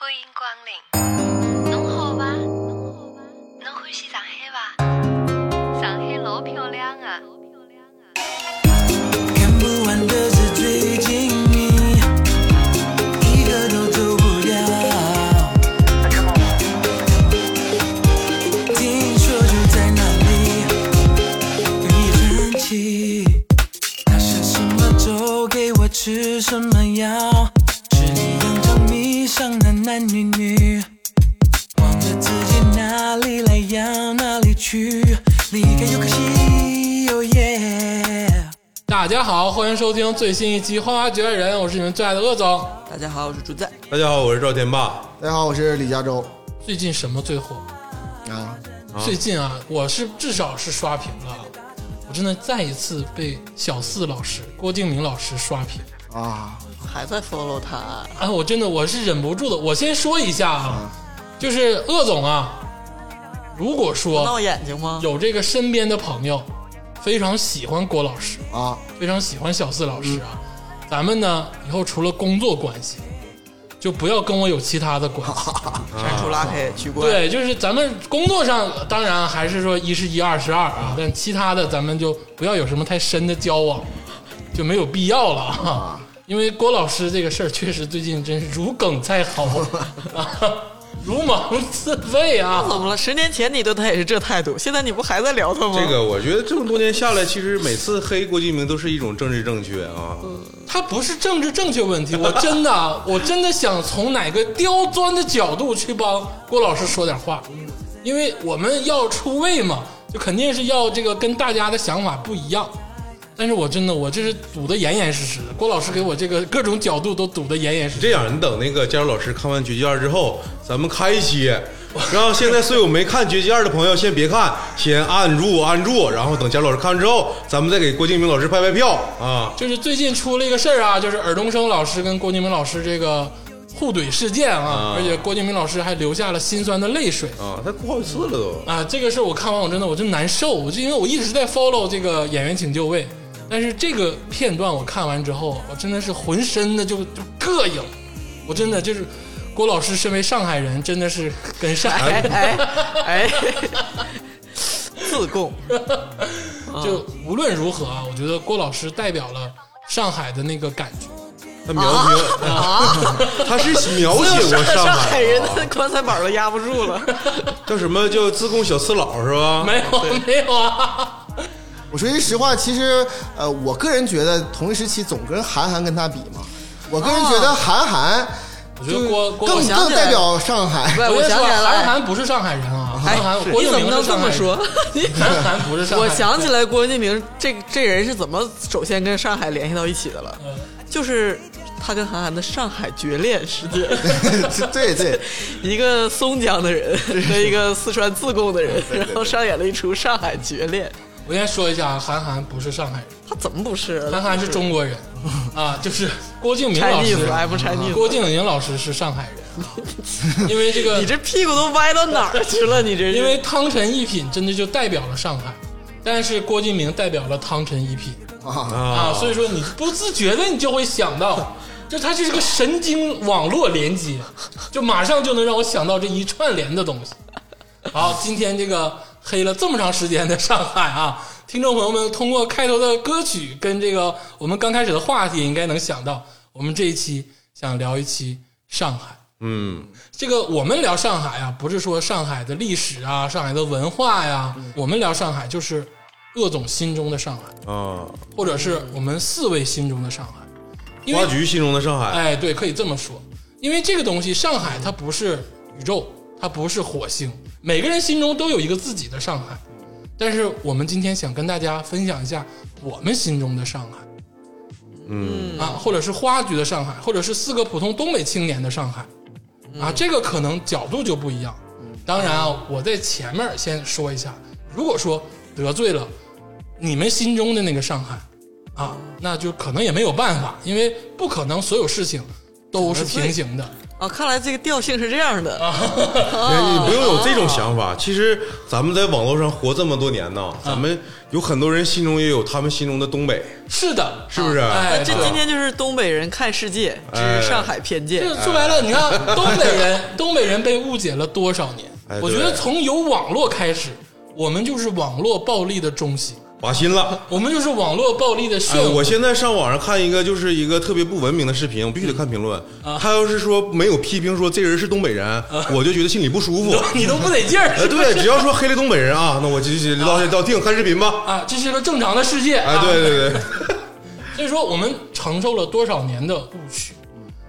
欢迎光临。侬好伐？侬好伐？侬欢喜上海伐？上海老漂亮啊！看不完的纸醉金迷，一个都走不掉。听说就在那里，一转起，他下什么粥给我吃什么药，是你养成迷上男男女女，忘了自己哪里来要哪里去，离开又可惜，哦耶。大家好，欢迎收听最新一期《花花局外人》，我是你们最爱的鄂总。大家好，我是竹子。大家好，我是赵天霸。大家好，我是李佳洲最近什么最火？啊，最近啊，我是至少是刷屏了，我真的再一次被小四老师、郭敬明老师刷屏。啊，还在 follow 他，啊，我真的我是忍不住的。我先说一下啊，就是鄂总啊，如果闹说眼睛吗？有这个身边的朋友非常喜欢郭老师，啊，非常喜欢小四老师啊，咱们呢以后除了工作关系，就不要跟我有其他的关系。删除拉黑取关。，对，就是咱们工作上当然还是说一是一二是二啊，但其他的咱们就不要有什么太深的交往， 就没有必要了啊。因为郭老师这个事儿确实最近真是如鲠在喉 啊，如芒 刺背啊。怎么了？十年前你对他也是这态度，现在你不还在聊他吗？这个我觉得这么多年下来，其实每次黑郭敬明都是一种政治正确啊。他不是政治正确问题，我真的啊我真的想从哪个刁钻的角度去帮郭老师说点话，因为我们要出位嘛，就肯定是要这个跟大家的想法不一样。但是我真的我这是堵得严严实实的，郭老师给我这个各种角度都堵得严严实实。这样，你等那个佳茹老师看完《绝技二》之后，咱们开一期，让现在所有没看《绝技二》的朋友先别看，先按住按住，然后等佳茹老师看完之后，咱们再给郭敬明老师拍拍票啊。就是最近出了一个事儿啊，就是尔冬升老师跟郭敬明老师这个互怼事件啊，啊而且郭敬明老师还流下了心酸的泪水。啊，他不好意思了都。啊，这个事儿我看完我真的我真难受，我就因为我一直在 follow 这个演员请就位，但是这个片段我看完之后，我真的是浑身的就就膈应，我真的就是郭老师身为上海人，真的是跟上哎海哎哎，自贡 就无论如何啊，我觉得郭老师代表了上海的那个感 觉。他描描，啊，他是描写过上上海人啊的棺材板都压不住了。叫什么叫自贡小四老是吧？没有没有啊，我说句实话，其实呃，我个人觉得同一时期总跟韩寒跟他比嘛，我个人觉得韩寒哦我觉就得是郭更郭老师想更起来代表上海 不，我跟你想说，起来韩了，寒不是上海人啊，哎韩寒郭你敬怎明是么能这上海么人说？？ 韩寒不是上海 我人，想起来郭敬明这这人是怎么首先跟上海联系到一起的了，嗯就是他跟韩寒的上海决裂 事件。对对，一个松江 的人和一个四川自贡的人，然后上演了一出上海决裂。我先说一下啊，韩寒不是上海人。他怎么不是？韩寒是中国人啊，就是郭敬明老师啊 Chinese，I'm Chinese。郭敬明老师是上海人，因为这个 你，这屁股都歪到哪儿去了？你这是因为汤臣一品真的就代表了上海，但是郭敬明代表了汤臣一品啊，啊，啊，所以说你不自觉的你就会想到，就它就是个神经网络连接，就马上就能让我想到这一串联的东西。好，今天这个黑了这么长时间的上海啊，听众朋友们通过开头的歌曲跟这个我们刚开始的话题，应该能想到，我们这一期想聊一期上海。嗯，这个我们聊上海啊，不是说上海的历史啊，上海的文化呀、嗯我们聊上海就是鄂总心中的上海，啊，或者是我们四位心中的上海。因为花菊心中的上海，哎，对，可以这么说，因为这个东西，上海它不是宇宙，它不是火星，每个人心中都有一个自己的上海。但是我们今天想跟大家分享一下我们心中的上海，嗯啊，或者是花局的上海，或者是四个普通东北青年的上海，嗯啊，这个可能角度就不一样。当然啊，我在前面先说一下，如果说得罪了你们心中的那个上海，啊，那就可能也没有办法，因为不可能所有事情都是平行的。啊，看来这个调性是这样啊的。啊哎你不用有这种想法。其实咱们在网络上活这么多年呢，咱们有很多人心中也有他们心中的东北，是的，是不啊是？哎，这对今天就是东北人看世界哎之上海偏见这。说白了，你看东北人，东北人被误解了多少年哎？我觉对得从有网络开始，我们就是网络暴力的中心，把心了。我们就是网络暴力的漩哎，我涡。现在上网上看一个，就是一个特别不文明的视频，我必须得看评论。他要是说没有批评说这人是东北人，我就觉得心里不舒服。你都不得劲儿呃，对，只要说黑了东北人啊，那我就就落下到定看视频吧。啊！这是个正常的世界哎，啊！对对对，所以说我们承受了多少年的误区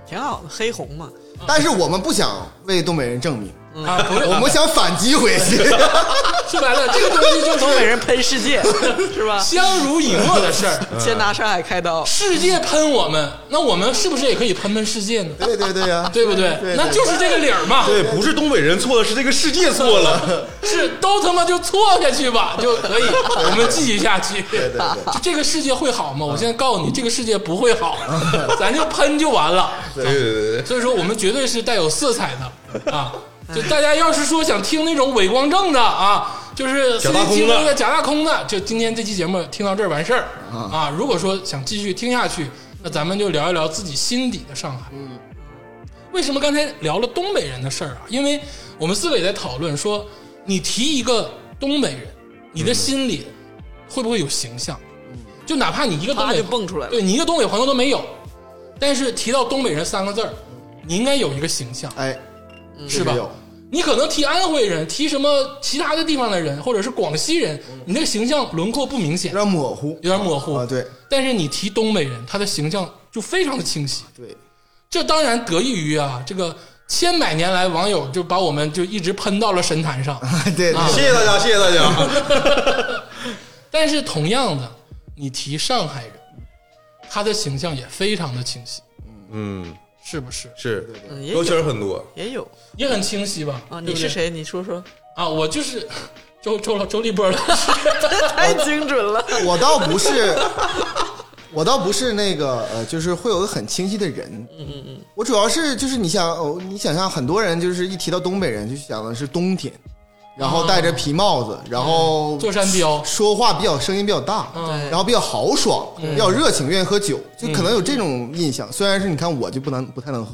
挺好的，黑红嘛，但是我们不想为东北人证明，嗯啊！不是，我们想反击回 去。说白了，这个东西 就是东北人喷世 界是吧？相濡以沫的事儿。先拿上海开刀，世界喷我们，那我们是不是也可以喷喷世界呢？对对对呀、对不对？对对那就是这个理儿嘛。对，不是东北人错了，是这个世界错了。 是都他妈就错下去吧，就可以，我们继续下去。对对对这个世界会好吗？我现在告诉你，这个世界不会 好，咱就喷就完了。对对对对，所以说，我们绝对是带有色彩的啊！就大家要是说想听那种伪光正的啊，就是假大空的司机经历了假大空的，就今天这期节目听到这儿完事儿啊。如果说想继续听下去，那咱们就聊一聊自己心底的上海。嗯为什么刚才聊了东北人的事儿啊？因为我们四个也在讨论说，你提一个东北人，你嗯的心里会不会有形象？就哪怕你一个东啪北就蹦出来了对你一个东北朋友都没有，但是提到东北人三个字儿，你应该有一个形象，哎，嗯是吧这个有？你可能提安徽人，提什么其他的地方的人，或者是广西人，你那个形象轮廓不明显有，点模糊有点模糊嗯啊，对但是你提东北人，他的形象就非常的清晰。对， 这当然得益于啊，这个千百年来网友就把我们就一直喷到了神坛上。 对对谢谢大家，谢谢大家。但是同样的，你提上海人，他的形象也非常的清晰，嗯，是不是？是嗯也有标签很多。也有也很清晰吧？啊。对你不对是谁？你说说，啊？我就是周周老周立波老师。太精 准了。 我倒不是，我倒不是那个呃，就是会有一个很清晰的人。嗯嗯嗯。我主要是就是你想，哦，你想象很多人就是一提到东北人，就想的是冬天，然后戴着皮帽子，然后坐山雕说话比较声音比较大，对然后比较豪爽，嗯比较热情，愿意喝酒，就可能有这种印象。虽然是你看我就不能不太能喝，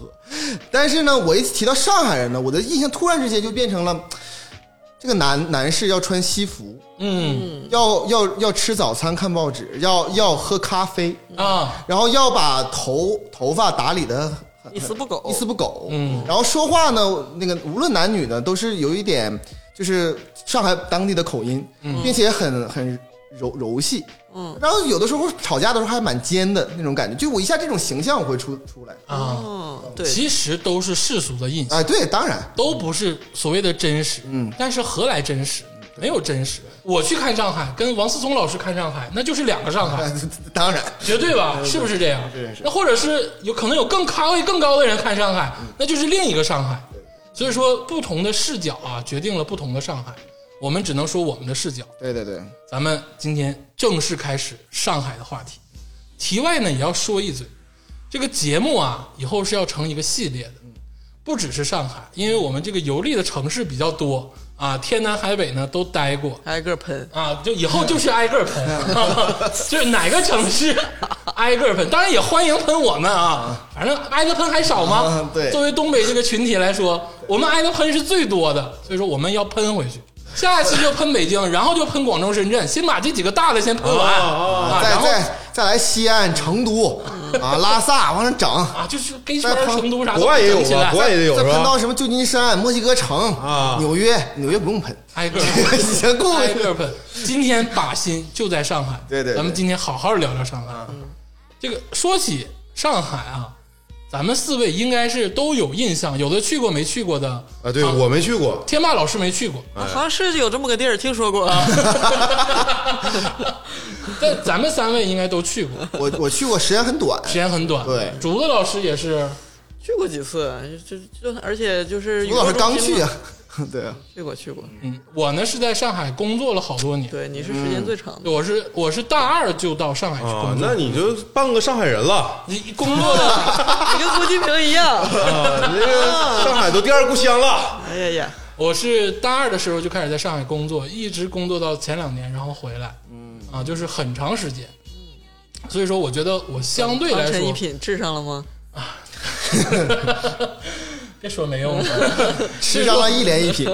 但是呢，我一提到上海人呢，我的印象突然之间就变成了。这个男男士要穿西服，嗯要要要吃早餐、看报纸，要要喝咖啡，啊，然后要把头头发打理的一丝不苟一丝不苟。嗯，然后说话呢，那个无论男女呢，都是有一点就是上海当地的口音，并且很很柔柔细。嗯，然后有的时候吵架的时候还蛮尖的那种感觉，就我一下这种形象我会出出来。啊，嗯，对，其实都是世俗的印象，哎，对，当然 都不是所谓的真实。嗯，但是何来真实？没有真实。我去看上海，跟王思聪老师看上海，那就是两个上海。 哎当然，绝对吧？是不是这样？那或者是有可能有更咖位更高的人看上海，那就是另一个上海。所以说，不同的视角啊，决定了不同的上海。我们只能说我们的视角。对对对，咱们今天正式开始上海的话题。题外呢，也要说一嘴，这个节目啊，以后是要成一个系列的，不只是上海，因为我们这个游历的城市比较多啊，天南海北呢都待过，挨个喷。啊，就以后就是挨个喷， 就是哪个城市挨个喷，当然也欢迎喷我们啊，反正挨着喷还少吗啊？对作为东北这个群体来说，我们挨着喷是最多的，所以说我们要喷回去。下一期就喷北京，然后就喷广州、深圳，先把这几个大的先喷完啊，哦再然后再再来西安、成都啊、拉萨往上涨。啊，就是跟圈再儿喷成都啥的国外也有整起吧？来国外也有再是喷吧到？什么旧金山、墨西哥城啊纽约，纽约不用喷， 挨个喷。先过挨去。个喷。今天靶心就在上海，对对对嗯咱们今天好好聊聊上海。嗯这个说起上海啊，咱们四位应该是都有印象，有的去过没去过的啊，对我没去过，天霸老师没去 过，啊好像是有这么个地儿，听 说过。但咱们三位应该都去过，我我去过，时间很短，时间很短。对竹子老师也是去过几次，就就就而且就是我老师刚宇宙中去心嘛啊， 对啊，去过去过，嗯，我呢是在上海工作了好多年，对，你是时间最长的，我是我是大二就到上海去工作，哦啊，那你就半个上海人了你工作了，你跟郭敬明一样，啊，你这个上海都第二故乡了。哎呀呀，我是大二的时候就开始在上海工作，一直工作到前两年，然后回来，嗯，啊，就是很长时间，所以说我觉得我相对来长城一说，品治上了吗？ 别说没用的，吃上了一连一品，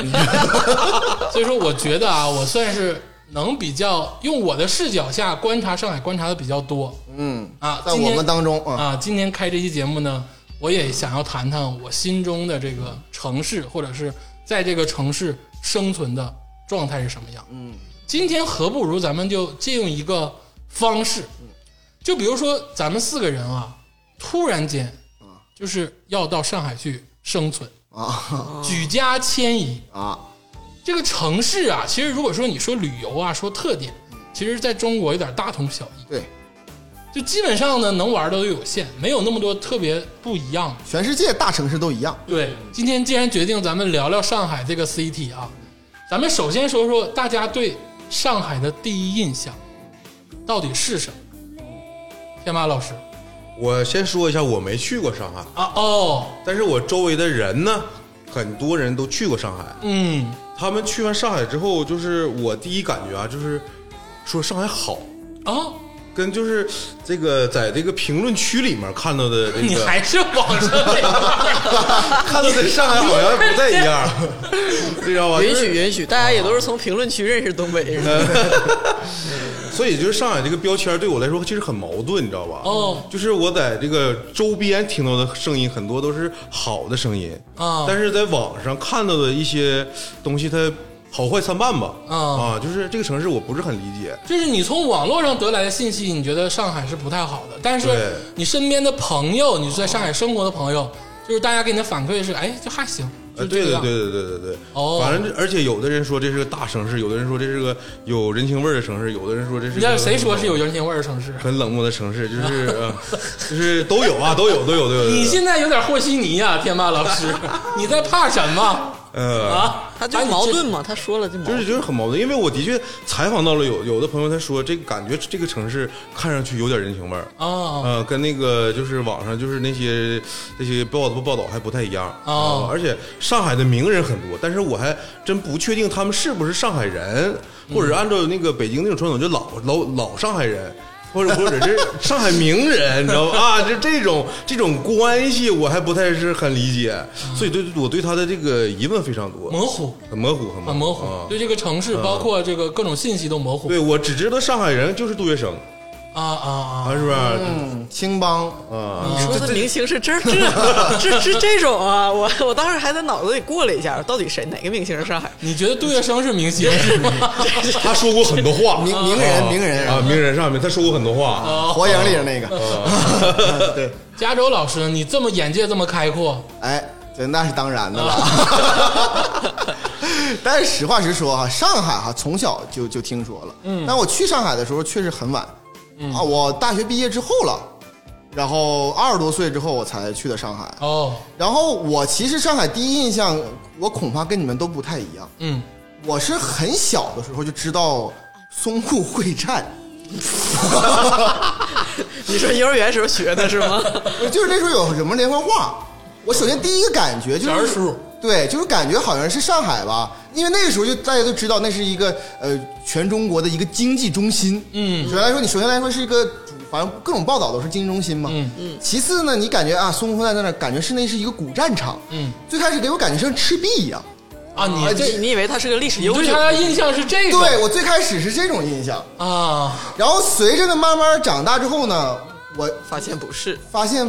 所以说我觉得啊，我算是能比较用我的视角下观察上海观察的比较多嗯，啊，在今我天们当中啊，啊，今天开这期节目呢，我也想要谈谈我心中的这个城市，或者是在这个城市生存的状态是什么样。嗯，今天何不如咱们就借用一个方式，就比如说咱们四个人啊，突然间就是要到上海去生存，啊举家迁移。啊，这个城市啊，其实如果说你说旅游啊，说特点，其实在中国有点大同小异，对，就基本上呢能玩的都有限，没有那么多特别不一样的。全世界大城市都一样，对，嗯今天既然决定咱们聊聊上海这个 CT 啊，咱们首先说说大家对上海的第一印象到底是什么？天马老师我先说一下，我没去过上海，啊，哦，但是我周围的人呢，很多人都去过上海。嗯，他们去完上海之后，就是我第一感觉啊，就是说上海好，啊，跟就是这个在这个评论区里面看到的这你个还是网上那 个看到的上海好像不太一 样，你知道吧？允就是许允许，大家也都是从评论区认识东北嗯人，所以就是上海这个标签对我来说其实很矛盾，你知道吧？哦就是我在这个周边听到的声音很多都是好的声音啊但是在网上看到的一些东西，它好坏参半吧啊就是这个城市我不是很理解。就是你从网络上得来的信息，你觉得上海是不太好的，但对哦是你身边的朋友，你在上海生活的朋友，就是大家给你的反馈是，哎，就还行，就呃，是对这对样对对对对对，哦反正这而且有的人说这是个大城市，有的人说这是个有人情味儿的城市，有的人说这是你知道个谁说是有人情味儿的城市？很冷漠的城市，就是呃，就是都有啊，都有都有都有。都有 你现在有点和稀泥呀、天霸老师，你在怕什么呃啊？他就是矛盾嘛，他说了就矛就盾是，觉得很矛盾，因为我的确采访到了有有的朋友，他说这个感觉这个城市看上去有点人情味儿，啊呃，跟那个就是网上就是那些那些报道报道还不太一样啊、哦而且上海的名人很多，但是我还真不确定他们是不是上海人，或嗯者按照那个北京那种传统，就老老老上海人。或者或者是上海名人，你知道吧？啊，就这种这种关系，我还不太是很理解，所以对我对他的这个疑问非常多，嗯模糊，很模糊，很很模啊糊，对这个城市，包括这个各种信息都模糊 对我只知道上海人就是杜月笙啊啊啊，是不是？嗯，青帮啊，你说的明星是这这这这这种啊，我我当时还在脑子里过了一下，到底谁哪个明星是上海人？你觉得杜月笙是明星是吗？他说过很多话，名名人名人啊啊，名人上面他说过很多话，火影里的那个， 加州老师，你这么眼界这么开阔，哎，这那是当然的了。 但是实话实说哈，上海哈从小就就听说了，嗯，但我去上海的时候确实很晚，啊，我大学毕业之后了，然后二十多岁之后我才去的上海。啊哦，然后我其实上海第一印象，我恐怕跟你们都不太一样。嗯，我是很小的时候就知道淞沪会 战，你说幼儿园时候学的是吗？就是那时候有什么连环画。我首先第一个感觉就是小人书，对，就是感觉好像是上海吧，因为那个时候就大家都知道那是一个呃全中国的一个经济中心。嗯首先来说，你首先来说是一个主，好像各种报道都是经济中心嘛。嗯嗯。其次呢，你感觉啊，淞沪会战在那儿，感觉是那是一个古战场。嗯最开始给我感觉像赤壁一样。啊，你这你你以为他是个历史你悠对久他？的印象是这个对我最开始是这种印象，啊，然后随着呢慢慢长大之后呢，我发现不是，发现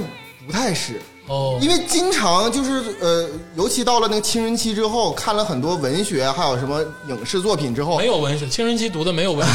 不太是，哦，因为经常就是呃，尤其到了那个青春期之后，看了很多文学还有什么影视作品之后没，有文学，青春期读的没有文学，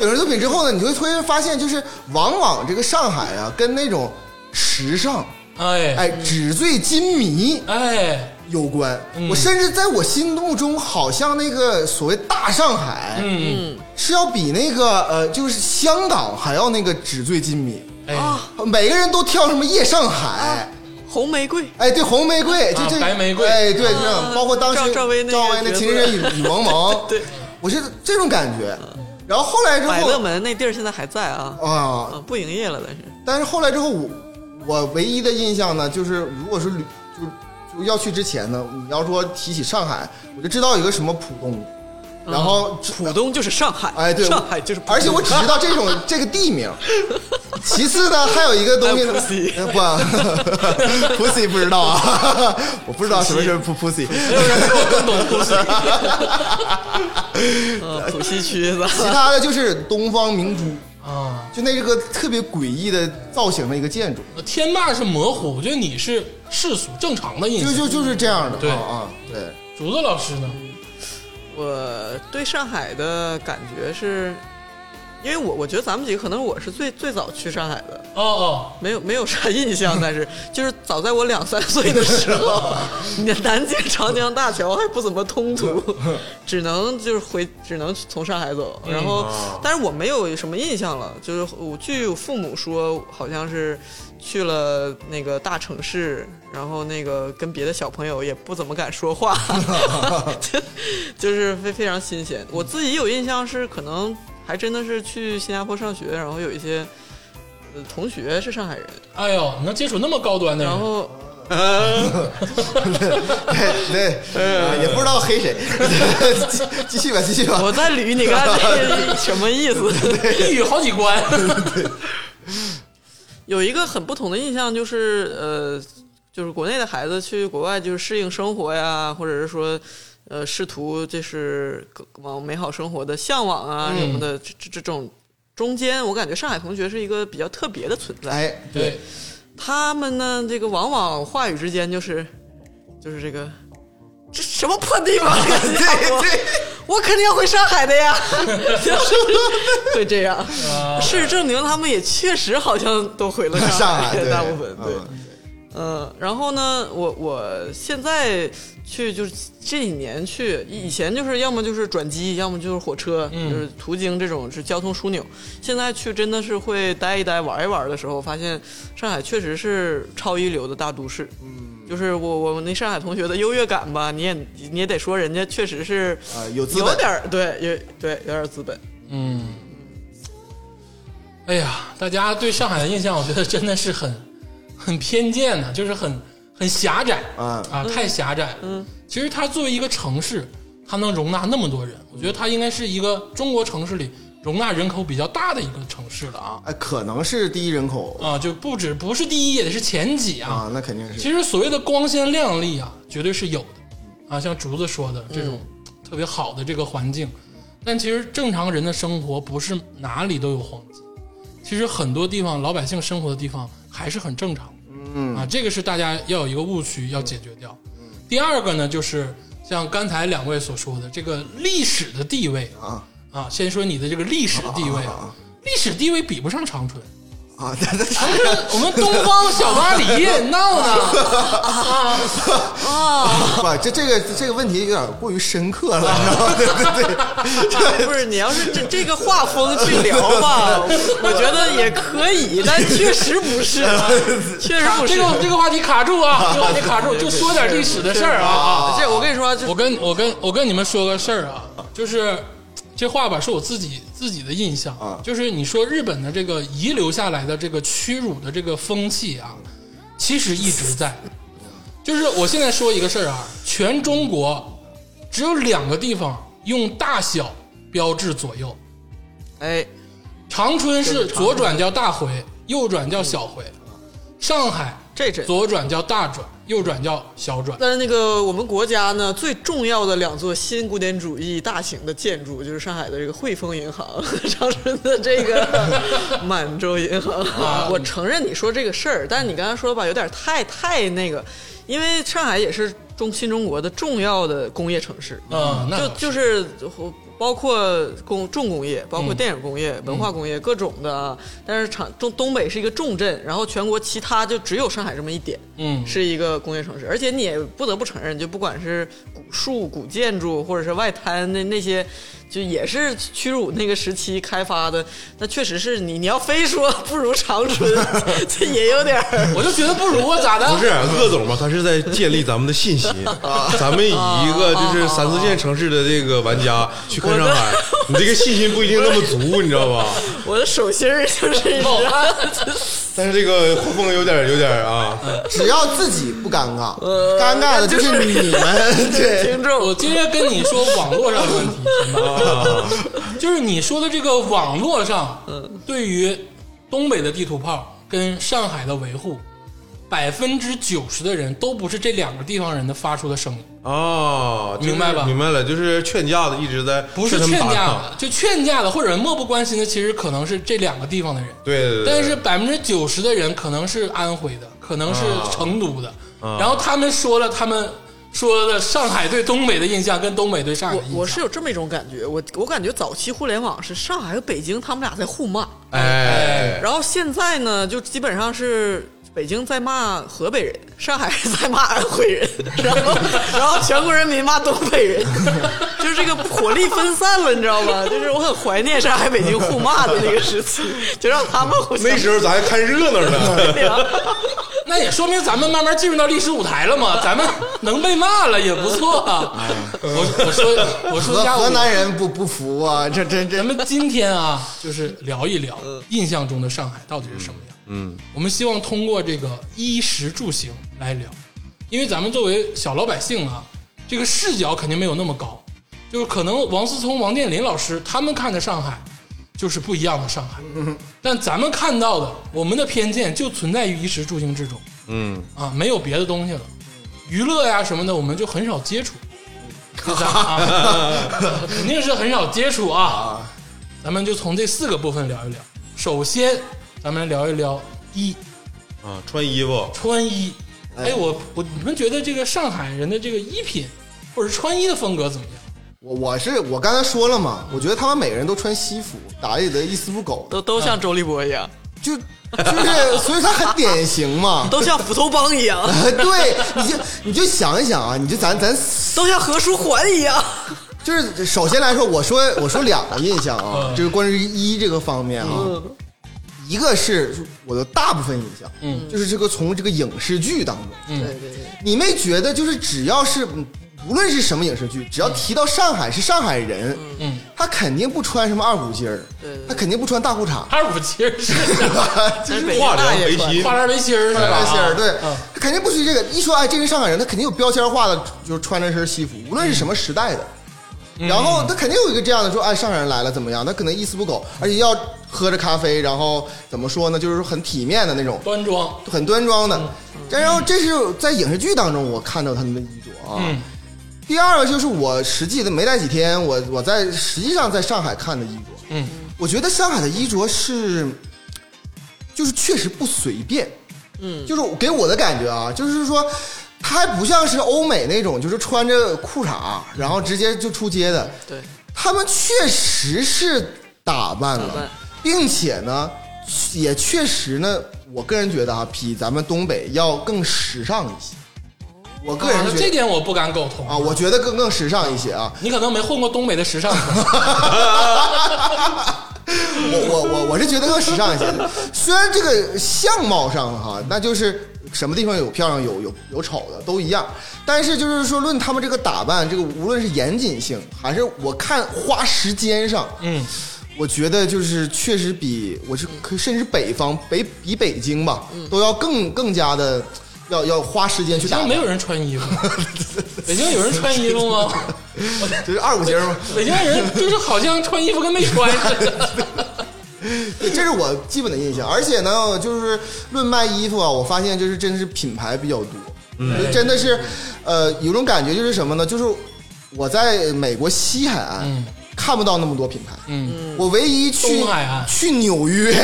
影视作品之后呢，你会突然发现，就是往往这个上海啊，跟那种时尚哎哎纸醉金迷哎，有关。嗯我甚至在我心目中，好像那个所谓大上海，嗯是要比那个呃，就是香港还要那个纸醉金迷。哎啊每个人都挑什么夜上海，红玫瑰，哎，对，红玫瑰，就啊这白玫瑰哎，对，这种包括当时啊赵赵薇那个赵薇那角色情深深雨雨蒙蒙， 对，我是这种感觉。然后后来之百乐后门那地儿现在还在啊，啊，啊，不营业了，但是但是后来之后，我我唯一的印象呢，就是如果是旅就就要去之前呢，你要说提起上海，我就知道一个什么浦东，然后知、嗯浦东就是上海，哎对，上海就是浦东，而且我只 知道这种这个地名。其次呢，还有一个东西呢， Pussy 呃 不，pussy 不知道啊， 我不知道什么是 pu- pussy。没有人比我更懂故事。嗯浦西区的，其他的就是东方明珠，啊，就那是个特别诡异的造型的一个建筑，天霸是模糊，我觉得你是世俗正常的印就象。就就是这样的。对啊啊，对，竹子老师呢？ 我对上海的感觉是，因为我我觉得咱们几个可能我是最最早去上海的，哦哦，没有没有啥印象，但是 就是早在我两三岁的时候，你的南京长江大桥还不怎么通途，只能就是回，只能从上海走。然后，但是我没有什么印象了，就是我据我父母说，好像是去了那个大城市，然后那个跟别的小朋友也不怎么敢说话， 就就是非非常新鲜。我自己有印象是可能还真的是去新加坡上学，然后有一些。呃同学是上海人，哎呦，你能接触那么高端的人然，后 对，啊也不知道黑谁。 继继续吧，继续吧。我再捋你看这什么意思？一哎语好几 关。有一个很不同的印象就是，呃，就是国内的孩子去国外就是适应生活呀，或者是说，呃，试图就是往美好生活的向往啊嗯什么的，这这这种中间，我感觉上海同学是一个比较特别的存在。哎，对，他们呢，这个往往话语之间就是，就是这个，这什么破地方？ 对对， 我肯定要回上海的呀， 就是会这样。事实证明，他们也确实好像都回了上海，海对大部分对。嗯嗯，然后呢，我我现在去就是这几年去，以以前就是要么就是转机，要么就是火车，嗯就是途经这种是交通枢纽。现在去真的是会待一待、玩一玩的时候，发现上海确实是超一流的大都市。嗯，就是我我那上海同学的优越感吧，你也你也得说人家确实是啊，有资有本点儿对，有对有点儿资本。嗯，哎呀，大家对上海的印象，我觉得真的是很很偏见呢、就是很很狭窄啊啊，太狭窄了。嗯，其实它作为一个城市，它能容纳那么多人，我觉得它应该是一个中国城市里容纳人口比较大的一个城市了啊哎，可能是第一人口啊，就不止不是第一，也得是前几啊。啊，那肯定是其实所谓的光鲜亮丽啊，绝对是有的啊，像竹子说的这种特别好的这个环境，但其实正常人的生活不是哪里都有黄金，其实很多地方老百姓生活的地方还是很正常的，嗯啊，这个是大家要有一个误区要解决掉。第二个呢，就是像刚才两位所说的这个历史的地位啊啊，先说你的这个历史地位啊，历史地位比不上长春。啊，那不那是我们东方小巴黎闹呢， 哇，这这个这个问题有点过于深刻了，你知道吗？对对对， 不是你要是这这个画风去聊吧， 我觉得也可以，但确实不是，啊确实不是。这个 这个话题卡住啊， 这个话题卡住，就说点历史的事儿啊。这我跟你说，就我跟我跟我跟你们说个事儿啊，就是这话吧，是我自己自己的印象啊就是你说日本的这个遗留下来的这个屈辱的这个风气啊，其实一直在。就是我现在说一个事儿啊，全中国只有两个地方用大小标志左右，哎，长春是左转叫大回，右转叫小回；上海这真。左转叫大转，右转叫小转。但是那个我们国家呢，最重要的两座新古典主义大型的建筑，就是上海的这个汇丰银行 和长春的这个满洲银行。啊我承认你说这个事儿，但是你刚才说吧，有点太太那个，因为上海也是中新中国的重要的工业城市。嗯，那就倒是就是包括工重工业，包括嗯电影工业、文化工业各种的啊。但是长中东北是一个重镇，然后全国其他就只有上海这么一点嗯是一个工业城市。而且你也不得不承认，就不管是古树、古建筑，或者是外滩那那些就也是屈辱那个时期开发的，那确实是你你要非说 不如长春，这也有点儿我就觉得不如啊，咋的？啊不是鄂总嘛，他是在建立咱们的信心。咱们以一个就是三四线城市的这个玩家啊去看上海，你这个信心不一定那么足，你知道吧？我的手心儿就 是老安， 但是这个画风有点有点啊，只要自己不尴尬，尴尬的就是你们。对，听众我接着跟你说网络上的 问题，行吧？ 就是你说的这个网络上，对于东北的地图炮跟上海的维护，百分之九十的人都不是这两个地方人的发出的声音，哦，就是明白吧明白了，就是劝架的一直在不是劝他劝们架打的，就劝架的或者漠不关心的，其实可能是这两个地方的人。对对对，但是百分之九十的人可能是安徽的，可能是成都的，啊然后他们说了他们说的上海对东北的印象跟东北对上海的我印象，我是有这么一种感觉，我我感觉早期互联网是上海和北京他们俩在互骂，哎，然后现在呢，就基本上是北京在骂河北人，上海人在骂安徽人，然后然后全国人民骂东北人， 就是这个火力分散了，你知道吗？就是我很怀念上海北京互骂的那个时期，就让他们互相那时候咱还看热闹呢， 那也说明咱们慢慢进入到历史舞台了嘛，咱们能被骂了也不错啊。我我说我说河一下河我，南人不不服啊，这这 这咱们今天啊，就是聊一聊印象中的上海到底是什么样。嗯，我们希望通过这个衣食住行来聊，因为咱们作为小老百姓啊，这个视角肯定没有那么高，就是可能王思聪、王健林老师他们看的上海就是不一样的上海，嗯但咱们看到的我们的偏见就存在于衣食住行之中嗯，啊，没有别的东西了，娱乐呀什么的我们就很少接 触，就咱啊肯定是很少接触啊，咱们就从这四个部分聊一聊，首先咱们聊一聊一。啊，穿衣服穿衣。哎哎，我我你们觉得这个上海人的这个衣品或者穿衣的风格怎么样？我我是我刚才说了嘛，我觉得他们每个人都穿西服，打理的一丝不苟的，都都像周立波一样，就就是，所以他很典型嘛。都像斧头帮一样， 对，你就你就想一想啊，你就咱咱都像何书桓一样。就是首先来说，我说 我说两个印象啊，嗯就是关于一这个方面啊，一个是我的大部分印象，嗯就是这个从这个影视剧当中，对对对，你没觉得就是只要是无论是什么影视剧，只要提到上海是上海人，嗯，他肯定不穿什么二股筋儿，他肯定不穿大裤衩，哈尔其实是就是 北京画大梁爷围穿巾花，帘围巾儿是大吧？线儿，对嗯，他肯定不许这个。一说哎，这个上海人，他肯定有标签化的，就是穿着身西服，无论是什么时代的。然后他肯定有一个这样的说，哎，上海人来了怎么样？他可能一丝不苟，而且要喝着咖啡，然后怎么说呢，就是很体面的那种，端庄。很端庄的。然后这是在影视剧当中我看到他们的衣着啊。嗯第二个就是我实际的没待几天，我我在实际上在上海看的衣着，嗯我觉得上海的衣着是，就是确实不随便，嗯，就是给我的感觉啊，就是说，它还不像是欧美那种，就是穿着裤衩然后直接就出街的，对，他们确实是打扮了，打扮并且呢，也确实呢，我个人觉得啊，比咱们东北要更时尚一些，我个人啊觉这得。点我不敢苟同啊，我觉得更更时尚一些啊！你可能没混过东北的时尚， 我我我我是觉得更时尚一些。虽然这个相貌上哈，那就是什么地方有漂亮有有有丑的都一样，但是就是说论他们这个打扮，这个无论是严谨性还是我看花时间上，嗯，我觉得就是确实比我是可甚至北方北比北京吧，嗯都要更更加的要要花时间去北打京扮没，有人穿 衣服，北京有人穿衣服吗？就是二五节嘛。北京人就是好像穿衣服跟没穿似的。对，这是我基本的印象。而且呢，就是论卖衣服啊，我发现就是真是品牌比较多，嗯就真的是，呃，有种感觉就是什么呢？就是我在美国西海岸、嗯看不到那么多品牌，嗯，我唯一去东海岸嗯去纽约、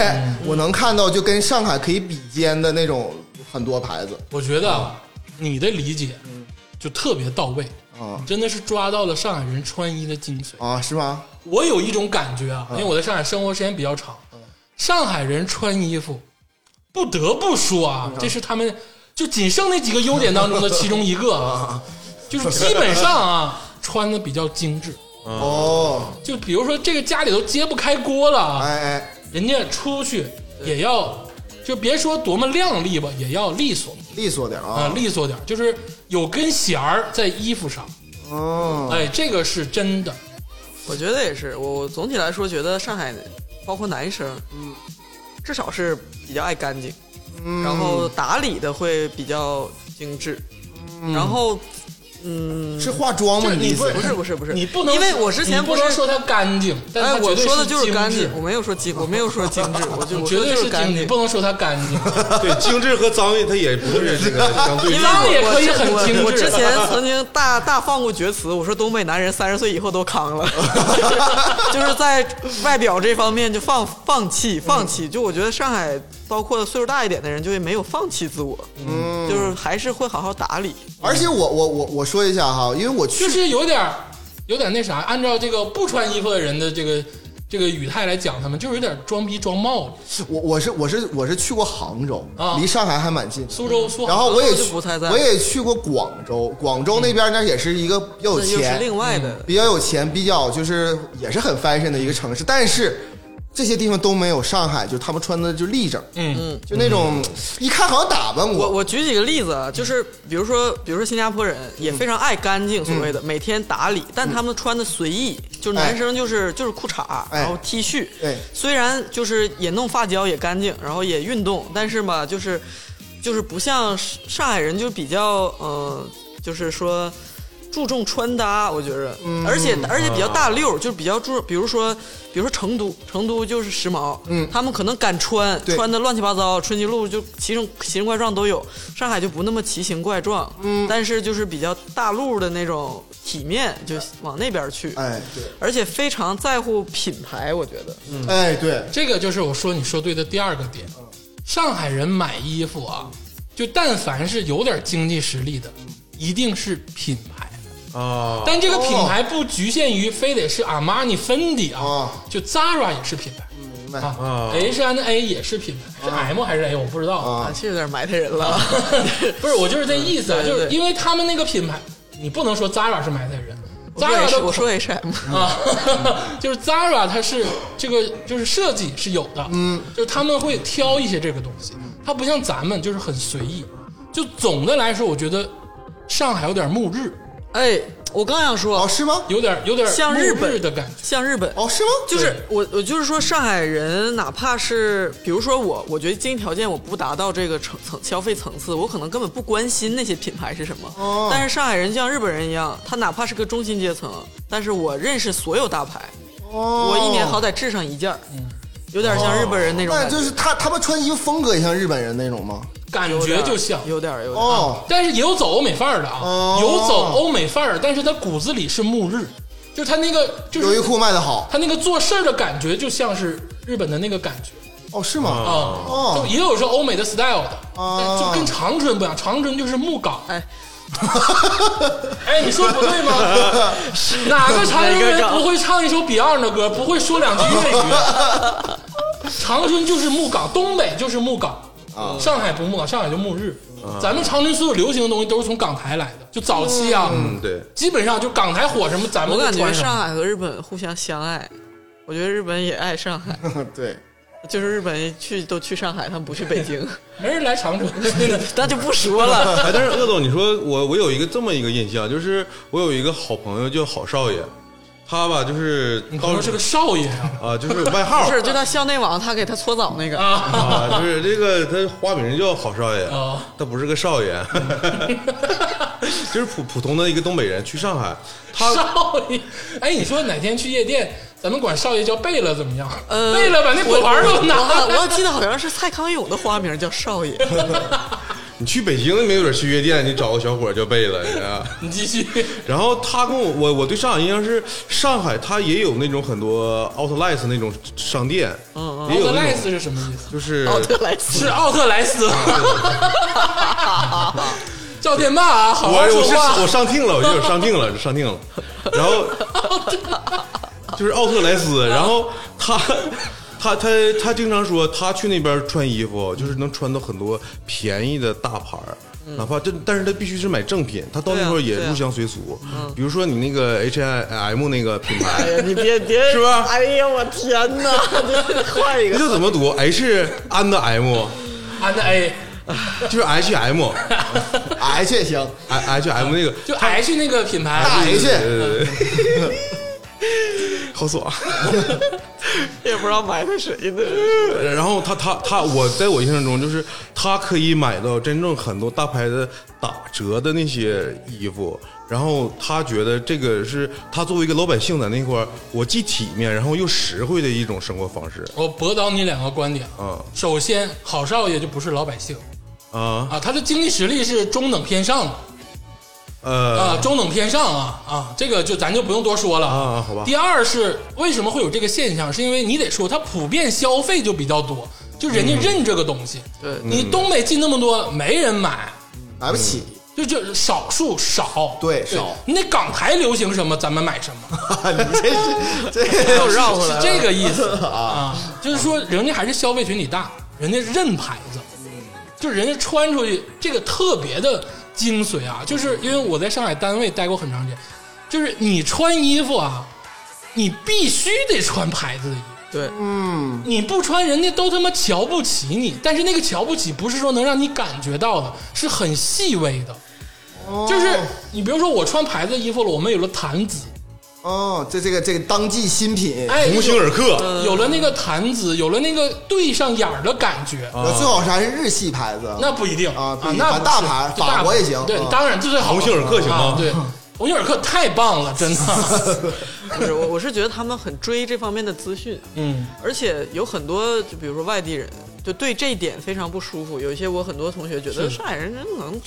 我能看到就跟上海可以比肩的那种很多牌子我觉得啊你的理解就特别到位，啊你真的是抓到了上海人穿衣的精髓。啊，是吗？我有一种感觉啊，因为我在上海生活时间比较长，上海人穿衣服，不得不说啊，这是他们就仅剩那几个优点当中的其中一个啊，就是基本上啊穿的比较精致，哦，就比如说这个家里都揭不开锅了啊，哎哎，人家出去也要，就别说多么靓丽吧，也要利索利索点啊哦啊，，利索点儿，就是有根弦儿在衣服上。哦，哎，这个是真的。我觉得也是，我我总体来说觉得上海，包括男生，嗯，至少是比较爱干净，嗯然后打理的会比较精致，然后嗯，是化妆吗？就是你的意你不思是不是不是不是，你不能，因为我之前你不是能说它干净，但哎，它我绝对说的就是精干致净，我没有说精，我没有说精致，我就你我绝说对的就是是干精，净你。不能说它干 净。 对，精致和脏它也不是这个相对因立为的。也我可以我很精致我之前曾经大大放过厥词，我说东北男人三十岁以后都 康了，就是在外表这方面就放放弃放嗯弃。就我觉得上海包括岁数大一点的人，就也没有放弃自我，嗯，就是还是会好好打理。而且我我我我说一下哈，因为我去就是有点儿，有点那啥，按照这个不穿衣服的人的这个这个语态来讲，他们就是有点装逼装冒了。我我是我是我是去过杭州啊，离上海还蛮近的。苏嗯州苏杭，然后我也就去不太在乎我也去过广州，广州那边那也是一个比较有那又是钱，另外嗯的，比较有钱，比较就是也是很 fashion 的一个城市，但是这些地方都没有上海，就他们穿的就立正，嗯，就那种一看好像打扮我过，我举几个例子啊，就是比如说，比如说新加坡人嗯也非常爱干净，所谓的、每天打理，但他们穿的随意，就是哎男生就是、就是裤衩，哎然后 T 恤，哎虽然就是也弄发胶也干净，然后也运动，但是嘛，就是就是不像上海人就比较呃，就是说。注重穿搭，我觉着，而且而且比较大溜儿，就是比较注，比如说，比如说成都，成都就是时髦，嗯，他们可能敢穿，对穿的乱七八糟，春熙路就奇形奇形怪状都有，上海就不那么奇形怪状，嗯，但是就是比较大路的那种体面，就往那边去，哎对而且非常在乎品牌，我觉得，哎对，嗯这个就是我说你说对的第二个点。上海人买衣服啊，就但凡是有点经济实力的，一定是品牌。哦啊，但这个品牌不局限于非得是阿玛尼、芬迪哦啊，就 Zara 也是品牌明白啊，H&A 也是品牌，哦是 M 还是 A 我不知道啊。啊，是有点埋汰人 了。 不是，我就是这意思啊，对就对是对因为他们那个品牌，你不能说 Zara 是埋汰人，Zara 我的说我说 H M， 啊，就是 Zara 它是这个就是设计是有的，嗯，就是他们会挑一些这个东西，嗯它不像咱们就是很随意。就总的来说，我觉得上海有点暮日，哎，我刚想哦说，是吗？有点有点像暮日本的感觉，像日本，哦是吗？就是我我就是说上海人，哪怕是比如说我，我觉得经济条件我不达到这个层层消费层次，我可能根本不关心那些品牌是什么。哦但是上海人就像日本人一样，他哪怕是个中心阶层，但是我认识所有大牌，哦，哦我一年好歹至上一件儿，有点像日本人那种那感觉，就是他他们穿衣服风格也像日本人那种吗？感有点觉儿就像。有点儿有点儿。哦，但是也有走欧美范儿的啊，哦有走欧美范儿，但是他骨子里是暮日，就是他那个就是优衣库卖的好他那个做事儿的感觉就像是日本的那个感觉哦是吗？啊，哦就也有说欧美的 style 的，哦但就跟长春不一样，长春就是木港。哎， 哎，你说不对 吗？哪个长春人不会唱一首 Beyond 的歌，不会说两句粤语？ 长春就是木港，东北就是木港。哦上海不木港，上海就木日。咱们长春所有流行的东西都是从港台来的，就早期啊，嗯 对， 基本上就港台火什么，咱们我就感觉传什么上海和日本互相相爱，我觉得日本也爱上 海， 对，就是日本去都去上海，他们不去北 京，没人来长 春。那就不说 了。哎，但是鄂总，你说我我有一个这么一个印象，就是我有一个好朋友叫郝少爷，他吧就是你朋到友是个少爷啊！啊，就是 外号不是，就他校内网，他给他搓澡那个，啊啊，就是这个他花名叫郝少爷哦，他不是个少 爷， 就是普普通的一个东北人去上海，他少爷， 哎，你说哪天去夜店，咱们管少爷叫贝勒怎么样？呃，贝勒把那果盘给我拿我来。我记得好像是蔡康永的花名叫少 爷，你去北京没准去夜店，你找个小伙叫贝勒，你知道吗。 你继续，然后他跟我我我对上海印象是上海，它也有那种很多 outlets 那种商店，嗯嗯，奥也特有莱那斯哦种是什么意思？ 就是奥特莱斯。是奥特莱 斯。赵天霸啊，好我好说我是话我。上听了，我就有上听了，上听了，然后 就是奥特莱斯，嗯然后他。他他他经常说，他去那边穿衣服，就是能穿到很多便宜的大牌儿，嗯哪怕这，但是他必须是买正品，他到那时候对啊也对啊入乡随俗。嗯比如说你那个 H I M 那个品牌哎，呀，你别 别是吧哎呀，我天哪！你换一那个，就怎么读 H and M，安的 A 就是 H M 哎，H 也行 H M 那个就 H 那个品牌， ，H 呃， 好爽。也不知道埋汰谁呢。然后他他他，我在我印象中就是他可以买到真正很多大牌的打折的那些衣服，然后他觉得这个是他作为一个老百姓在那块儿，我既体面，然后又实惠的一种生活方式我驳倒你两个观点。啊首先，郝少爷就不是老百姓啊啊，他的经济实力是中等偏上的呃啊，中等偏上啊啊，这个就咱就不用多说了啊啊好吧第二是为什么会有这个现象，是因为你得说他普遍消费就比较多，就人家认这个东西。对你东北进那么多，没人买，买不起， 就就少数少。对对少你那港台流行什么，咱们买什么。你这是这又绕回来是了，这个意 思啊，就是说人家还是消费群体大，人家认牌子，就是人家穿出去这个特别的精髓啊，就是因为我在上海单位待过很长时间，就是你穿衣服啊，你必须得穿牌子的衣服，对，你不穿人家都他妈瞧不起你，但是那个瞧不起不是说能让你感觉到的，是很细微的，哦哦就是你比如说我穿牌子的衣服了，我们有了弹子，哦，这这个这个当季新品，哎，鸿星尔克有了那个弹子，有了那个对上眼儿的感觉，嗯那最好是还是日系牌子，那不一定啊不一定那不是大牌就法国也行对啊，当然这最好了。鸿星尔克行啊吗对，鸿星尔克太棒了，真的。 不是我，我是觉得他们很追这方面的资讯，嗯，而且有很多，就比如说外地人，就对这一点非常不舒服。有一些我很多同学觉是得上海人真能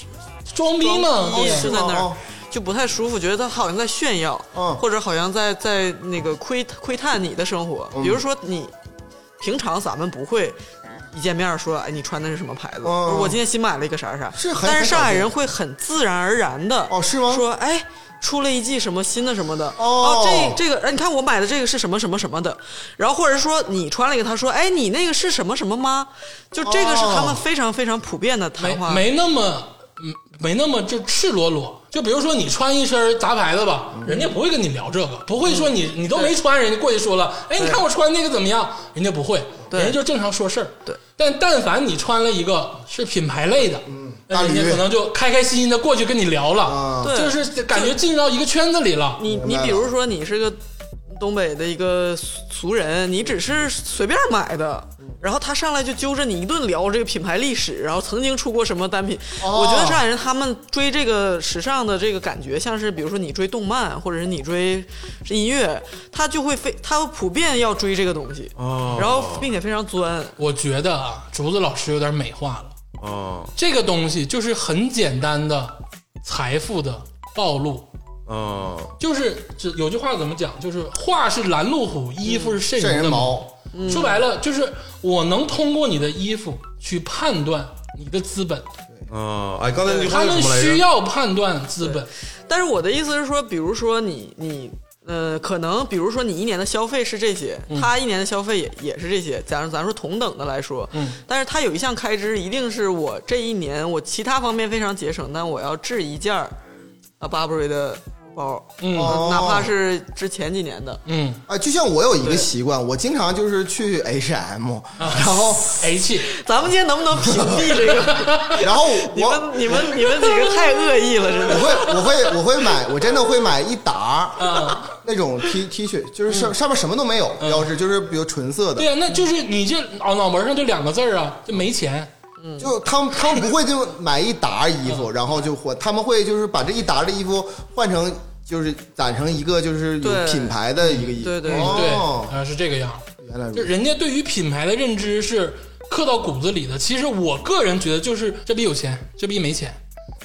装逼嘛，一对直在那儿哦就不太舒服，觉得他好像在炫耀，嗯或者好像在在那个窥窥探你的生活。嗯比如说你平常咱们不会。一见面说，哎，你穿的是什么牌子？嗯我今天新买了一个啥啥，是很但很是少上海见人会很自然而然的哦是吗说，哎，出了一季什么新的什么的，哦哦这这个，哎，你看我买的这个是什么什么什么的，然后或者说你穿了一个，他说，哎，你那个是什么什么吗？就这个是哦他们非常非常普遍的谈没话，没那么，嗯，没那么就赤裸裸。就比如说你穿一身杂牌子吧，嗯人家不会跟你聊这个，不会说你你都没穿，人家过去说了，哎，你看我穿那个怎么样？人家不会，对人家就正常说事儿。对，但但凡你穿了一个是品牌类的，嗯那人大家驴可能就开开心心的过去跟你聊了，啊对，就是感觉进入到一个圈子里了。你明你白比了如说你是个东北的一个俗俗人，你只是随便买的，嗯然后他上来就揪着你一顿聊这个品牌历史，然后曾经出过什么单品。哦我觉得上海人他们追这个时尚的这个感觉，像是比如说你追动漫，或者是你追音乐，他就会非他普遍要追这个东西，呃哦然后并且非常钻。我觉得啊，竹子老师有点美化了。啊这个东西就是很简单的财富的暴露，啊就是这有句话怎么讲？就是话是拦路虎，衣服是瘆瘆人人的嗯毛。说白了，就是我能通过你的衣服去判断你的资本，啊！哎，刚才那句话他是们什么来需着？要判断资本。但是我的意思是说，比如说你你呃，可能比如说你一年的消费是这些，嗯他一年的消费也也是这些。假如咱说同等的来说，嗯，但是他有一项开支一定是我这一年我其他方面非常节省，但我要置一件儿啊 Burberry 的包，啊嗯哦哪怕是之前几年的，嗯啊，就像我有一个习惯，我经常就是去 H M，然啊 后，H 咱们今天能不能屏蔽这个？然后你我们你们你们几个太恶意了，真我的。会我会我会买，我真的会买一沓啊，嗯那种 T T 恤，就是上上面什么都没有标志，就是比如纯色对的，呀、那就是你这哦脑脑门上就两个字儿啊，就没钱。就他们他们不会就买一沓衣服，然后就换，他们会就是把这一沓的衣服换成就是攒成一个就是有对品牌的一个衣服，对对对，哦，啊是这个样儿。原来如就此，人家对于品牌的认知是刻到骨子里的。其实我个人觉得，就是这逼有钱，这逼没钱，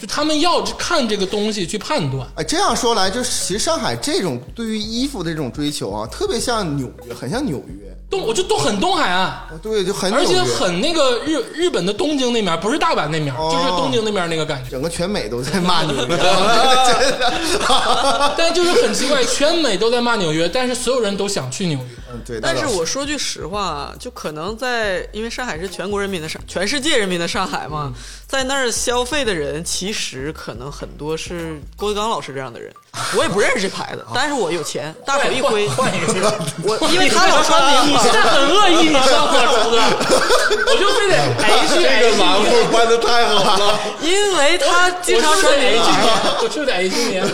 就他们要看这个东西去判断。哎，这样说来，就是其实上海这种对于衣服的这种追求啊，特别像纽约，很像纽约。哦东我就都很东海岸，对，就很而且纽约很那个日日本的东京那面，不是大阪那面，哦就是东京那面那个感觉。整个全美都在骂纽约，真的。但就是很奇怪，全美都在骂纽约，但是所有人都想去纽约。嗯，对，但是那倒我说句实话啊，就可能在，因为上海是全国人民的上，全世界人民的上海嗯嘛，在那儿消费的人，其实可能很多是郭德纲老师这 样的人，我也不认识这牌子，但是我有钱，大手一挥，哦换换一个，我 因为他老穿名你牌是。在很恶意，你 知道吗，竹子？我就非得 H 这个 H 栏目办的太好 了，因为他经我常是不穿是得名 H 牌，年， 我是不是得 H 年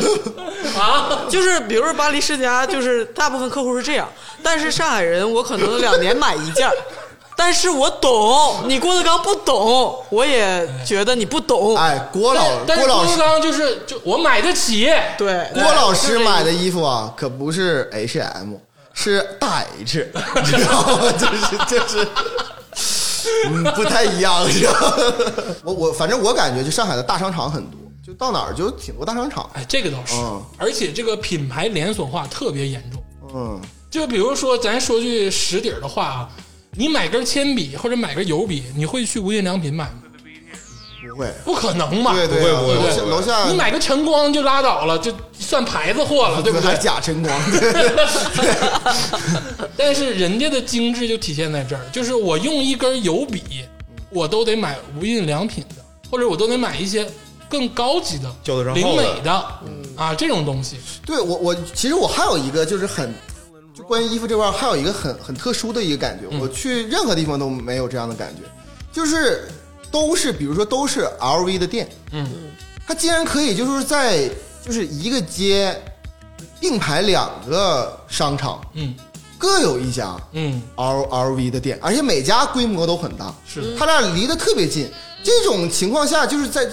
啊？就是比如说巴黎世家，就是大部分客户是这样，但是上海人我可能两年买 一件儿，但是我懂，你郭德纲不懂，我也觉得你不懂，哎，郭老但是郭老郭师德纲就是就我买得起， 对，郭老师买的衣服啊，可不是 H M，是大 H，你知道吗？ 就是就是。嗯，不太一样，你知道吗 我我反正我感觉，就上海的大商场很多，就到哪儿就挺多大商场。哎，这个倒是嗯，而且这个品牌连锁化特别严重。嗯，就比如说，咱说句实底儿的话啊，你买根铅笔或者买根油笔，你会去无印良品买吗？不会，不可能吧？对不会对啊，不会楼下不会楼下你买个晨光就拉倒了，就算牌子货啊了，对不 还对？假晨光，但是人家的精致就体现在这儿，就是我用一根油笔，我都得买无印良品的，或者我都得买一些更高级的、叫得上灵号美的的嗯啊这种东西。对我我其实我还有一个就是很，就关于衣服这块儿还有一个很很特殊的一个感觉，嗯我去任何地方都没有这样的感觉，就是都是比如说都是 LV 的店，嗯，它竟然可以就是在就是一个街并排两个商场嗯各有一家嗯， L LV 的店，而且每家规模都很大，是的它俩离得特别近。这种情况下，就是在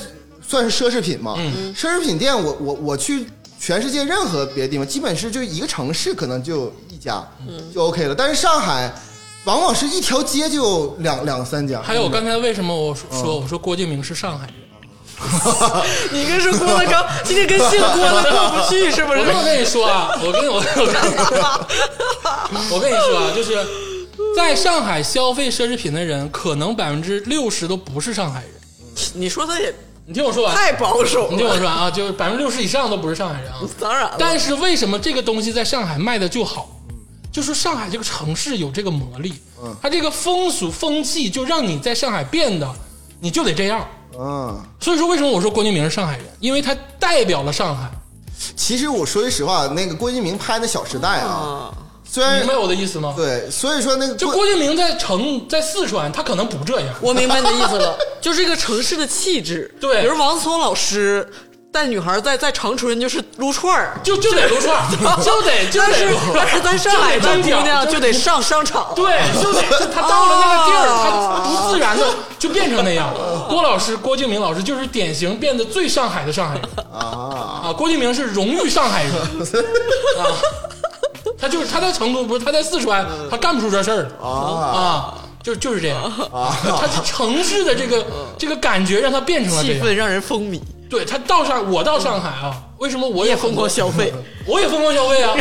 算是奢侈品嘛，嗯奢侈品店我我我去全世界任何别的地方，基本是就一个城市可能就一家、嗯就 OK 了，但是上海往往是一条街就两两三家，还有刚才为什么我嗯说说我说郭敬明是上海人？你跟说郭德纲，今天跟姓郭的过不去是不我是？跟我跟你说 啊，我跟我我跟你我跟你说啊，就是在上海消费奢侈品的人，可能百分之六十都不是上海人。你说他也你听我说完，太保守你听我了，说完啊，就是百分之六十以上都不是上海人啊。当然了，但是为什么这个东西在上海卖的就好？就是上海这个城市有这个魔力，它这个风俗风气就让你在上海变得，你就得这样。嗯。所以说，为什么我说郭敬明是上海人？因为他代表了上海，其实我说句实话，那个郭敬明拍的《小时代》啊，啊，虽然明白我的意思吗？对，所以说那个就郭敬明在成在四川，他可能不这样。我明白你的意思了，就是一个城市的气质。对比如王聪老师带女孩在在长春就是撸串 儿，就就得撸串儿， 就 得就但得是撸串儿但是在上海就得当单姑挑娘就就得上商场。对，就得他到了那个地儿，啊他不自然的就变成那样。郭老师，郭敬明老师就是典型变得最上海的上海人啊，啊！郭敬明是荣誉上 海人啊，他就是他在成都不是他在四川，他干不出这事儿来嗯啊，就就是这样啊，他是城市的这个这个感觉让他变成了这气样。氛让人风靡，对他到上我到上海啊，为什么我也也很疯多狂消 费。我也疯狂消费 啊！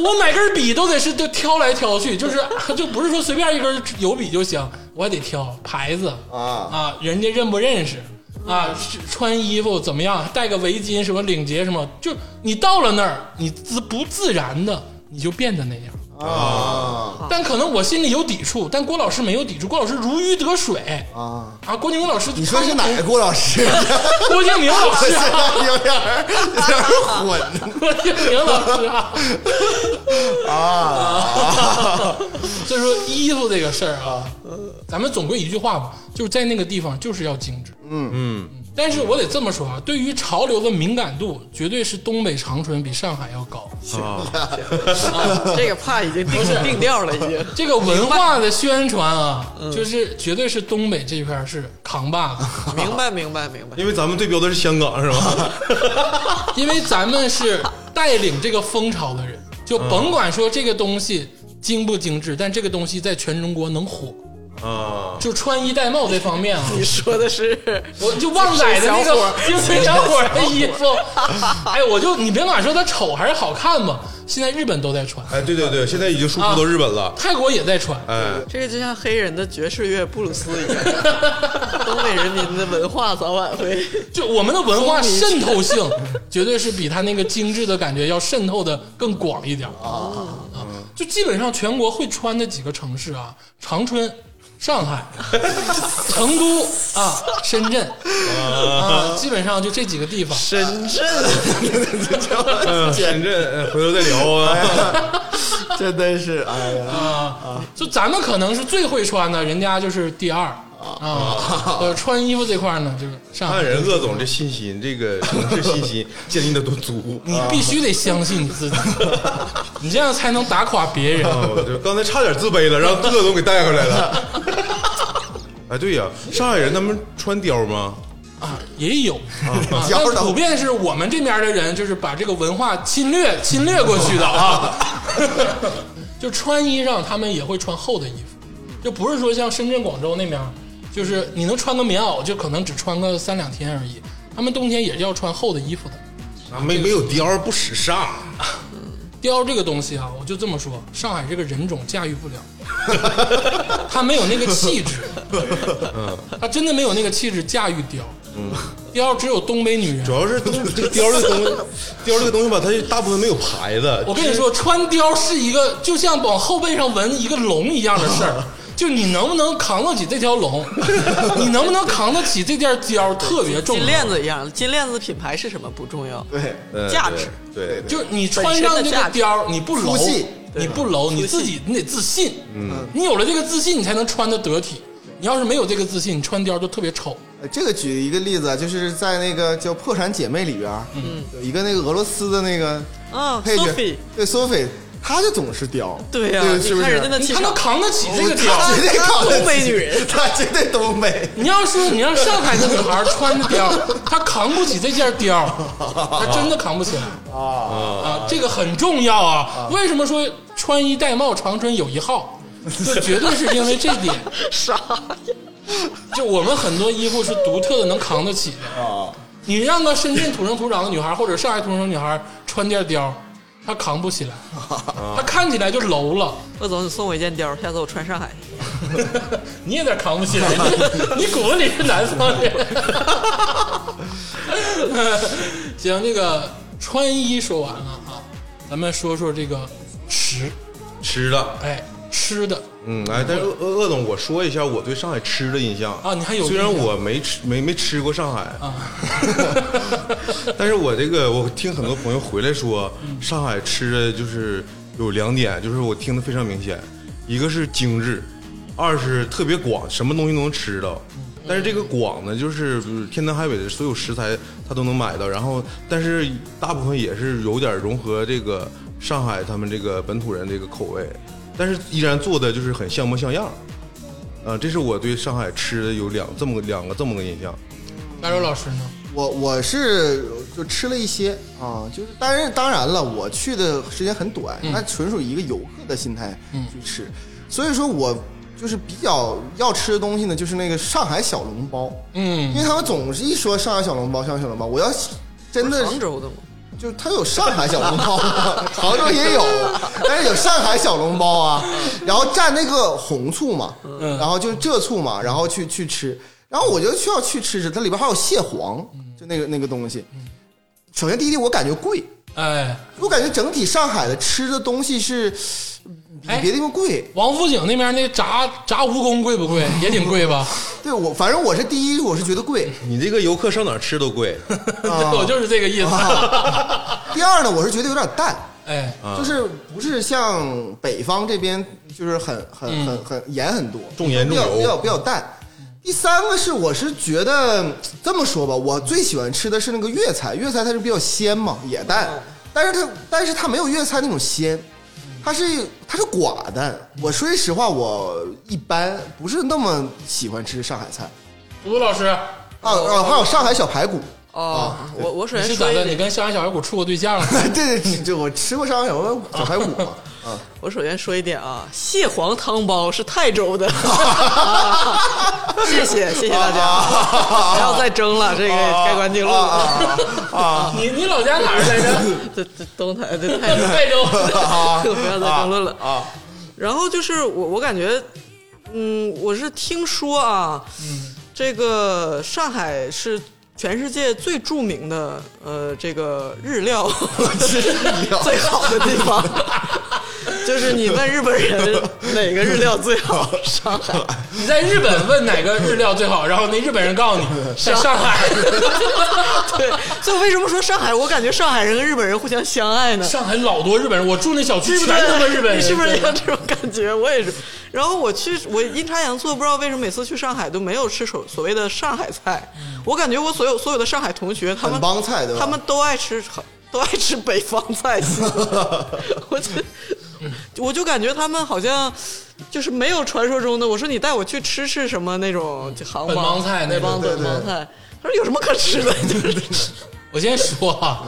我买根笔都得是就挑来挑去，就是啊就不是说随便一根油笔就行，我还得挑牌子啊人家认不认识啊，是穿衣服怎么样，戴个围巾什么领结什么，就你到了那儿，你自不自然的你就变得那样。啊但可能我心里有抵触，但郭老师没有抵触，郭老师如鱼得水啊！啊！郭敬明老师，你说是哪个郭 老师？郭敬明老师、 啊，有点儿有点儿混郭敬明老师啊。啊！所以说衣服这个事儿啊，咱们总归一句话吧，就是在那个地方就是要精致。嗯，但是我得这么说啊，对于潮流的敏感度，绝对是东北长春比上海要高。啊，这个怕已经定定调了，已经。这个文化的宣传啊，就是绝对是东北这片儿是扛把子，明白，明白，明白。因为咱们对标的是香港是 吧？因为咱们是带领这个风潮的人，就甭管说这个东西精不精致，但这个东西在全中国能火。啊，就穿衣戴帽这方面啊，你说的是我就旺仔的那 个精神小伙儿的衣服，哎，我就你别管说它丑还是好看吧，现在日本都在传，哎，对对对，现在已经输出到日本了，泰国也在传，哎，这个就像黑人的爵士乐、布鲁斯一样，东北人民的文化早晚会。就我们的文化渗透性，绝对是比他那个精致的感觉要渗透的更广一点啊啊！就基本上全国会穿的几个城市啊，长春、上 海、成都啊、深圳啊，基本上就这几个地方。深圳，嗯， 深圳，嗯回头再聊啊。真的是，哎呀，就咱们可能是最会穿的，人家就是第二啊。呃，穿衣服这块儿呢，就是上海看人鄂总这信心，这个城市信 心建立的多足。你必须得相信你自 己，你这样才能打垮别人。啊，我就刚才差点自卑了，让鄂总给带回来了。哎，对呀，上海人他们穿貂吗？啊，也有，啊，教但导普遍是我们这边的人，就是把这个文化侵略侵略过去的 啊。就穿衣裳，他们也会穿厚的衣服，就不是说像深圳、广州那边，就是你能穿个棉袄，就可能只穿个三两天而已。他们冬天也是要穿厚的衣服的。啊，没没有貂不时尚。貂这个东西啊，我就这么说，上海这个人种驾驭不了， 他没有那个气质，嗯他真的没有那个气质驾驭貂。貂只有东北女人主。要是东这 个貂这个东西， 貂这个东西吧，它大部分没有牌子。我跟你说，穿貂是一个就像往后背上纹一个龙一样的事 儿，就你能不能扛得起这条龙，你能不能扛得起这件貂特别重金要。链子一样，金链子品牌是什么不重要，对，嗯价值对对就是你穿上这个本身的貂儿，你不出搂戏，你不搂，你自己你得自信。嗯，你有了这个自信，你才能穿的得体。你要是没有这个自信，你穿貂就特别丑。呃这个举一个例子啊，就是在那个叫《破产姐妹》里边，嗯，有一个那个俄罗斯的那个啊配角，Sophie，对 Sophie，她就总是貂，对呀、是你不看是人家？那气他能场，扛得起这个貂她儿。绝对她靠得东北起女人，她绝对东北，你要说你让上海的女孩穿着貂，她扛不起这件貂，她真的扛不起来啊啊！这个很重要啊！为什么说穿衣戴帽长春有一号？就绝对是因为这点，傻呀，就我们很多衣服是独特的，能扛得起的。你让个深圳土生土长的女孩或者上海土生女孩穿件貂，她扛不起来，她看起来就 low 了。鄂总，你送我一件貂儿，下次我穿上海去。你有点扛不起来，你骨子里是南方人。行，这个穿衣说完了啊，咱们说说这个吃，吃的，哎，吃的嗯，哎，但是鄂鄂鄂总，我说一下我对上海吃的印象啊你还有虽然印象我没吃没没吃过上海啊，但是我这个我听很多朋友回来说，上海吃的就是有两点，就是我听的非常明显，一个是精致，二是特别广，什么东西都能吃到。但是这个广呢，就是比如天南海北的所有食材它都能买到，然后但是大部分也是有点融合这个上海他们这个本土人这个口味，但是依然做的就是很像模像样。啊，这是我对上海吃的有两这么个两个这么个印象。大周老师呢？我我是就吃了一些啊，就是当然当然了，我去的时间很短，嗯那纯属一个游客的心态去吃，所以说我就是比较要吃的东西呢，就是那个上海小笼包，因嗯为他们总是一说上海小笼包，上海小笼包，我要真的杭州的吗？就它有上海小笼包 吗，杭州也有，但是有上海小笼包啊，然后蘸那个红醋嘛，嗯然后就浙醋嘛，然后去去吃，然后我就需要去吃吃，它里边还有蟹黄，嗯就那个那个东西。首先第一点，我感觉贵，哎，我感觉整体上海的吃的东西是比哎别的地方贵。王府井那边那炸炸蜈蚣贵不贵？也挺贵吧？对我，反正我是第一，我是觉 得贵。你这个游客上哪儿吃都贵， 哦我 就是这个意思。啊第二呢，我是觉得有点淡。哎，啊就是不是像北方这边就是很嗯很很很盐很多，重盐重油比较比较比较淡。第三个是我是觉得这么说吧，我最喜欢吃的是那个粤菜，粤菜它是比较鲜嘛，也淡，哦但是它但是它没有粤菜那种鲜，它是它是寡淡。我说句实话，我一般不是那么喜欢吃上海菜吴老师，啊啊，还有上海小排骨。 哦，我我首你先是说咋一的？点 你跟上海小排骨处过对象了？对对，对，我吃过上海小排骨小排骨嘛，我首先说一点啊，蟹黄汤包是泰州的，谢谢谢谢大家，不要再争了，这个该关静路了，你你老家哪儿来着？ 这这东台这泰州，泰州。 不要再争论了。啊，然后就是我我感觉，嗯，我是听说啊，这个上海是。全世界最著名的呃，这个日料 最好的地方，就是你问日本人哪个日料最好， 上海。你在日本问哪个日料最好，然后那日本人告诉你在上 海， 对，所以为什么说上海？我感觉上海人跟日本人互相相爱呢？上海老多日本人，我住那小区对全不对他妈日本人，你是不是也有这种感觉？我也是。然后我去，我阴差阳错，不知道为什么每次去上海都没有吃所所谓的上海菜。嗯我感觉我所有所有的上海同学， 他们很帮菜对吧他们都爱吃都爱吃北方菜系。 我就嗯我就感觉他们好像就是没有传说中的。我说你带我去吃吃什么那种嗯就杭本帮帮菜那那种帮对本帮菜。他说有什么可吃 的？就是我先说嗯啊，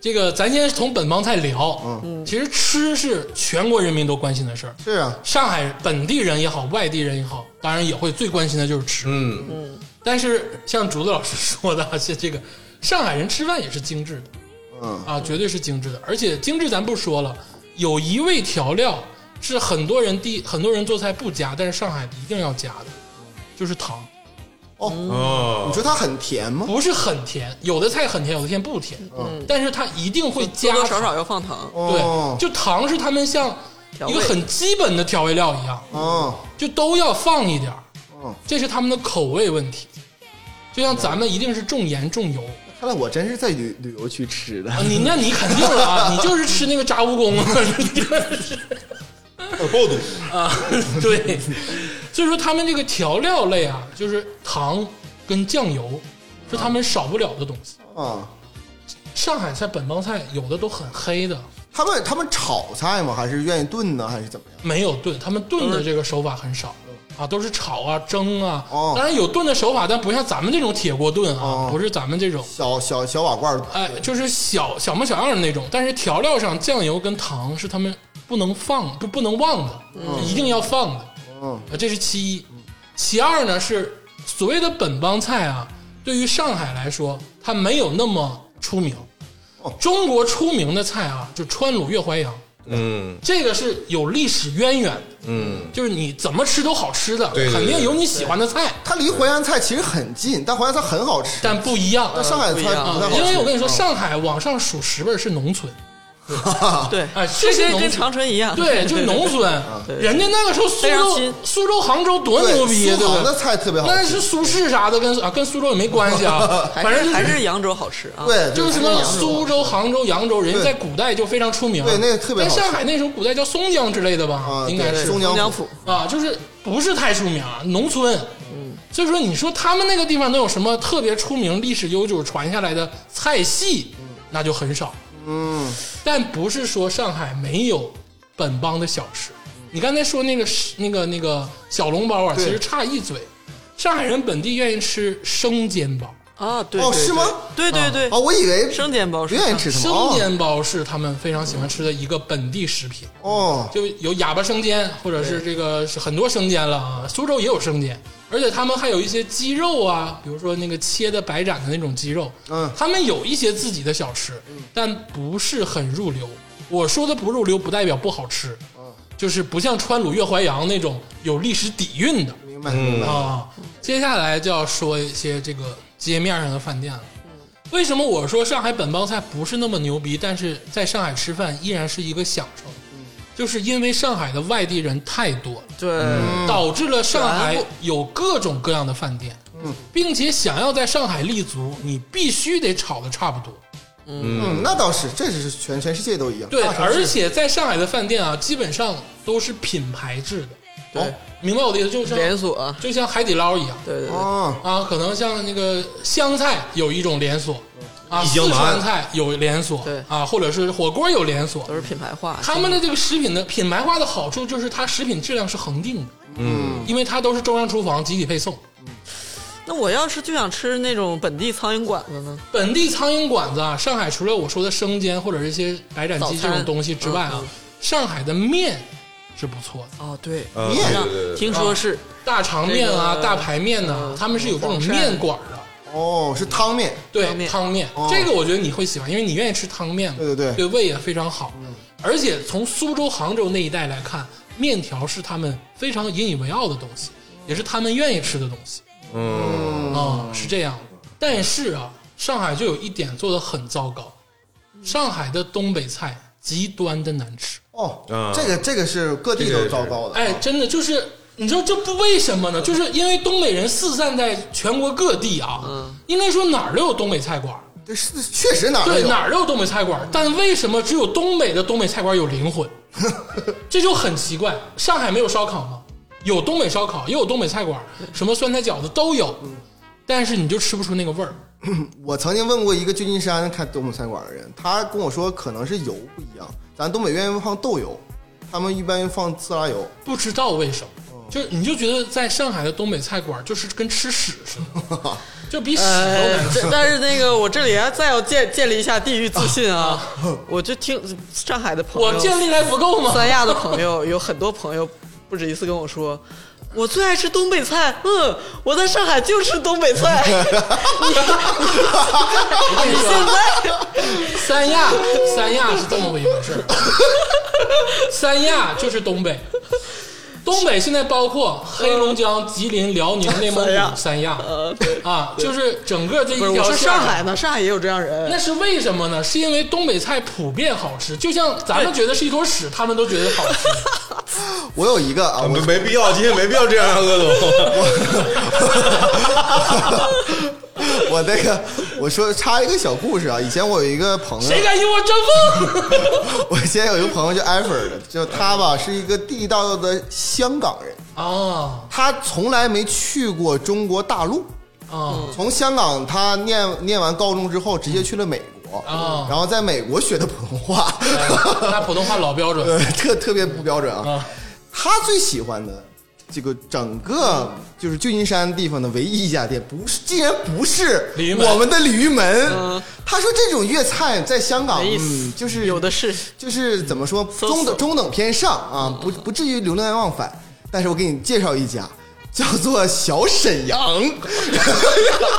这个咱先从本帮菜聊。嗯，其实吃是全国人民都关心的事儿，是啊，上海本地人也好，外地人也好，当然也会最关心的就是吃。嗯，但是像竹子老师说的啊， 这这个上海人吃饭也是精致的嗯，啊，绝对是精致的。而且精致咱不说了，有一味调料是很多人第很多人做菜不加，但是上海一定要加的，就是糖，哦，哦你，说它很甜吗？不是很甜，有的菜很甜，有的菜不甜，嗯但是它一定会加多多少糖少要放糖。哦对，就糖是他们像调一味个很基本的调味料一样，哦，就都要放一点儿嗯，这是他们的口味问题。就像咱们一定是重盐重油，看来我真是在旅旅游区吃的啊，你那你肯定了啊，你就是吃那个炸蜈蚣啊，爆肚，啊，对，所以说他们这个调料类啊，就是糖跟酱油是他们少不了的东西。啊。上海菜、本帮菜有的都很黑的，他们他们炒菜吗？还是愿意炖呢？还是怎么样？没有炖，他们炖的这个手法很少啊，都是炒啊、蒸啊。嗯哦当然有炖的手法，但不像咱们这种铁锅炖啊，哦不是咱们这种，小小小瓦罐儿哎，就是小小模小样的那种。但是调料上，酱油跟糖是他们不能放、不不能忘的，一定要放的。嗯，啊，这是其一。其二呢是所谓的本帮菜啊，对于上海来说，它没有那么出名哦。中国出名的菜啊，就川鲁粤淮扬，嗯这个是有历史渊源的。嗯，就是你怎么吃都好吃的，对对对肯定有你喜欢的菜，它离淮扬菜其实很近，但淮扬菜很好吃，但不一样。但上海呃不菜一不太样好吃。因为我跟嗯你说，上海往上数十辈儿是农村， 对，哎这这些跟农跟长春一样，对，就是农村。啊对对人家那个时候苏非常州亲、苏州、杭州多对牛逼，苏对杭吧的？菜特别好那吃，是苏轼啥的，跟啊跟苏州也没关系 啊，还反正是就还是扬州好吃啊。对，就是什还么有羊肉苏州、杭州、扬州，人家对在古代就非常出名。对那个特别在好吃上海那时候古代叫松江之类的吧，啊，应该对是松江江府，啊，就是不是太出名，啊农村。嗯，所以说你说他们那个地方能有什么特别出名、历史悠久传下来的菜系，那就很少。嗯，但不是说上海没有本帮的小吃。嗯你刚才说那个是那个那个小笼包啊，其对实差一嘴。上海人本地愿意吃生煎包，啊，对，哦对是吗？对对对，哦，我以为生煎包不是愿意吃什么生哦煎包是他们非常喜欢吃的一个本地食品，哦，就有哑巴生煎，或者是这个是很多生煎了啊。苏州也有生煎，而且他们还有一些鸡肉啊，比如说那个切的白斩的那种鸡肉，嗯他们有一些自己的小吃，但不是很入流。我说的不入流，不代表不好吃，就是不像川鲁粤淮扬那种有历史底蕴的明白明白，啊。接下来就要说一些这个街面上的饭店了。为什么我说上海本帮菜不是那么牛逼，但是在上海吃饭依然是一个享受？就是因为上海的外地人太多了。对，导致了上海全部有各种各样的饭店，并且想要在上海立足，你必须得炒的差不多。嗯，那倒是，这是全全世界都一样，对，大城市而且在上海的饭店啊，基本上都是品牌制的。对哦，明白我的意思，就连像锁，就像海底捞一样对对对，哦，啊，可能像那个湘菜有一种连锁啊，一江四南川菜有连锁，对啊，或者是火锅有连锁都。是品牌化。他们的这个食品的品牌化的好处就是它食品质量是恒定的，嗯，因为它都是中央厨房集体配送。那我要是就想吃那种本地苍蝇馆子呢？本地苍蝇馆子啊，上海除了我说的生煎或者是一些白斩鸡早这餐种东西之外啊，嗯上海的面是不错的，哦，对，啊，面对对对对听说是大肠面啊、这个大排面呐、嗯他们是有这种广式面馆的。哦，是汤面，对，汤面哦这个我觉得你会喜欢，因为你愿意吃汤面嘛，对对对，对胃也非常好。而且从苏州、杭州那一带来看，面条是他们非常引以为傲的东西，也是他们愿意吃的东西嗯，啊、是这样的。但是啊，上海就有一点做的很糟糕，上海的东北菜极端的难吃。哦啊，这个这个是各地都糟糕的，哎，真的就是，你知道这不为什么呢？就是因为东北人四散在全国各地啊，嗯应该说哪儿都有东北菜馆儿，这是确实哪儿都对，有哪儿都有东北菜馆儿，但为什么只有东北的东北菜馆儿有灵魂？这就很奇怪。上海没有烧烤吗？有东北烧烤，也有东北菜馆儿，什么酸菜饺子都有，但是你就吃不出那个味儿。我曾经问过一个旧金山开东北餐馆的人，他跟我说可能是油不一样，咱东北愿意放豆油，他们一般放自拉油。不知道为什么，就你就觉得在上海的东北菜馆就是跟吃屎似的，就比屎都呃难，吃。这但是那个我这里还再要建建立一下地域自信啊！ 我就听上海的朋友，我建立还不够吗？三亚的朋友有很多朋友不止一次跟我说。我最爱吃东北菜，嗯，我在上海就吃东北菜。 你你现在三亚，三亚是这么一回事儿。三亚就是东北，东北现在包括黑龙江、吉林、辽宁、内蒙三亚古、三亚呃，对，啊，就是整个这一 不是条我说线上海呢，上海也有这样人那。是为什么呢？是因为东北菜普遍好吃，就像咱们觉得是一坨屎，他们都觉得好 吃。我有一个啊，没我没必要，今天没必要这样啊，鄂总。我那个我说插一个小故事啊，以前我有一个朋友谁，敢与我争锋？我以前有一个朋友叫埃菲尔的，就他吧是一个地道的香港人，啊他从来没去过中国大陆。啊从香港，他念念完高中之后，直接去了美国，啊然后在美国学的普通话，那普通话老标准呃， 特特别不标准啊。啊！他最喜欢的这个整个就是旧金山地方的唯一一家店，不是竟然不是鲤鱼门我们的鲤鱼门。嗯他说这种粤菜在香港，没意思嗯，就是有的是，就是怎么说搜索中等中等偏上啊，不不至于流连忘返。但是我给你介绍一家，叫做小沈阳，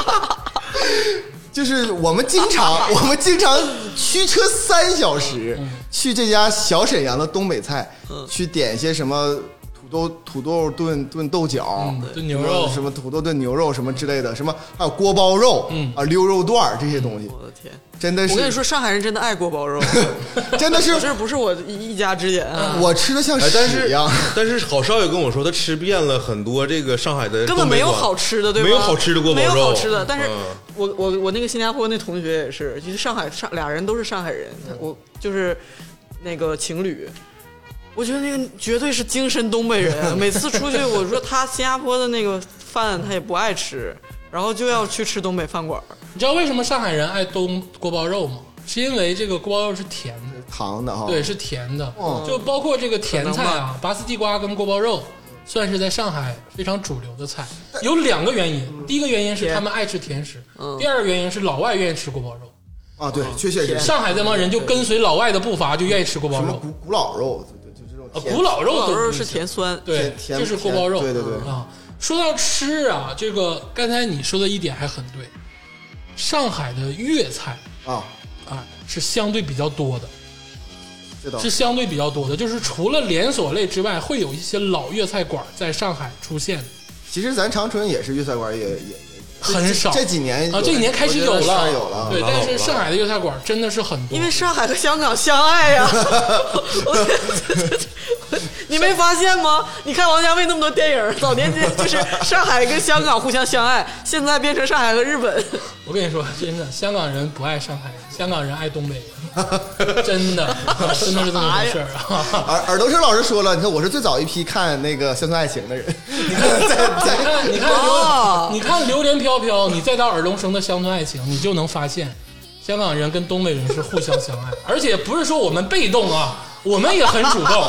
就是我们经常我们经常驱车三小时去这家小沈阳的东北菜，去点一些什么土豆土豆炖炖豆角嗯，炖牛肉什么土豆炖牛肉什么之类的，什么还有锅包肉，嗯啊溜肉段儿这些东西，我的天！真的是我跟你说，上海人真的爱锅包 肉，真的是这不是我一一家之言啊，我吃的像哎，但是屎一样。但是郝少爷跟我说，他吃遍了很多这个上海的，根本没有好吃的，对吧？没有好吃的锅包肉，没有好吃的。但是嗯我我我那个新加坡那同学也是，就是上海上俩人都是上海人，嗯他我就是那个情侣。我觉得那个绝对是精神东北 人，啊每次出去我说他新加坡的那个饭他也不爱吃，然后就要去吃东北饭馆儿。你知道为什么上海人爱东锅包肉吗？是因为这个锅包肉是甜的。糖的哈。对，，是甜的，哦就包括这个甜菜可能啊，拔丝地瓜跟锅包肉，算是在上海非常主流的菜。有两个原因，第一个原因是甜他们爱吃甜食，嗯第二个原因是老外愿意吃锅包肉。啊，对，确确实是上海这帮人就跟随老外的步伐，就愿意吃锅包什么肉，古古老肉，就就就这种啊甜古老肉老都肉不是甜酸，对甜，甜就是锅包肉。甜对对对啊，说到吃啊，这个刚才你说的一点还很对，上海的粤菜啊，啊是相对比较多的，知道是相对比较多的，就是除了连锁类之外，会有一些老粤菜馆在上海出现其实咱长春也是粤菜馆，也也也很少。这几年啊，这几年开始有我觉得了，是有了对，有了但是上海的粤菜馆真的是很多，因为上海和香港相爱 呀、你没发现吗？你看王家卫那么多电影，早年间就是上海跟香港互相相爱，现在变成上海和日本。我跟你说，真的，香港人不爱上海人，香港人爱东北人，真的， 真的是这么回事儿啊。耳耳朵生老师说了，你看我是最早一批看那个《乡村爱情》的人， 你看在你在看，你看哦榴，你看榴莲飘飘，你再到尔冬升的《乡村爱情》，你就能发现，香港人跟东北人是互相相爱，而且不是说我们被动啊，我们也很主 动，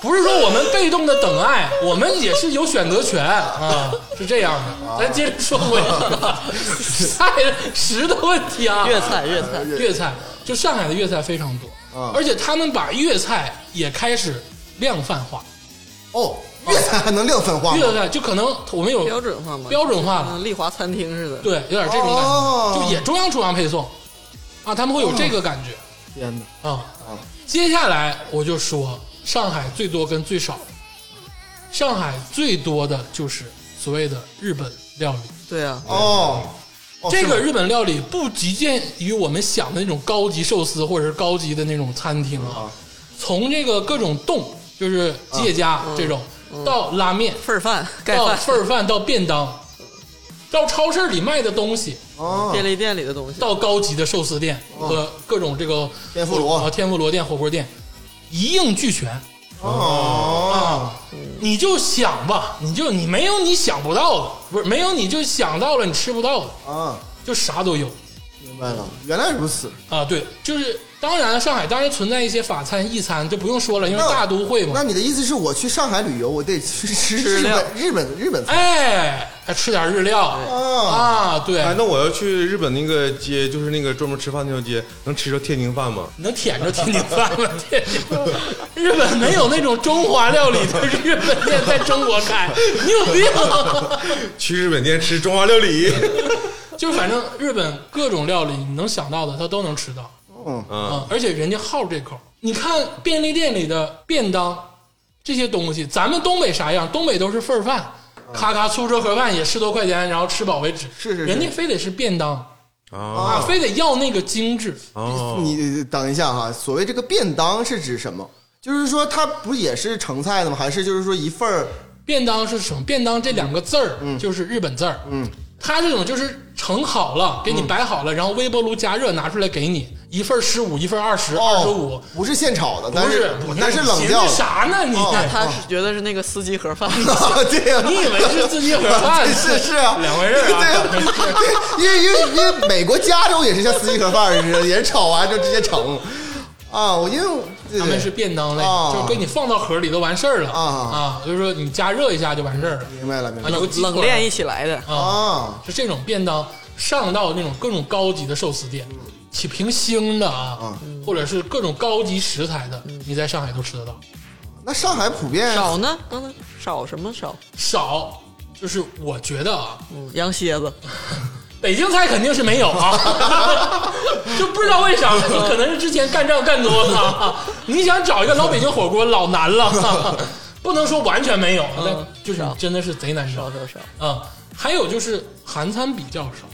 不是说我们被动的等爱，我们也是有选择权啊，是这样的。咱接着说回菜食的问题啊，啊粤菜，粤菜，粤菜，就上海的粤菜非常多。啊而且他们把粤菜也开始量泛化，哦，粤菜还能量分化吗？粤菜就可能我们有 标准化嘛，标准化了嗯，丽华餐厅似的。对，有点这种感觉，哦就也中央厨房配送啊，他们会有这个感觉、天哪！啊。哦接下来我就说上海最多跟最少，上海最多的就是所谓的日本料理。对啊，哦，哦这个是吗日本料理不局限于我们想的那种高级寿司或者是高级的那种餐厅哦啊，从这个各种冻，就是吉野家嗯这种，到拉面，份儿饭、盖到饭、份儿饭，到便当，到超市里卖的东西，哦，便利店里的东西，到高级的寿司店和各种这个天妇罗啊、天妇罗店、火锅店，一应俱全。哦，你就想吧，你就你没有你想不到的，不是没有你就想到了你吃不到的，啊，就啥都有明白了，哦原来如此。啊。对，就是当然了，上海当然存在一些法餐、意餐，就不用说了，因为那大都会那嘛。你的意思是我去上海旅游，我得去吃日料本日本日本菜哎，还吃点日料啊？啊，对，哎，那我要去日本那个街，就是那个专门吃饭那条街，能吃着天津饭吗？能舔着天津饭吗？天津日本没有那种中华料理的日本店在中国开，你有病啊！去日本店吃中华 料理， 就反正日本各种料理你能想到的，他都能吃到。嗯，嗯，而且人家好这口。你看便利店里的便当这些东西，咱们东北啥样？东北都是份儿饭，咔咔粗车盒饭也十多块钱，然后吃饱为止。嗯是是是人家非得是便当啊啊，非得要那个精致。哦，你等一下哈，所谓这个便当是指什么？就是说它不也是成菜的吗？还是就是说一份儿便当是什么？便当这两个字儿，就是日本字儿。嗯，它这种就是盛好了，给你嗯摆好了，然后微波炉加热拿出来给你，一份十五，一份二十，二十五哦。，不是现炒的，不但是，不但是冷掉你寻思啥的。呢？你、哦他是觉得是那个司机盒饭， 对呀，你以为是自己盒饭？ 是是啊， 两回事儿啊。 对 对，因为因为因为美国加州也是像司机盒饭似的，也是炒完就直接盛啊。我因为对他们是便当类，啊就是给你放到盒里都完事儿了啊啊，就是说你加热一下就完事儿了明白了明啊，白 了有几冷款链一起来 的。啊，啊，就这种便当上到那种各种高级的寿司店，嗯起平星的啊，或者是各种高级食材的，嗯你在上海都吃得到。那上海普遍少呢？刚才少什么少？少就是我觉得啊，嗯，羊蝎子，北京菜肯定是没有 啊，就不知道为啥，可能是之前干仗干多了啊。你想找一个老北京火锅老难 了，不能说完全没有，嗯但就是啊你真的是贼难找少。少少。啊、还有就是韩餐比较少，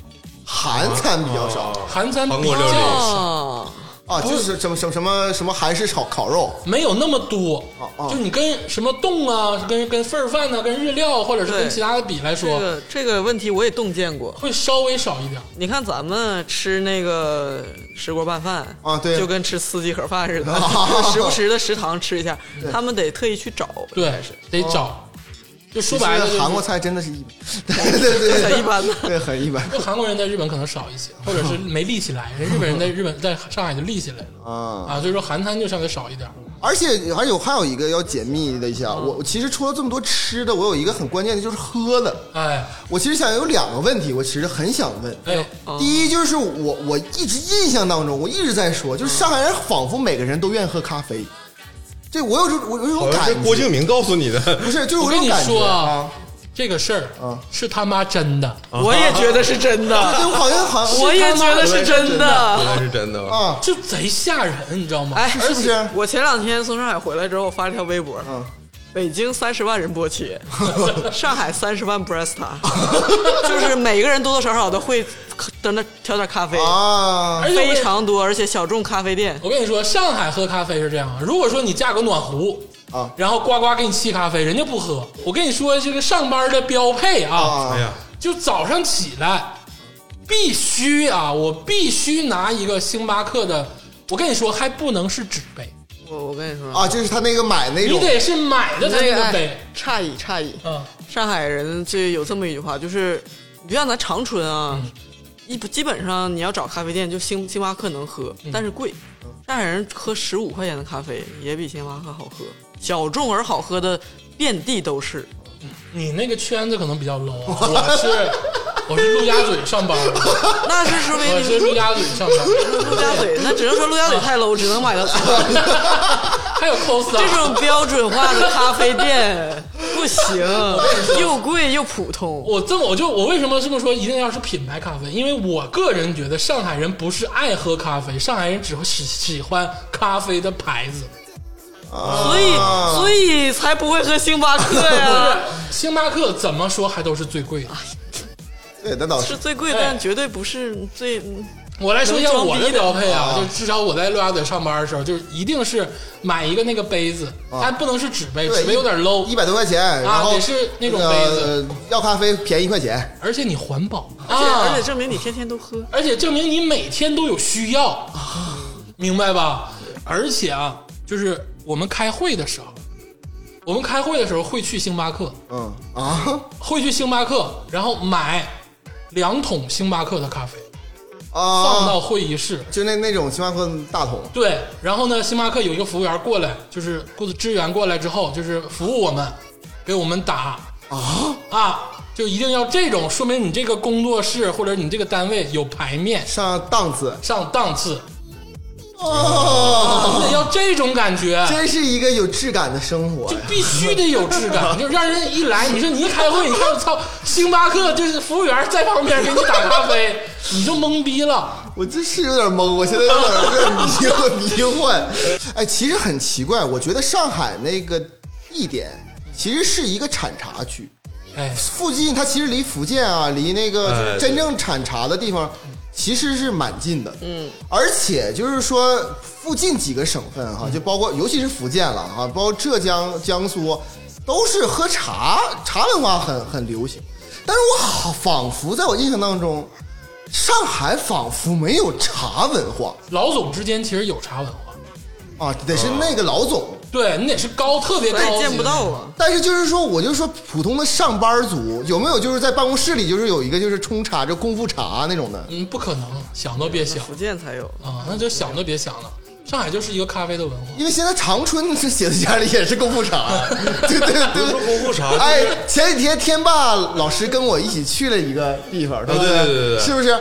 韩餐比较少韩餐韩比国料理较哦，啊，就是什么什么什么什么韩式炒烤肉没有那么多哦，哦就你跟什么冻啊，跟跟份儿饭呐、跟日料啊或者是对跟其他的比来这说，个这个问题我也洞见过。会稍微少一点。你看咱们吃那个石锅拌饭啊对就跟吃司机盒饭似的，啊 时不时的食堂吃一下，他们得特意去找。对还是，得找。就说白了、就其是实韩国菜真的是一般， 对对对，很一般的对很一般就韩国人在日本可能少一 些，或者是没立起来。人日本人在日本在上海就立起来了嗯啊。啊，所以说韩餐就稍微少一点。而且还有还有一个要解密的一下，我其实除了这么多吃的，我有一个很关键的就是喝的。哎我其实想有两个问题，我其实很想问。哎，第一就是我我一直印象当中，我一直在说，就是上海人仿佛每个人都愿意喝咖啡，这我有种我有一种好像是感郭觉，敬明告诉你的。 不是就是我有跟种你感觉说啊，啊，这个事嗯儿啊是他妈真的。我也觉得是真对， 的，我好像好像我也觉得是真原的。来是真的啊！啊，就贼吓人，你知道吗？哎，是不是而且我前两天从上海回来之后，我发了条微博，嗯北京三十万人波 切，上海三十万 Bresta，就是每个人多多少少都会在那调点咖啡，啊，而且我非常多，而且小众咖啡店。我跟你说，上海喝咖啡是这样啊，如果说你架个暖壶嗯啊然后呱呱给你沏咖啡，人家不喝。我跟你说，这个上班的标配嗯啊，哎呀，就早上起来必须啊，我必须拿一个星巴克的。我跟你说，还不能是纸杯，我我跟你说，啊，就是他那个买那你种得是买的才那这个个哎杯。诧异诧异，嗯，上海人这有这么一句话，就是你就像咱长春啊，一基本上你要找咖啡店，就星星巴克能喝，但是贵。上海人喝十五块钱的咖啡也比星巴克好喝，小众而好喝的遍地都是。你那个圈子可能比较 low，啊我是我是陆家嘴上班儿，那是说我明是哎你陆家嘴上班儿，陆家嘴，那只能说陆家嘴太 low，只能买 个 还有 cos 这啊。种标准化的咖啡店不行，又贵又普通。我这么我就我为什么这么说，一定要是品牌咖啡？因为我个人觉得上海人不是爱喝咖啡，上海人只会喜喜欢咖啡的牌子。嗯所以，所以才不会喝星巴克呀，星巴克怎么说还都是最贵的。对，那倒是是。最贵，哎但绝对不是最。我来说一下我的标配啊，能装逼的啊就至少我在陆家嘴上班的时候，就是一定是买一个那个杯子，它不能是纸杯，啊对纸杯有点 low，啊一百多块钱，然后得是那种杯子呃要咖啡便宜一块钱，而且你环保而且而啊且，证明你天天都喝，而且证明你每天都有需要，啊明白吧？而且啊，就是我们开会的时候，我们开会的时候会去星巴克，嗯 啊会去星巴克，然后买两桶星巴克的咖啡放啊，到会议室，就那那种星巴克大桶，对，然后呢，星巴克有一个服务员过来，就是过去支援过来之后，就是服务我们，给我们打啊啊，就一定要这种，说明你这个工作室或者你这个单位有排面、上档次上档次，哦，要这种感觉。真是一个有质感的生活就呀。必须得有质感， 就让人一来，你说你一开会，你看我操，星巴克就是服务员在旁边给你打咖啡， 你就懵逼了。我真是有点懵，我现在有点有点迷惑 迷幻。哎，其实很奇怪，我觉得上海那个地点其实是一个产茶区，哎，附近它其实离福建啊，离那哎个对真正产茶的地方，其实是蛮近的。嗯，而且就是说，附近几个省份哈、就包括尤其是福建了哈、包括浙江、江苏，都是喝茶，茶文化很很流行。但是我好仿佛在我印象当中，上海仿佛没有茶文化老总之间其实有茶文化，啊，得是那个老总。对你得是高特别高所级以的，见不到啊。但是就是说，我就说普通的上班族有没有就是在办公室里就是有一个就是冲茶就功夫茶啊那种的，嗯，不可能，想都别想福建才有，啊，那就想都别想了。上海就是一个咖啡的文化，因为现在长春这写字家里也是功夫茶， 对对不是对说功夫茶，哎，前几天天霸老师跟我一起去了一个地方，对不啊对对对对是不是？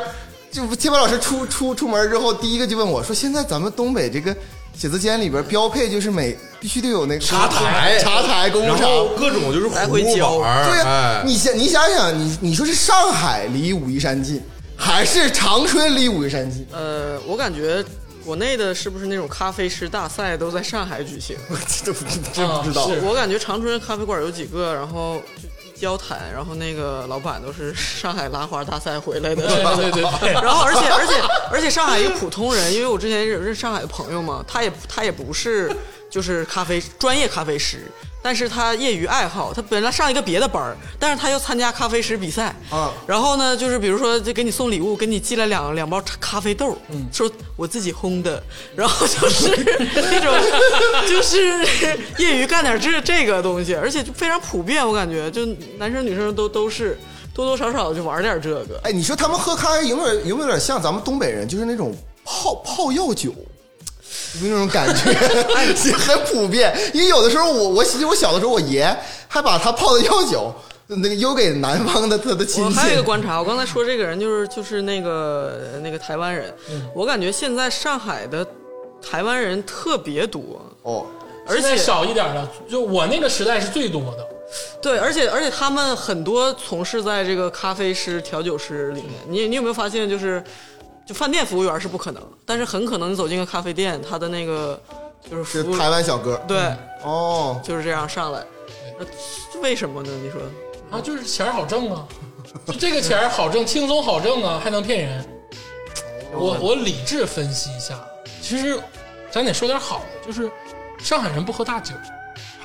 就天霸老师出出出门之后，第一个就问我说：“现在咱们东北这个写字间里边标配就是每必须得有那个茶台茶台功夫然茶。”后各种就是来葫回芦浇板儿，对呀、啊哎，你想你想想，你你说是上海离武夷山近，还是长春离武夷山近？ 呃，我感觉国内的是不是那种咖啡师大赛都在上海举行？我这不真不哦知道。啊是我感觉长春咖啡馆有几个，然后就一交谈，然后那个老板都是 上海拉花大赛回来的。对对对对对，然后而且而且而且上海一个普通人，因为我之前有认识上海的朋友嘛，他也他也不是就是咖啡专业咖啡师。但是他业余爱好，他本来上一个别的班儿，但是他又参加咖啡师比赛啊然后呢，就是比如说，就给你送礼物，给你寄了两两包咖啡豆，嗯说我自己烘的，然后就是那种， 就是业余干点这这个东西，而且就非常普遍，我感觉就男生女生都都是多多少少就玩点这个。哎，你说他们喝咖啡有没有有没有点像咱们东北人，就是那种泡泡药酒？有没有那种感觉， 哎也很普遍。因为有的时候我，我其实我小的时候，我爷还把他泡的药酒，那个邮给南方的他的亲我戚。还有一个观察，我刚才说这个人就是就是那个那个台湾人，嗯我感觉现在上海的台湾人特别多，哦，而现在且少一点了，就我那个时代是最多的。对，而且而且他们很多从事在这个咖啡师、调酒师里面，你你有没有发现，就是就饭店服务员是不可能，但是很可能你走进个咖啡店，他的那个就是是服务台湾小哥。对，哦，就是这样上来，那这为什么呢？你说啊，就是钱儿好挣啊，就这个钱儿好挣，轻松好挣啊，还能骗人。哎我我理智分析一下，其实咱得说点好的，就是上海人不喝大酒，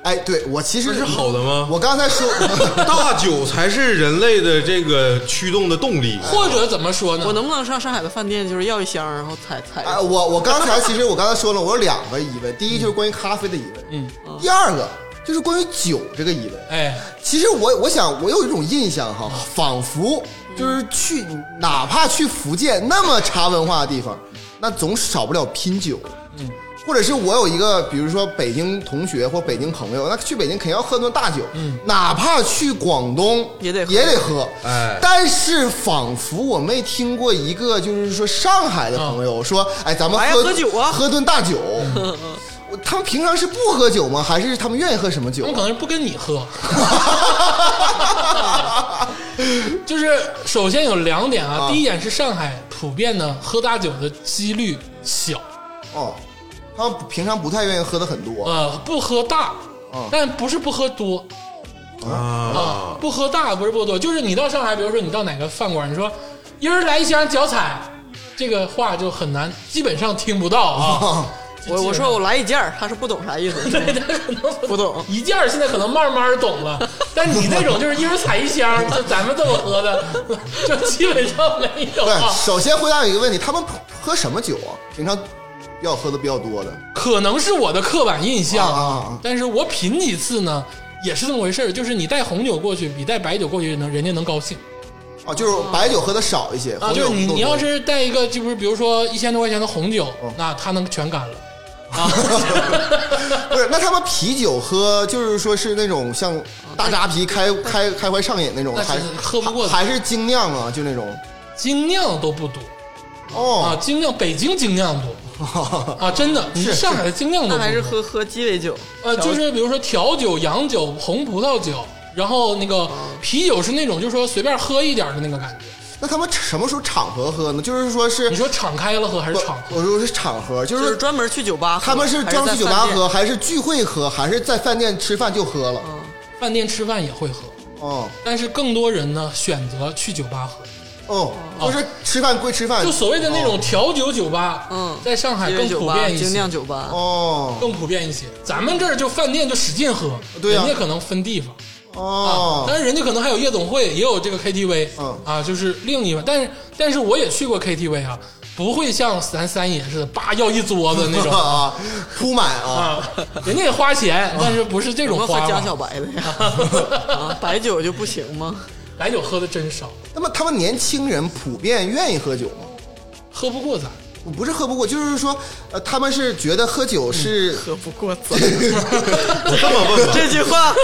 哎，对我其这实是好的吗？我刚才说， 大酒才是人类的这个驱动的动力。或者怎么说嗯呢？我能不能上上海的饭店，就是要一箱，然后踩踩一下？哎，我我刚才其实我刚才说了，我有两个疑问，第一就是关于咖啡的疑问，嗯，第二个就是关于酒这个疑问。哎，其实我我想我有一种印象哈，仿佛就是去哪怕去福建那么茶文化的地方，那总少不了拼酒。嗯，或者是我有一个，比如说北京同学或北京朋友，那去北京肯定要喝顿大酒，哪怕去广东嗯也得喝也得喝。哎但是仿佛我没听过一个，就是说上海的朋友说，哎，咱们哎呀喝喝酒啊喝顿 大酒。我他们平常是不喝酒吗？还是他们愿意喝什么酒他们？可能是不跟你喝。就是首先有两点啊，啊第一点是上海普遍呢喝大酒的几率小，哦，他们平常不太愿意喝的很多。 呃，不喝大，啊但不是不喝多啊，啊，不喝大不是不喝多，就是你到上海，比如说你到哪个饭馆，你说一人来一箱脚踩，这个话就很难，基本上听不到 啊。啊，我我说我来一件儿，他是不懂啥意思，不懂。 一件儿现在可能慢慢懂了，但你那种就是一人踩一箱，就咱们这么喝的， 就基本上没有对啊。，首先回答有一个问题，他们喝什么酒啊？平常比较喝的比较多的可能是我的刻板印象啊啊啊但是我品几次呢，也是这么回事儿，就是你带红酒过去比带白酒过去能人家能高兴啊，就是白酒喝的少一些，哦啊，红就酒是你更多你要是带一个就是比如说一千多块钱的红酒，嗯那他能全干 了。啊不是，那他们啤酒喝就是说是那种像大扎啤开开开怀上瘾那种，哦 那是还喝不过的还是精酿啊，就那种精酿都不多啊，哦，精酿北京精酿多啊，真的，你是上海的精酿都不多那还是喝喝鸡尾酒，呃，就是比如说调酒、洋酒、红葡萄酒，然后那个哦啤酒是那种就是说随便喝一点的那个感觉。 那他们什么时候场合喝呢？就是说是你说敞开了喝还是敞喝？我说是场合，就就是是专门去酒吧喝，他们是还专门在去酒吧饭店喝，，还是聚会喝，还是在饭店吃饭就喝嗯了？饭店吃饭也会喝，哦但是更多人呢选择去酒吧喝。哦，就是吃饭归吃饭，就所谓的那种调酒酒吧，嗯在上海鸡尾更酒普吧、遍一精酿些，酒吧，哦更普遍一些。咱们这儿就饭店就使劲喝，对啊人家可能分地方啊，哦但是人家可能还有夜总会，也有这个 KTV，嗯啊，就是另一个。但是但是我也去过 KTV 啊，不会像咱三爷似的，叭要一桌子那 种啊，铺满啊，啊，人家也花嗯钱，但是不是这什种么花喝吧江小白的呀？ 啊，白酒就不行吗？白酒喝的真少，那么他们年轻人普遍愿意喝酒吗？喝不过咱。不是喝不过，就是说，呃，他们是觉得喝酒是嗯喝不过 咱。我这么 问吧， 这句话，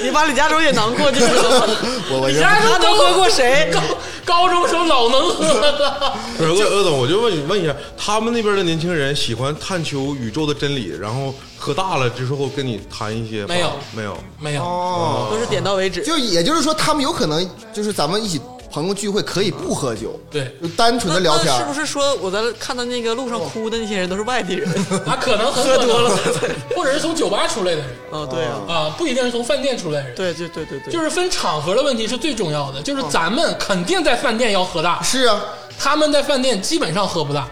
你把李嘉洲也难过就知道了。 我我李嘉洲能喝过谁？高高中时候老能喝了，不是鄂鄂总，我就问你问一下，他们那边的年轻人喜欢探求宇宙的真理，然后喝大了之后跟你谈一些没有没有没有。哦，都是点到为止。就也就是说，他们有可能就是咱们一起朋友聚会可以不喝酒，对就单纯那的聊天那儿，是不是说我在看到那个路上哭的那些人都是外 地人？啊，可能很喝多了可能， 或者是从酒吧出来的人哦，对啊，啊，不一定是从饭店出来的人。，对对对对对，就是分场合的问题是最重要的。就是咱们肯定在饭店要喝大，是啊，他们在饭店基本上喝不大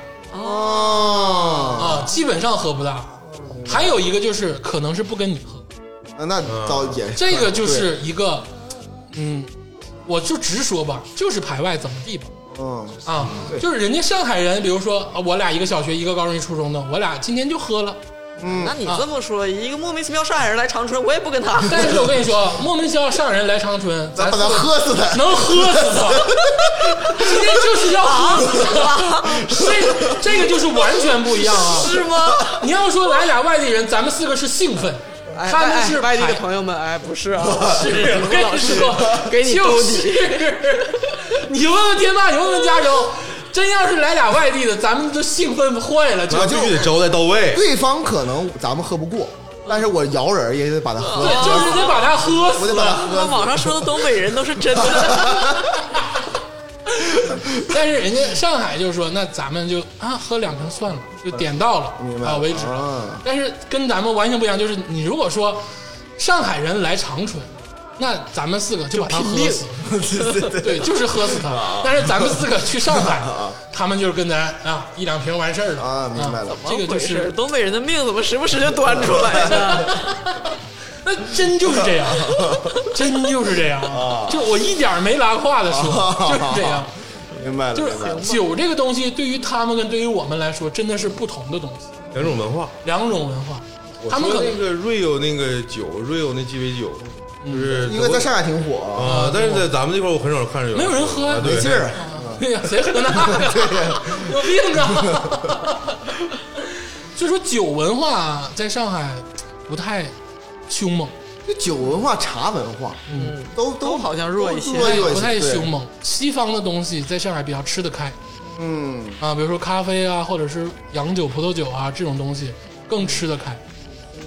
哦，啊，基本上喝不大。还有一个就是可能是不跟你喝，那倒也这个就是一个，嗯，我就直说吧，就是排外怎么地吧。对嗯，啊，就是人家上海人，比如说啊我俩一个小学，一个高中，一初中的，我俩今天就喝了，嗯那你这么说，一个莫名其妙上海人来长春，我也不跟 他。但是我跟你说，莫名其妙上人来长春，咱咱把他喝死他， 能喝死他，今天就是要喝死他，这这个就是完全不一样啊！啊是吗？你要说来俩外地人，咱们四个是兴奋，哎他哎们哎是外地的排朋友们，哎，不 是啊，是我跟老你师说， 给你兜就底是，你问问天霸，你问问加州，真要是来俩外地的，咱们都兴奋坏了，就啊那必须得招待到位。对方可能咱们喝不过，但是我摇人也得把他喝对，死，就是得把他喝我死得把他了。那喝死。网上说的东北人都是真的。 但是人家上海就说，那咱们就啊喝两瓶算了，就点到了明白啊为止了。啊但是跟咱们完全不一样，就是你如果说上海人来长春，那咱们四个就把他喝 死，对，就是喝死他。啊但是咱们四个去上海，他们就是跟咱啊一两瓶完事儿了啊明白了这个就怎么回事是东北人的命怎么时不时就端出来呢？ 那真就是 这样，真就是这样，啊就我一点儿没拉胯的 说，就是这样。明白了，就是明白了。酒这个东西，对于他们跟对于我们来说，真的是不同的东西，两种文化，两种文化。我他们可说能那个瑞友那个酒，瑞友那鸡尾酒，就是因为在上海挺火，啊，但是在咱们这块儿我很少看着有没有人喝啊呀对没劲儿。 哎呀，谁喝那个？有病啊！所以说酒文化在上海不太凶猛，这酒文化、茶文化，嗯，都都好像弱一些弱弱一些不太对凶猛。西方的东西在上海比较吃得开嗯，啊，比如说咖啡啊，或者是洋酒、葡萄酒啊这种东西更吃得开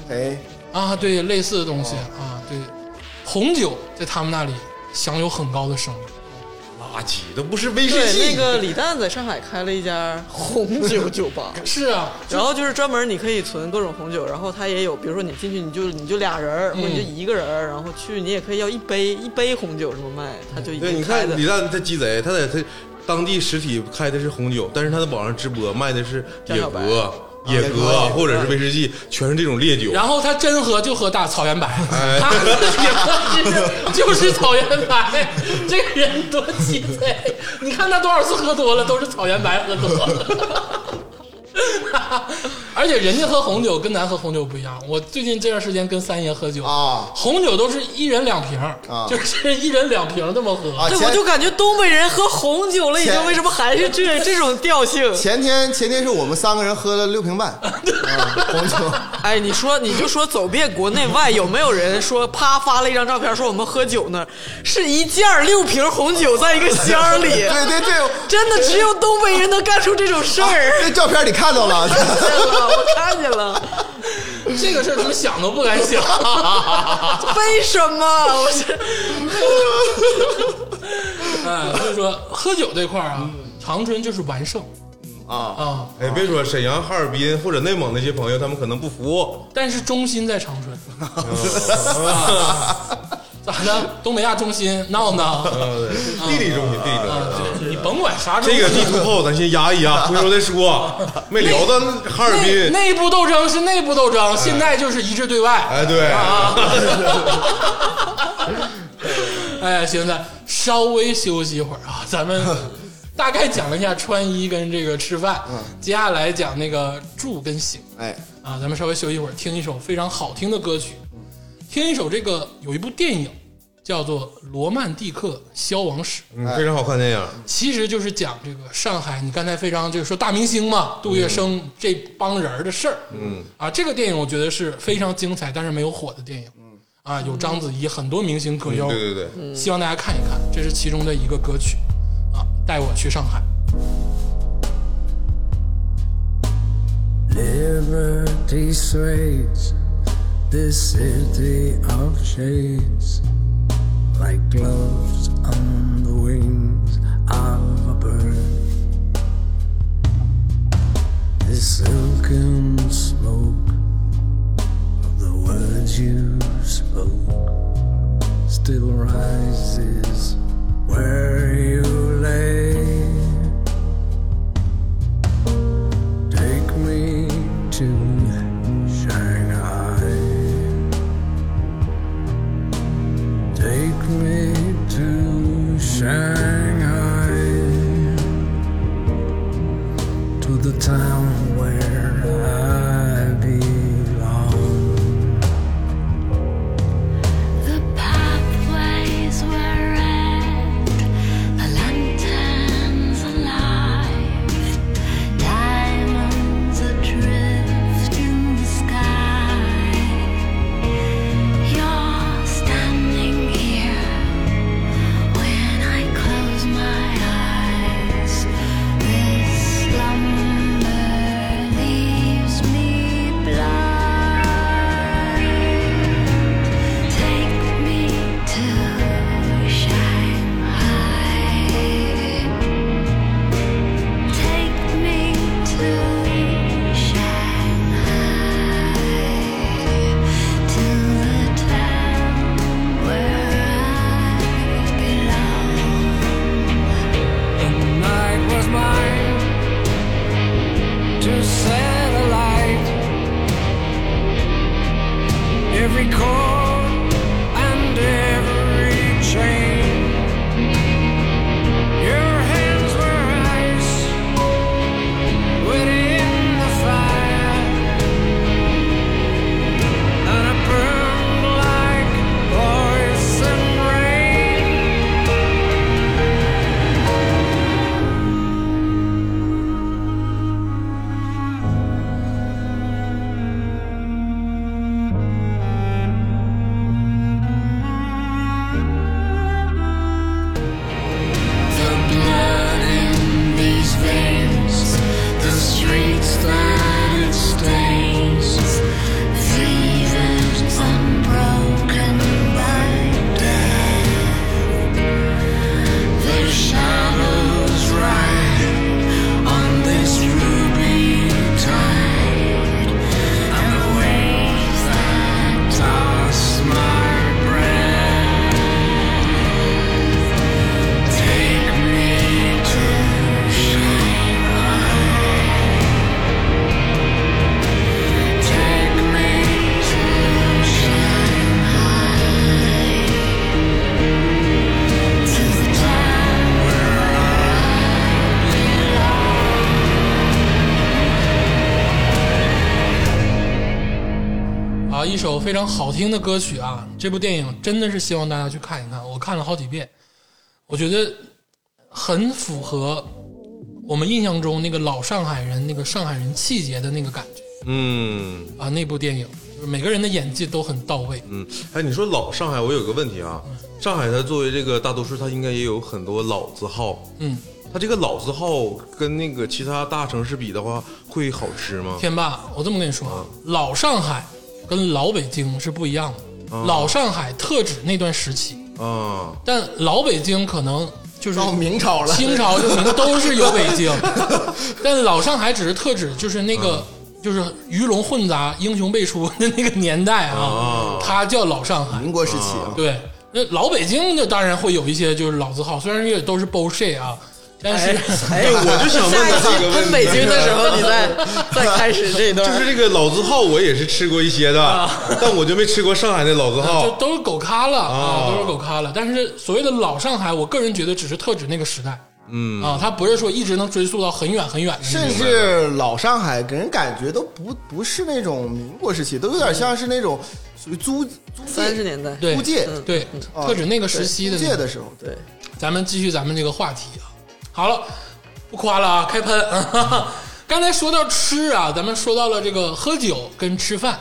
哎，啊。对，类似的东西、啊，对，红酒在他们那里享有很高的声誉。垃圾都不是威士 对，忌。那个李诞在上海开了一家红酒酒 吧，是啊，然后就是专门你可以存各种红酒，然后它也有，比如说你进去你就你就俩人儿，或者你就一个人儿，然后去你也可以要一杯一杯红酒什么卖，他就已对，经你开看的李诞他鸡贼，他在他当地实体开的是红酒，但是他在网上直播卖的是江野小白啊格、野野格格或者是威士忌，全是这种烈酒。然后他真喝就喝大草原白，哎他也喝就是草原白，这个人多鸡贼！你看他多少次喝多了，都是草原白喝多了。 而且人家喝红酒跟咱喝红酒不一样。我最近这段时间跟三爷喝酒啊红酒都是一人两瓶儿，啊就是一人两瓶儿这么喝。啊，对，前我就感觉东北人喝红酒了，已经前为什么还是这这种调性？前天前天是我们三个人喝了六 瓶半，啊，红酒，哎，你说你就说走遍国内外，有没有人说啪发了一张照片说我们喝酒呢？是一件儿六瓶红酒在一个箱儿里，对对对，啊真的只有东北人能干出这种事儿。这照片你看到了， 见了，我看见了，这个事儿怎么想都不敢 想。为什么？我是哎，所以说喝酒这块儿啊，长春就是完胜啊啊。哎，别说沈阳、哈尔滨或者内蒙那些朋友，他们可能不服。啊但是中心在长春，哦 咋的？东北亚中心闹闹，呃嗯地理中心，地理中心。你甭管啥中这心，个地图炮咱先压一压，回头再说。没聊到哈尔内滨，内部斗争是内部斗争，现在就是一致对外。哎，对，啊哎，现在稍微休息一会儿啊，咱们 大概讲了一下穿衣跟这个吃饭，嗯接下来讲那个住跟行哎，啊，咱们稍微休息一会儿，听一首非常好听的歌曲，听一首这个有一部电影叫做《罗曼蒂克消亡史》。嗯非常好看电影。其实就是讲这个上海，你刚才非常就是说大明星嘛，杜月笙嗯这帮人儿的事儿。嗯，啊，这个电影我觉得是非常精彩，但是没有火的电影。嗯，啊，有章子怡，很多明星可邀。嗯对对对，希望大家看一看，这是其中的一个歌曲。啊，带我去上海。 Liberty sways this city of shades like gloves on the wings of a bird. The silken smoke of the words you spoke still rises where you lay. Take me to Shanghai. Take me to Shanghai. To the town where I belong. The pathways were red, the lanterns alive, diamonds adrift in the sky. You're standing here when I close my eyes. This slumber leaves me blind. Take me to Shanghai. Take me to Shanghai, to the town where I belong. The night was mine to set a light. Every chord and every chain. Your hands were ice within the fire. And it burned like poison rain. 啊，一首非常好听的歌曲啊！这部电影真的是希望大家去看一看，我看了好几遍，我觉得很符合我们印象中那个老上海人那个上海人气节的那个感觉嗯啊！那部电影就是每个人的演技都很到位，嗯，哎，你说老上海，我有个问题啊，上海它作为这个大都市，它应该也有很多老字号，嗯，它这个老字号跟那个其他大城市比的话，会好吃吗？天霸，我这么跟你说啊，老上海跟老北京是不一样的，老上海特指那段时期，啊，但老北京可能就是到明朝了，清朝你们都是有北 京，但老上海只是特指就是那个、就是鱼龙混杂、英雄辈出的那个年代啊，它叫老上海。民国时期啊，对，那老北京就当然会有一些就是老字号，虽然也都是 bullshit 啊，但是、哎对，哎我就想哎下一问他这期个喷问北京题。的时候，你 再再开始这就段。是这个老字号，我也是吃过一些的，但我就没吃过上海的老字啊就号。都是狗咖了啊，啊都是狗咖了。但是所谓的老上海，我个人觉得只是特指那个时代，嗯啊，它不是说一直能追溯到很远很远的那个。甚至老上海给人感觉都不不是那种民国时期，都有点像是那种属于租租三十年代，对租界嗯对，啊特指那个时期嗯的对那个租界的时候，对，咱们继续咱们这个话题啊。好了，不夸了啊，开喷。 刚才说到吃啊，咱们说到了这个喝酒跟吃饭，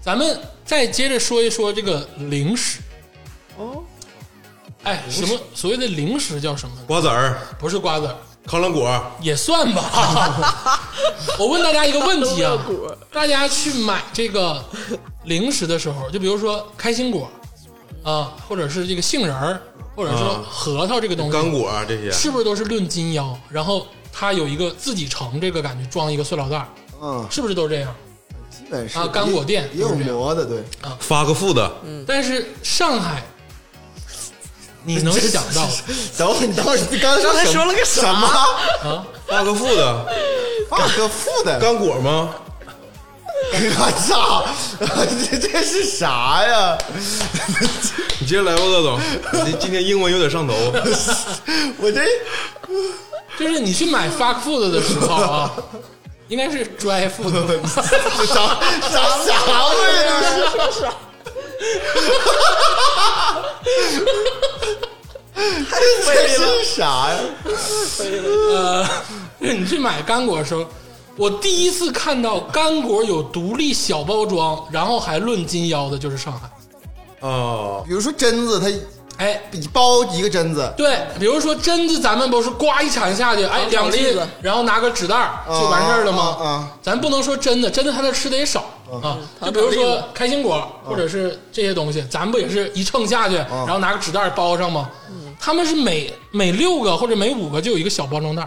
咱们再接着说一说这个零食。哦，哎，什么所谓的零食叫什么？瓜子儿、不是瓜子儿，康乐果，也算吧。我问大家一个问题啊，大家去买这个零食的时候，就比如说开心果啊，或者是这个杏仁儿，或者说啊核桃这个东西，干果啊这些，嗯是不是都是论斤腰？然后它有一个自己盛这个感觉，装一个塑料袋儿，嗯，是不是都这样？基本是啊干果店啊也有就是这样磨的，对，发个富的，但是上海，你能想到等 会儿你当时刚才刚才什说了个啥什么？发个富的，放个负的，干果吗？ 我操， 这这是啥呀？ 你接着来吧，乐总，你今天英文有点上头。 我这就是你去买 fuck food 的时候啊，应该是 dry food 这啥啥啥味儿啊？这是啥呀？ 你去买干果的时候，我第一次看到干果有独立小包装，然后还论斤腰的，就是上海。哦，比如说榛子，它哎，一包一个榛子，对，比如说榛子，咱们不是呱一铲下去，哎，糖炒两栗斤子，然后拿个纸袋儿就完事儿了吗？啊啊啊咱不能说真的，真的他那吃的也少啊。就比如说开心啊果或者是这些东西，咱不也是一秤下去，然后拿个纸袋儿包上吗？嗯他们是每每六个或者每五个就有一个小包装袋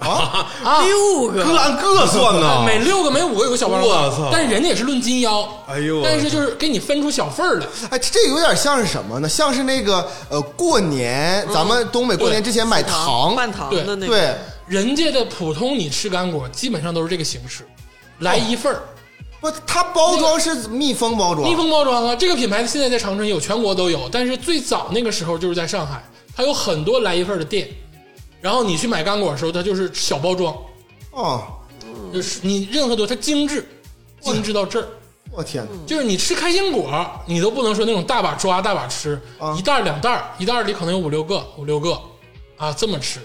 嗯儿，啊啊六个 嗯各按各 算呐。每六个每五个有个小包装袋儿。我操但是人家也是论斤腰，哎呦我但是就是给你分出小份儿来。 哎，这这有点像是什么呢？像是那个呃，过年咱嗯们东北过年之前买糖，半糖的那个，对，人家的普通你吃干果基本上都是这个形式，来一份儿。哦不，它包装是密封包装，密封包装啊，这个品牌现在在长春有，全国都有，但是最早那个时候就是在上海，它有很多来一份的店，然后你去买干果的时候，它就是小包装，哦，嗯就是你任何都它精致，精致到这儿，我天，就是你吃开心果，你都不能说那种大把抓大把吃，啊一袋儿两袋儿，一袋儿里可能有五六个，五六个啊，这么吃。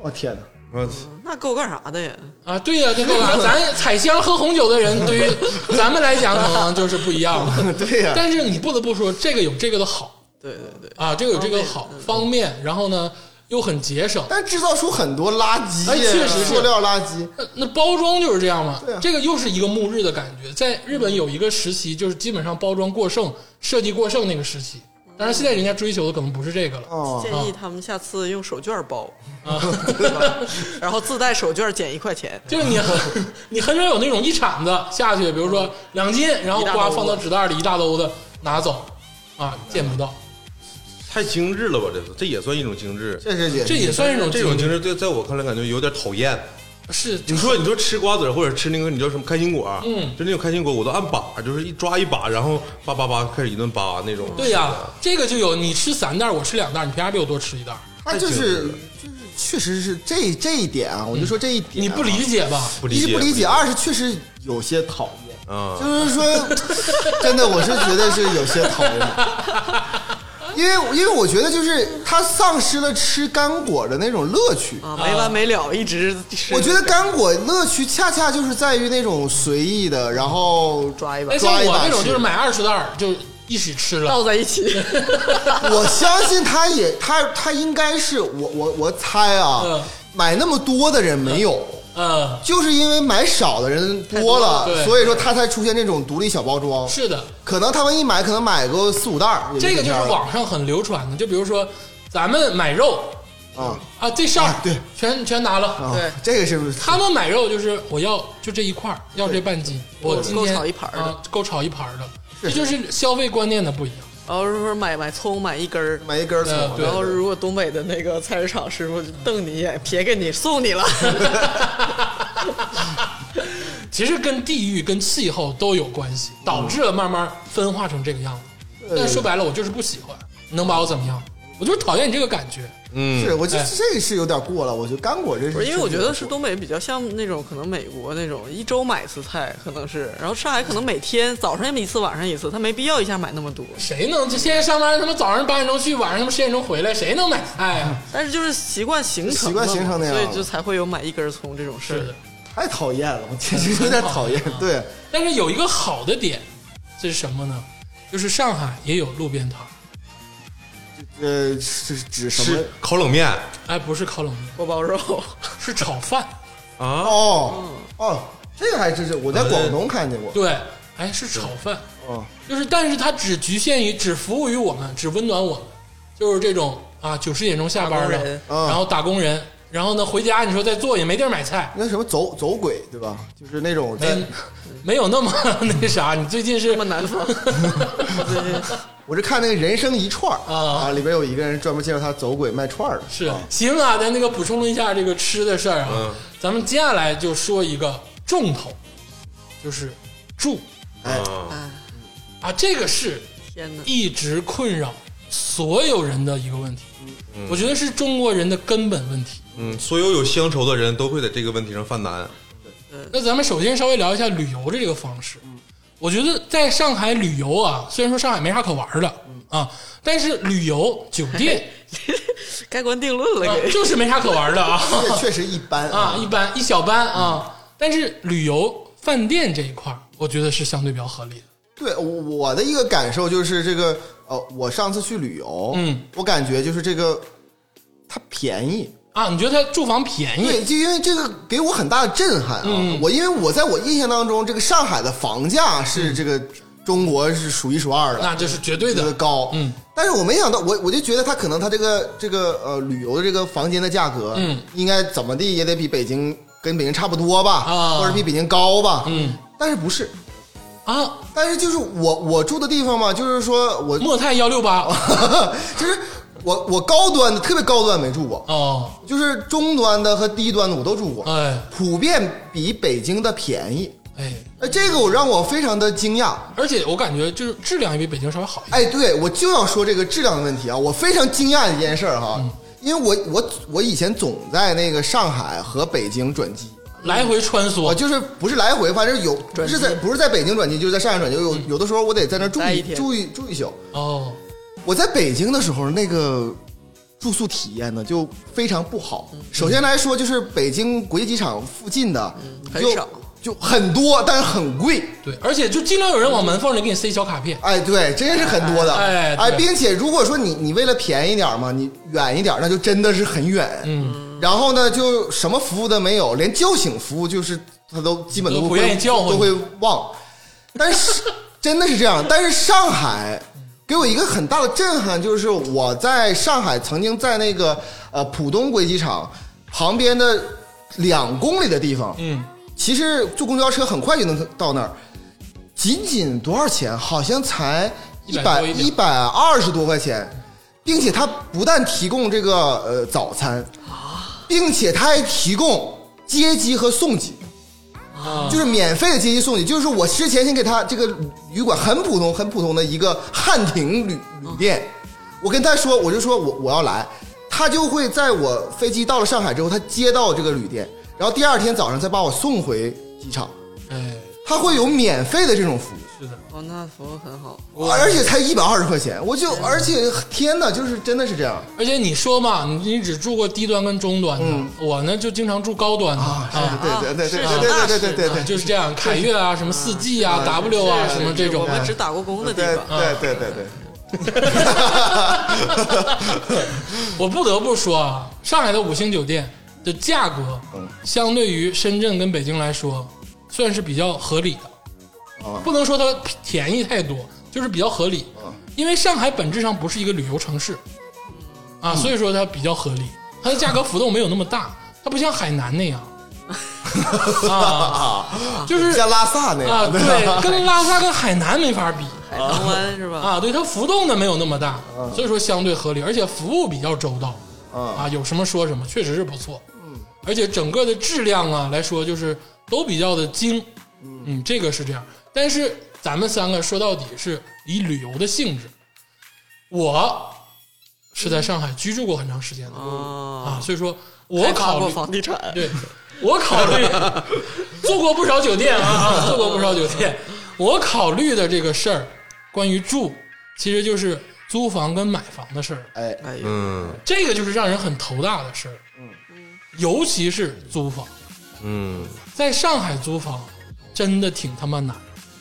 我天哪！ 我操嗯那够干啥的呀？啊，对呀、这个啊，咱采香喝红酒的人，对于咱们来讲可能就是不一样了。 对啊呀、但是你不得不说，这个有这个的好，对对对，啊，这个有这个好方便，然后呢又很节省。但制造出很多垃圾，哎确实是塑料垃圾。那那包装就是这样嘛对啊，这个又是一个末日的感觉。在日本有一个时期，就是基本上包装过剩、设计过剩那个时期。当然，现在人家追求的可能不是这个了啊哦，建议他们下次用手绢包，啊， 然后自带手绢减一块钱。就是你很你很少有那种一铲子下去，比如说两斤，然后一大瓜兜放到子纸袋里一大兜子拿走，啊，见不到，太精致了吧？这这也算一种精致。这是也这也算是一种这种经精历致，对，在我看来感觉有点讨厌。是你说，你说吃瓜子儿或者吃那个，你叫什么开心果？啊嗯就那种开心果，我都按把，就是一抓一把，然后叭叭叭开始一顿扒那种。对呀、这个就有你吃三袋，我吃两袋，你凭啥比我多吃一袋？他就是就是确实是这这一点啊，我就说这一点、你不理，解吧？不理一解是不理解，啊二是确实有些讨厌。啊就是说， 真的，我是觉得是有些讨厌，因为因为我觉得就是他丧失了吃干果的那种乐趣。啊，没完没了，一直是我觉得干果乐趣恰恰就是在于那种随意的，然后抓一把哎那像抓一我把那种吃就是买二十袋儿就一起吃了，倒在一起， 我相信他也他他应该是我我我猜啊嗯，买那么多的人没有。嗯，就是因为买少的人多太多了了，对所以说他才出现这种独立小包装。是的，可能他们一买，可能买个四五袋儿。也这个就样是了网上很流传的，就比如说咱们买肉啊啊，这事儿、对全全拿了。啊对，这个是不是？他们买肉就是我要就这一块儿，要这半斤，我今天够炒一盘儿的啊，够炒一盘儿的，这就是消费观念的不一样。然后说买买葱买一根儿。买一根儿葱呃，对然后，如果东北的那个菜市场师傅就瞪你一眼，撇给你，送你了。 其实跟地域、跟气候都有关系，导致了慢慢分化成这个样子。但说白了，我就是不喜欢，你能把我怎么样？我就是讨厌你这个感觉。嗯是我觉得哎这个是有点过了。我觉得干果这是不是，因为我觉得是东北比较像那种可能美国那种一周买一次菜，可能是，然后上海可能每天早上一次，晚上一次，他没必要一下买那么多。谁能？就现在上班，他妈早上八点钟去，晚上他妈十点钟回来，谁能买菜呀、但是就是习惯形成了嘛，习惯形成那样所以就才会有买一根葱这种事是的儿。。太讨厌了，我确实有点 讨厌。对，但是有一个好的点，这是什么呢？就是上海也有路边摊儿，呃，是是指什么吃？烤冷面哎，不是烤冷面，锅包肉，是炒饭。啊，哦哦，这个还真是我在广东看见过。对，哎，是炒饭。哦，就是，但是它只局限于，只服务于我们，只温暖我们，就是这种啊，九十点钟下班打工的人，嗯然后打工人，然后呢回家你说再做也没地儿买菜，那什么走走鬼对吧？就是那种在没没有那么 那啥，你最近是这么南方，最近我是看那个人生一串儿啊啊，里边有一个人专门介绍他走鬼卖串儿的，是行啊，咱那个补充了一下这个吃的事儿啊，嗯咱们接下来就说一个重头，就是住哎，啊，这个是天哪，一直困扰所有人的一个问题，我觉得是中国人的根本问题。嗯，所有有乡愁的人都会在这个问题上犯难。那咱们首先稍微聊一下旅游的这个方式。我觉得在上海旅游啊，虽然说上海没啥可玩的啊，但是旅游酒店盖棺定论啊了给。就是没啥可玩的啊这确实一般啊，一般一小班啊。但是旅游饭店这一块儿，我觉得是相对比较合理的。对，我我的一个感受就是这个，呃，我上次去旅游，嗯，我感觉就是这个它便宜，啊，你觉得它住房便宜？嗯对，就因为这个给我很大的震撼啊！我因为我在我印象当中，这个上海的房价是这个中国是数一数二的，那嗯啊这是绝对这个的。高，嗯，但是我没想到，我我就觉得它可能它这个这个呃旅游的这个房间的价格，嗯，应该怎么地也得比北京跟北京差不多吧，啊或者比北京高吧，嗯，但是不是？啊，但是就是我我住的地方嘛，就是说我 莫泰幺六八就是我我高端的特别高端没住过，哦，就是中端的和低端的我都住过，哎普遍比北京的便宜。哎，哎，这个我让我非常的惊讶。而且我感觉就是质量也比北京稍微好一点。哎，对，我就要说这个质量的问题啊，我非常惊讶的一件事儿哈，因为我我我以前总在那个上海和北京转机，来回穿梭，我就是不是来回，反正有转机不嗯是在不是在北京转机，就是在上海转机，有有的时候我得在那儿住待一一天住一住一宿。哦，我在北京的时候，那个住宿体验呢就非常不好。嗯首先来说，就是北京国际机场附近的嗯很就少就很多，但是很贵。对，而且就经常有人往门缝里给你塞小卡片，哎，对，真是很多的。哎对并且如果说你你为了便宜点儿嘛，你远一点儿，那就真的是很远。嗯，然后呢，就什么服务都没有，连叫醒服务就是他都基本都都会不愿意叫唤都会忘。但是真的是这样，但是上海给我一个很大的震撼，就是我在上海曾经在那个呃浦东国际机场旁边的两公里的地方，嗯，其实坐公交车很快就能到那儿，仅仅多少钱？好像才一100百多一点一百二十多块钱，并且他不但提供这个呃早餐，并且他还提供接机和送机。就是免费的接机送你，就是我之前先给他这个旅馆很普通很嗯普通的一个汉庭旅旅店，我跟他说，我就说我我要来，他就会在我飞机到了上海之后，他接到这个旅店，然后第二天早上再把我送回机场，哎，他会有免费的这种服务。是的，哦，那服务很好，而且才一百二十块钱，我就而且天哪，就是真的是这样，而且你说嘛，你你只住过低端跟中端的，我呢就经常住高端的啊。对对对对是对那对对是对对对就是这样，凯悦啊，什么四季啊、W 啊，什么这种我，们只打过工的地对方。对对对对。我不得不说啊，上海的五星酒店的价格，嗯相对于深圳跟北京来说，算是比较合理的啊，不能说它便宜太多，就是比较合理。因为上海本质上不是一个旅游城市，嗯啊，所以说它比较合理，它的价格浮动没有那么大，它不像海南那 样，啊，就是像拉萨那啊，样，对，跟拉萨跟海南没法比海棠湾是吧？啊，对，它浮动的没有那么大，所以说相对合理，而且服务比较周到啊啊，有什么说什么，确实是不错，嗯，而且整个的质量啊来说，就是都比较的精，嗯，这个是这样，但是咱们三个说到底是以旅游的性质，我是在上海居住过很长时间的啊，啊，所以说我还发考过虑房地产，对，我考虑做过不少酒店啊，做过不少酒店。我考虑的这个事儿，关于住，其实就是租房跟买房的事儿，哎，哎呦，嗯这个就是让人很头大的事儿。嗯，尤其是租房，嗯，在上海租房真的挺他妈难，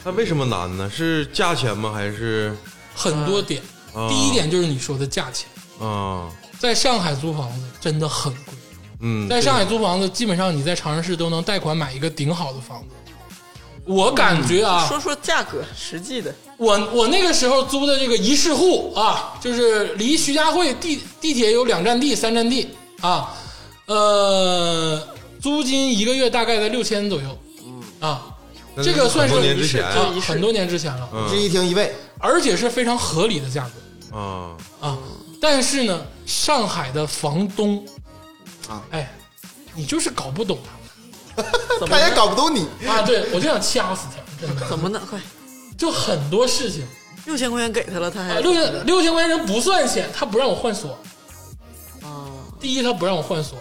那为什么难呢？是价钱吗？还是很多点。啊第一点就是你说的价钱，啊？在上海租房子真的很贵。嗯，在上海租房子，基本上你在长春市都能贷款买一个顶好的房子。我感觉啊，说说价格，实际的，我我那个时候租的这个一室户啊，就是离徐家汇地地铁有两站地、三站地啊，呃，租金一个月大概在六千左右，啊，嗯那这个算是很多年之前啊啊很多年之前了，这一厅一位，而且是非常合理的价格啊，啊。但是呢，上海的房东啊，哎，你就是搞不懂他他也搞不懂你，们啊，对我就想掐死他，真的，怎么呢？快，就很多事情。六千块钱给他了，他啊，还六千六千块钱不算钱，他不让我换锁。啊第一，他不让我换锁；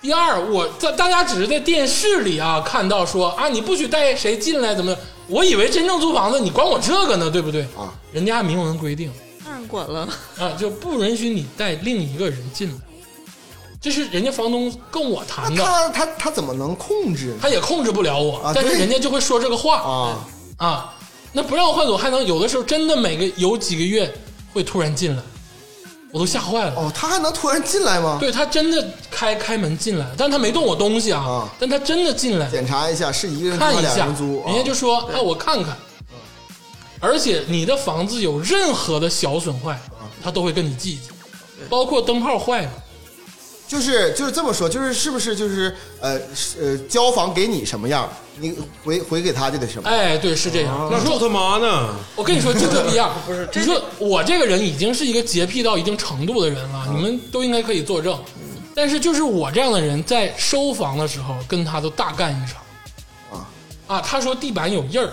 第二，我在大家只是在电视里啊看到说啊，你不许带谁进来，怎么的？我以为真正租房子你管我这个呢，对不对？啊，人家明文规定当然管了，啊，就不允许你带另一个人进来，啊这是人家房东跟我谈的，他啊他他怎么能控制呢？他也控制不了我，啊但是对人家就会说这个话啊，啊，那不让我换锁，还能有的时候真的每个有几个月会突然进来，我都吓坏了。哦，他还能突然进来吗？对他真的开开门进来，但他没动我东西啊，啊但他真的进来检查一下是一个人租看还一俩下，人租，人家就啊嗯说：“哎，我看看。”而且你的房子有任何的小损坏，啊他都会跟你计较，包括灯泡坏了。就是就是这么说，就是是不是就是呃是呃交房给你什么样，你回回给他就得什么样。哎，对，是这啊样。那你住说，他妈呢？我跟你说，就这不一样。不是，你说我这个人已经是一个洁癖到一定程度的人了，你们都应该可以作证。但是就是我这样的人，在收房的时候跟他都大干一场。啊啊，他说地板有印儿，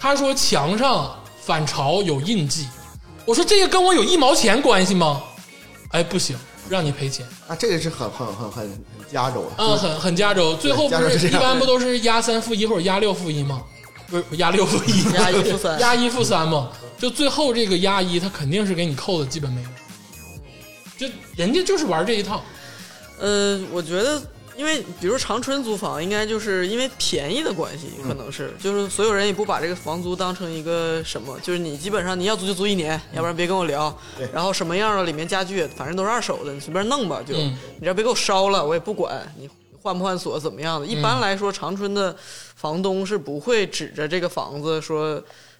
他说墙上反潮有印记，我说这个跟我有一毛钱关系吗？哎，不行，让你赔钱啊，这个是很很很很很加州嗯啊，啊，很很加州，最后不加州是是一这样般不都是压三付一或者压六付一吗？不是压六付一，压一付三 压一付三嘛，就最后这个压一，他肯定是给你扣的基本没有，就人家就是玩这一套，呃，我觉得，因为比如长春租房，应该就是因为便宜的关系，可能是、就是所有人也不把这个房租当成一个什么，就是你基本上你要租就租一年，要不然别跟我聊。然后什么样的里面家具，反正都是二手的，你随便弄吧，就、嗯你只要别给我烧了，我也不管你。换不换锁怎么样的？一般嗯来说，长春的房东是不会指着这个房子说，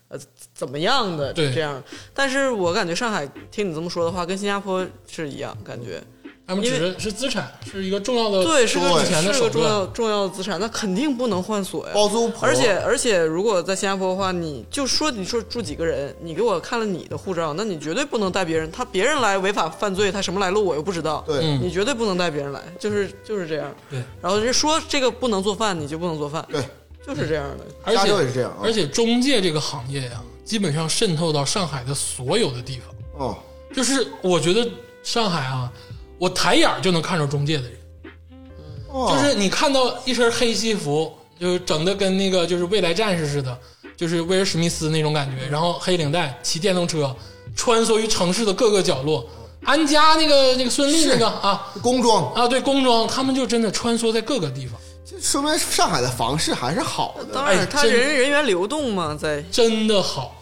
呃，怎么样的对这样。但是我感觉上海听你这么说的话，跟新加坡是一样感觉。他们只因是是资产，是一个重要的呃对，是个赚钱的是手个重段。要重要的资产，那肯定不能换锁呀。包租婆，而且而且，如果在新加坡的话，你就说你说住几个人，你给我看了你的护照，那你绝对不能带别人，他别人来违法犯罪，他什么来路我又不知道，对嗯你绝对不能带别人来，就是就是这样。对，然后人家说这个不能做饭，你就不能做饭，对，就是这样的。而加且州也是这样啊而且中介这个行业呀、基本上渗透到上海的所有的地方。哦就是我觉得上海啊，我抬眼儿就能看出中介的人，就就是你看到一身黑西服，就是整的跟那个就是未来战士似的，就是威尔史密斯那种感觉，然后黑领带，骑电动车，穿梭于城市的各个角落。安家那个那个孙俪那个啊工装，啊，对工装，他们就真的穿梭在各个地方，这说明上海的房市还是好的。当哎然，他真人人员流动嘛，在真的好。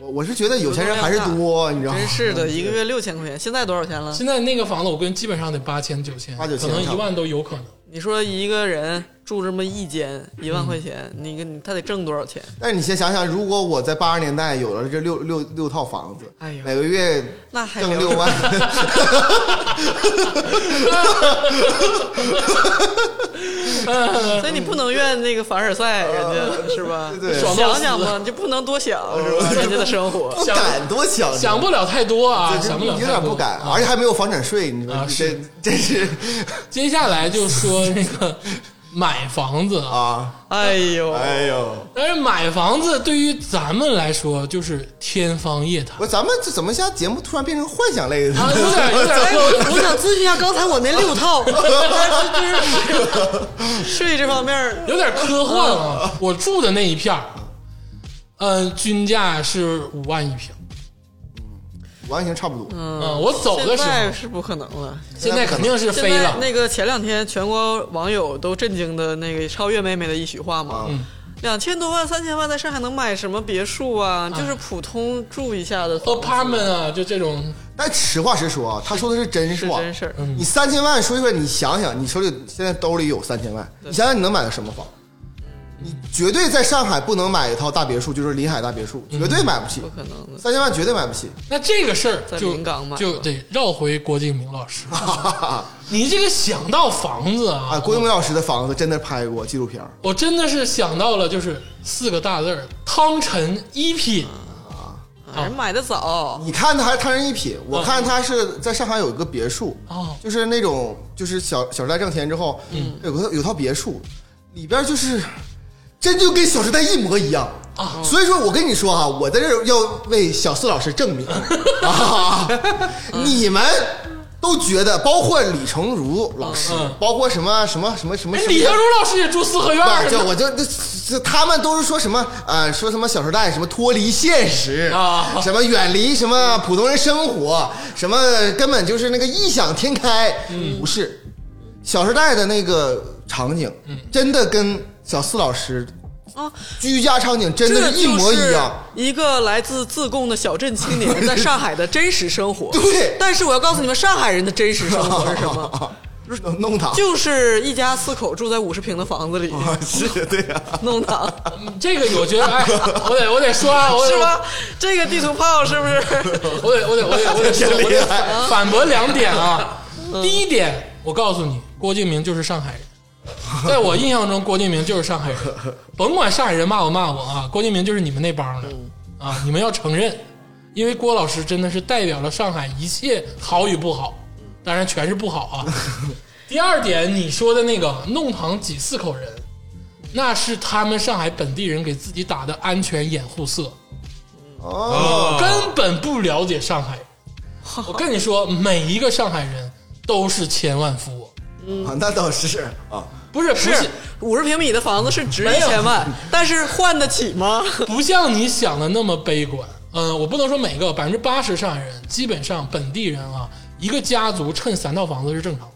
我我是觉得有钱人还是多，你知道吗？真是 的，一个月六千块钱，现在多少钱了？现在那个房子我跟基本上得八千九千，八九千可能差一不多万都有 可能。你说一个人住这么一间，一万块钱，你跟你他得挣多少钱？但是你先想想，如果我在八十年代有了这六六六套房子，哎呦每个月那还挣聊六 万， 所以你不能怨那个凡尔赛人家是吧？对你想想吧，你就不能多想是吧？人家的生活， 不敢多想，想不了太多 啊，这想不了有太点多不敢，而且还没有房产税，你啊说这是 这是接下来就说那个买房子啊，啊，哎呦，哎呦，但是买房子对于咱们来说就是天方夜谭我咱们这怎么下节目突然变成幻想类的？啊，有点有 点哎，过我想咨询一下刚才我那六套，就是税这方面儿，有点科幻啊。我住的那一片儿，嗯、均价是五万一平。完全差不多，嗯、我走的现时候，在是不可能了。现在肯定是现飞在了。那个前两天全国网友都震惊的那个超越妹妹的一席话嘛，两千多万、三千万在上海能买什么别墅啊？就是普通住一下的房子 apartment 啊，就这种，但实话实说啊，他说的是真是话，真事儿。嗯你三千万，说句实话，你想想，你手里现在兜里有三千万，你想想你能买个什么房？你绝对在上海不能买一套大别墅，就是临海大别墅，绝嗯对买不起不，可能的，三千万绝对买不起。 那这个事在儿就临港买就吧得绕回郭敬明老 师。你这个想到房子啊，啊，郭敬明老师的房子真的拍过纪录片儿，我真的是想到了，就是四个大字儿：汤臣一品。啊人买的早，你看他还是他人一品，我看他是在上海有一个别墅，嗯哦嗯就是那种就是小小时代挣钱之后，有个有套别墅，里边就是真就跟小时代一模一样。啊所以说我跟你说啊，我在这儿要为小四老师 证明啊，你们都觉得，包括李成儒老师嗯嗯，包括什么什么什么什么哎什，么李成儒老师也住四合 院儿不就我就这这他们都是说什么啊、呃说什么《小时代》什么脱离现实啊什么远离什么普通人生活，什么根本就是那个异想天开。不是，《小时代》的那个场景，真的跟小四老师啊居家场景真这的就是一模一样。一个来自自贡的小镇青 年在上海的真实生活。对但是我要告诉你们，上海人的真实生活是什么？ 弄弄他，就是一家四口住在五十平的房子里， 是对呀、弄堂。哦这个我觉得，哎，我得我得说啊，我得是吧？这个地图炮是不 是？我得我得我得我得说，我得反反驳两点啊。第一点，我告诉你，郭敬明就是上海人。在我印象中，郭敬明就是上海人，甭管上海人骂我骂我啊，郭敬明就是你们那帮的啊，你们要承认，因为郭老师真的是代表了上海一切好与不好，当然全是不好啊。第二点，你说的那个弄堂几四口人，那是他们上海本地人给自己打的安全掩护色。哦，啊根本不了解上海。我跟你说，每一个上海人都是千万富翁，嗯啊那倒是啊，不是不是是五十平米的房子是值没一有千万，但是换得起 吗？不像你想的那么悲观。嗯，我不能说每个百分之八十上海人，基本上本地人啊，一个家族趁三套房子是正常的。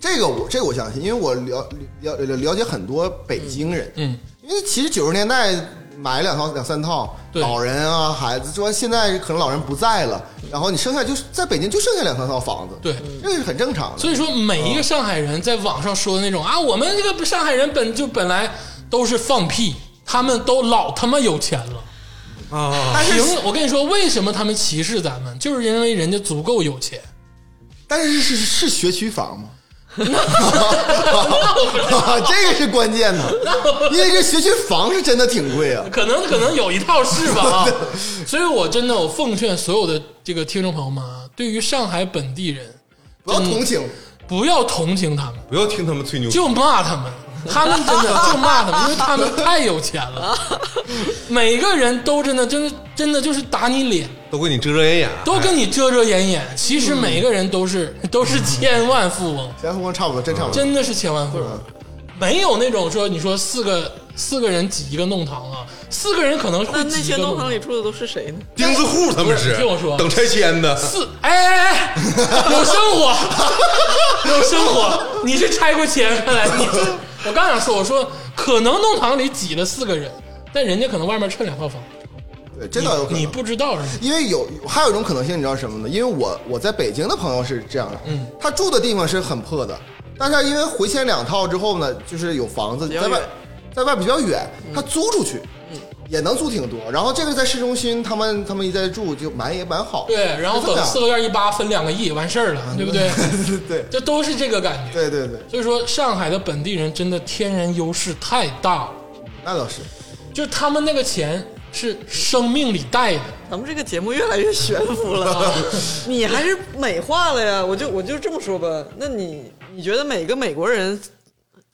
这个我这个我相信，因为我了了了了解很多北京人，嗯，因为其实九十年代买两套两三套，对老人啊孩子，说现在可能老人不在了，然后你剩下就是在北京就剩下两三套房子，对，这个是很正常的。所以说每一个上海人在网上说的那种啊，我们这个上海人本就本来都是放屁，他们都老他妈有钱了。啊，但是凭我跟你说，为什么他们歧视咱们，就是因为人家足够有钱。但是是是学区 房吗？ 这个是关键的，因为这学区房是真的挺贵啊。可能可能有一套是吧？啊，所以我真的我奉劝所有的这个听众朋友们啊，对于上海本地人，不要同情，不要同情他们，不要听他们吹牛，就骂他们，他们真的就骂他们，因为他们太有钱了，每个人都真的真的真的就是打你脸，都给你遮遮掩啊掩，都跟你遮遮掩掩。其实每个人都是都是千万富翁，咱互相差不多，真差不多。真的是千万富翁，没有那种说你说四个四个人挤一个弄堂啊，四个人可能那会那挤一些个弄弄堂里住的都是谁呢？钉子户他不们是是听我说等拆迁的，四哎哎哎，有生活，有生活，你是拆过迁？看来你，我刚想说，我说可能弄堂里挤了四个人，但人家可能外面趁两套房，对，这倒有可能。你不知道是吗？因为有还有一种可能性，你知道什么呢？因为我我在北京的朋友是这样的，嗯，他住的地方是很破的，但是因为回迁两套之后呢，就是有房子比较在外远在外比较远，他租出去，嗯，也能租挺多。然后这个在市中心，他们他们一在住就蛮也蛮好，对，然后是这等样四合院一扒分两个亿，完事儿了，对不对？ 对这都是这个感觉。对对对，所以说，上海的本地人真的天然优势太大了，那倒是。就是他们那个钱是生命里带的。咱们这个节目越来越悬浮了啊，你还是美化了呀？我就我就这么说吧，那你你觉得每个美国人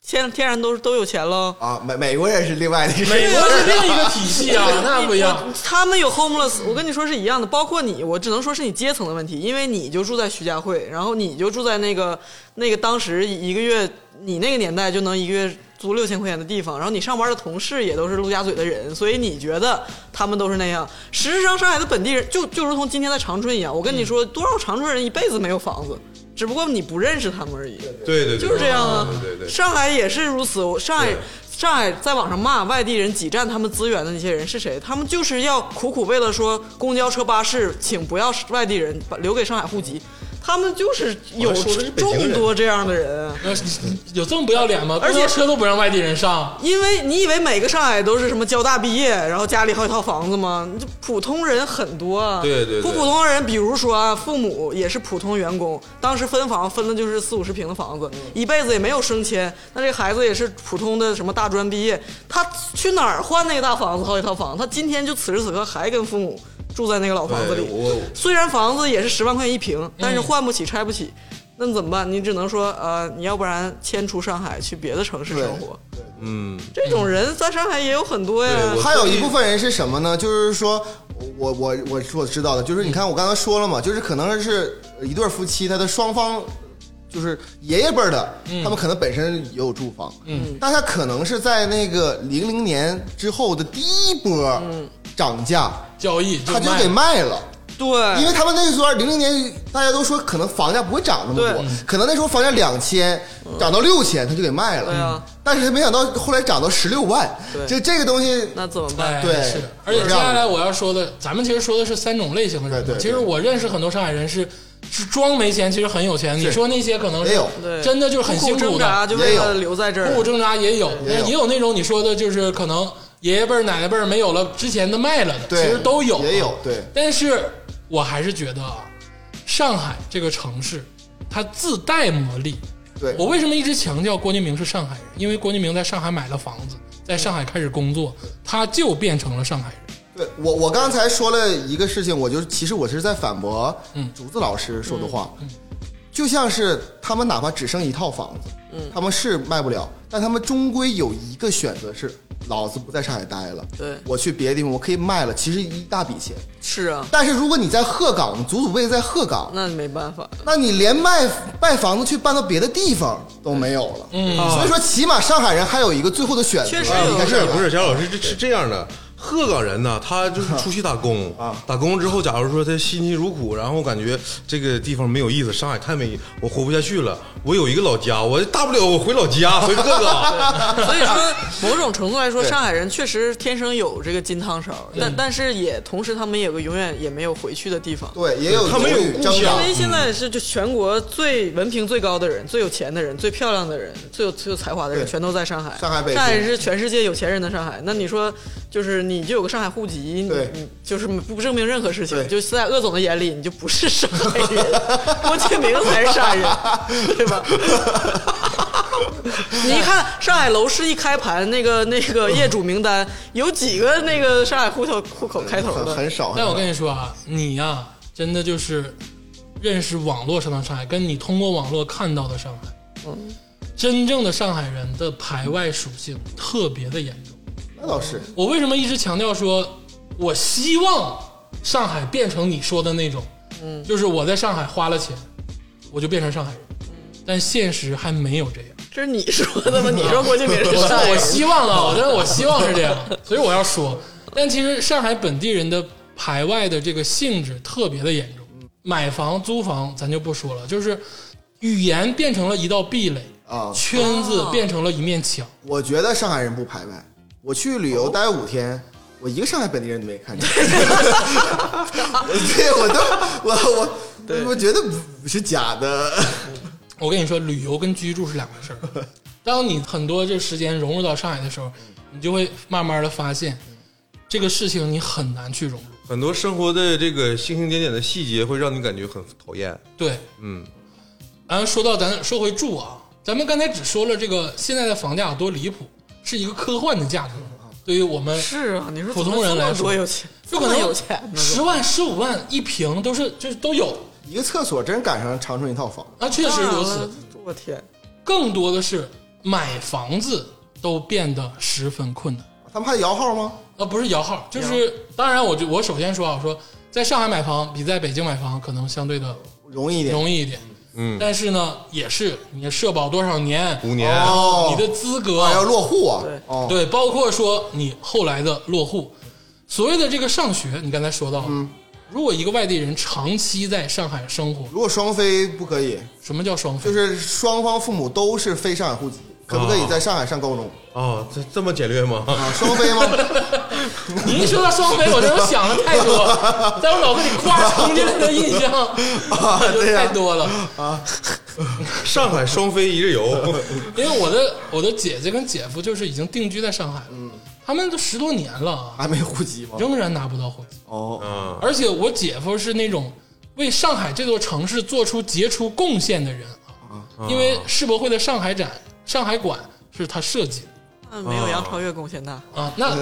天天然都是都有钱喽？啊，美美国人是另外的一个，美国是另一个体系啊，那不一样。他们有 homeless，我跟你说是一样的，包括你，我只能说是你阶层的问题，因为你就住在徐家汇，然后你就住在那个那个当时一个月，你那个年代就能一个月租六千块钱的地方，然后你上班的同事也都是陆家嘴的人，所以你觉得他们都是那样。实质上，上海的本地人就就如同今天在长春一样，我跟你说，多少长春人一辈子没有房子，只不过你不认识他们而已。对对对，就是这样啊。对对对，上海也是如此。我上海对上海在网上骂外地人挤占他们资源的那些人是谁？他们就是要苦苦为了说公交车、巴士，请不要外地人，把留给上海户籍。他们就是有好像说的是北京众人多这样的人，啊有有这么不要脸吗？而公且交车都不让外地人上，因为你以为每个上海都是什么交大毕业，然后家里好几套房子吗？你这普通人很多啊。对对对不普通人，比如说啊，父母也是普通员工，当时分房分的就是四五十平的房嗯子，一辈子也没有升迁。那这孩子也是普通的什么大专毕业，他去哪儿换那个大房子好几套房子？他今天就此时此刻还跟父母住在那个老房子里对。我嗯虽然房子也是十万块钱一平，但是换不起，拆不起，那怎么办？你只能说，呃，你要不然迁出上海，去别的城市生活。嗯，这种人在上海也有很多呀。对我还有一部分人是什么呢？就是说我我我我知道的，就是你看我刚才说了嘛，就是可能是一对夫妻，他的双方就是爷爷辈儿的，他们可能本身也有住房，嗯，但他可能是在那个零零年之后的第一波涨价，交易他就卖给卖了。对，因为他们那时候零零年，大家都说可能房价不会涨那么多对，可能那时候房价两千涨到六千，他就给卖了。对啊但是他没想到后来涨到十六万，对就这个东西，那怎么办？哎，对是的。而且接下来我要说的，咱们其实说的是三种类型的人嘛。对对对其实我认识很多上海人是是装没钱，其实很有钱。你说那些可能也是有对真的就是很苦辛苦苦挣的，啊扎，就为了留在这苦苦儿。挣扎也有，也有也有那种你说的就是可能爷爷辈儿、奶奶辈儿没有了之前的卖了的，对其实都有也有对但是我还是觉得啊，上海这个城市它自带魔力。对我为什么一直强调郭敬明是上海人？因为郭敬明在上海买了房子，在上海开始工作，他就变成了上海人。对我，我刚才说了一个事情，我就是其实我是在反驳嗯竹子老师说的话，嗯就像是他们哪怕只剩一套房子，嗯他们是卖不了，但他们终归有一个选择是，老子不在上海待了，对我去别的地方，我可以卖了，其实一大笔钱。是啊，但是如果你在鹤岗，你祖祖辈辈在鹤岗，那没办 法。那你连卖卖房子去搬到别的地方都没有了，嗯，所以说起码上海人还有一个最后的选择，啊确实有你看不这是个不是，贾老师这是这样的，鹤岗人呢，他就是出去打工啊，打工之后，假如说他辛勤如苦，然后感觉这个地方没有意思，上海太没，我活不下去了，我有一个老家，我大不了我回老家，回鹤岗。所以说，某种程度来说，上海人确实天生有这个金汤勺，但嗯但是也同时他们有个永远也没有回去的地方。对，也有啊他们有犹豫故挣扎乡因为现在是就全国最文凭最高的人、最有钱的人、最漂亮的人、最有最有才华的人，对全都在上海。上海北京是全世界有钱人的上海。那你说，就是你就有个上海户籍，你对你就是不证明任何事情，对就是在鄂总的眼里，你就不是上海人， 郭敬明才是上海人，对吧？ 你一看上海楼市一开盘，那个那个业主名单有几个那个上海户口户口开头很的？很少。但我跟你说啊，你呀、真的就是认识网络上的上海，跟你通过网络看到的上海，嗯，真正的上海人的排外属性特别的严重。那倒是，我为什么一直强调说，我希望上海变成你说的那种，嗯，就是我在上海花了钱，我就变成上海人，但现实还没有这样。这是你说的吗？你说郭敬明是上海我人希望啊，我但是我希望是这样，所以我要说，但其实上海本地人的排外的这个性质特别的严重。买房、租房咱就不说了，就是语言变成了一道壁垒啊圈子变成了一面墙。我觉得上海人不排外。我去旅游待五天，我一个上海本地人都没看见。对，我都我我我觉得不是假的。我跟你说，旅游跟居住是两回事儿。当你很多这时间融入到上海的时候，你就会慢慢的发现，这个事情你很难去融入。 很多生活的这个星星点点的细节会让你感觉很讨厌。对，嗯，然后说到咱说回住啊，咱们刚才只说了这个现在的房价有多离谱，是一个科幻的价格。啊对于我们是啊，你说普通人来怎说么这么多有钱，就可能这么有钱呢，十万、十五万一平都是就是都有一个厕所真赶上长春一套房，啊， 确实如此。。我天，更多的是买房子都变得十分困难。他们还摇号吗？啊，不是摇号，就是当然我，就我首先说啊，我说在上海买房比在北京买房可能相对的容易一点。容易一点，嗯但是呢，也是你社保多少年，五年，哦，你的资格、啊要落户啊对？哦，对，包括说你后来的落户，所谓的这个上学，你刚才说到了，嗯如果一个外地人长期在上海生活，如果双非不可以，什么叫双非？就是双方父母都是非上海户籍，可不可以在上海上高中？哦，这这么简略吗？啊，双非吗？ 你一说到双非，我真的想的太 多，在我脑子里夸冲进来的印象、就啊对呀太多了。上海双飞一日游，因为我的我的姐姐跟姐夫就是已经定居在上海了，嗯他们都十多年了啊，还没户籍吗？仍然拿不到户籍。哦，嗯，而且我姐夫是那种为上海这座城市做出杰出贡献的人啊，因为世博会的上海展、上海馆是他设计的那没有杨超越贡献大， 啊，那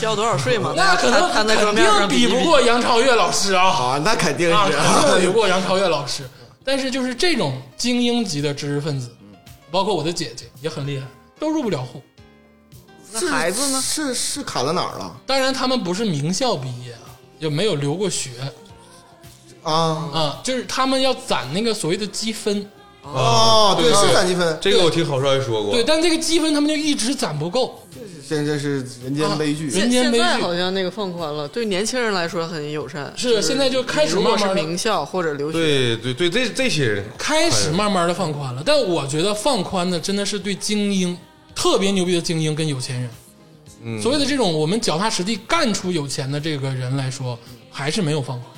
交多少税 嘛？那可能摊在桌肯面上定比不过杨超越老师啊，啊，那肯定啊， 是。肯定比不过杨超越老师。但是就是这种精英级的知识分子，包括我的姐姐也很厉害，都入不了户。那孩子呢？是是卡在哪儿了当然，他们不是名校毕业啊，也没有留过学啊？啊，就是他们要攒那个所谓的积分。哦，对，是攒积分，这个我听郝少爷说过对，，但这个积分他们就一直攒不够。真这是人啊间悲剧。人间现悲在剧好像那个放宽了，对年轻人来说很友善。是就现在就开始如果是慢慢地名校或者留学，对对对，这这些人开始慢慢的放宽了，但我觉得放宽的真的是对精英，特别牛逼的精英跟有钱人，所谓的这种我们脚踏实地干出有钱的这个人来说，还是没有放宽，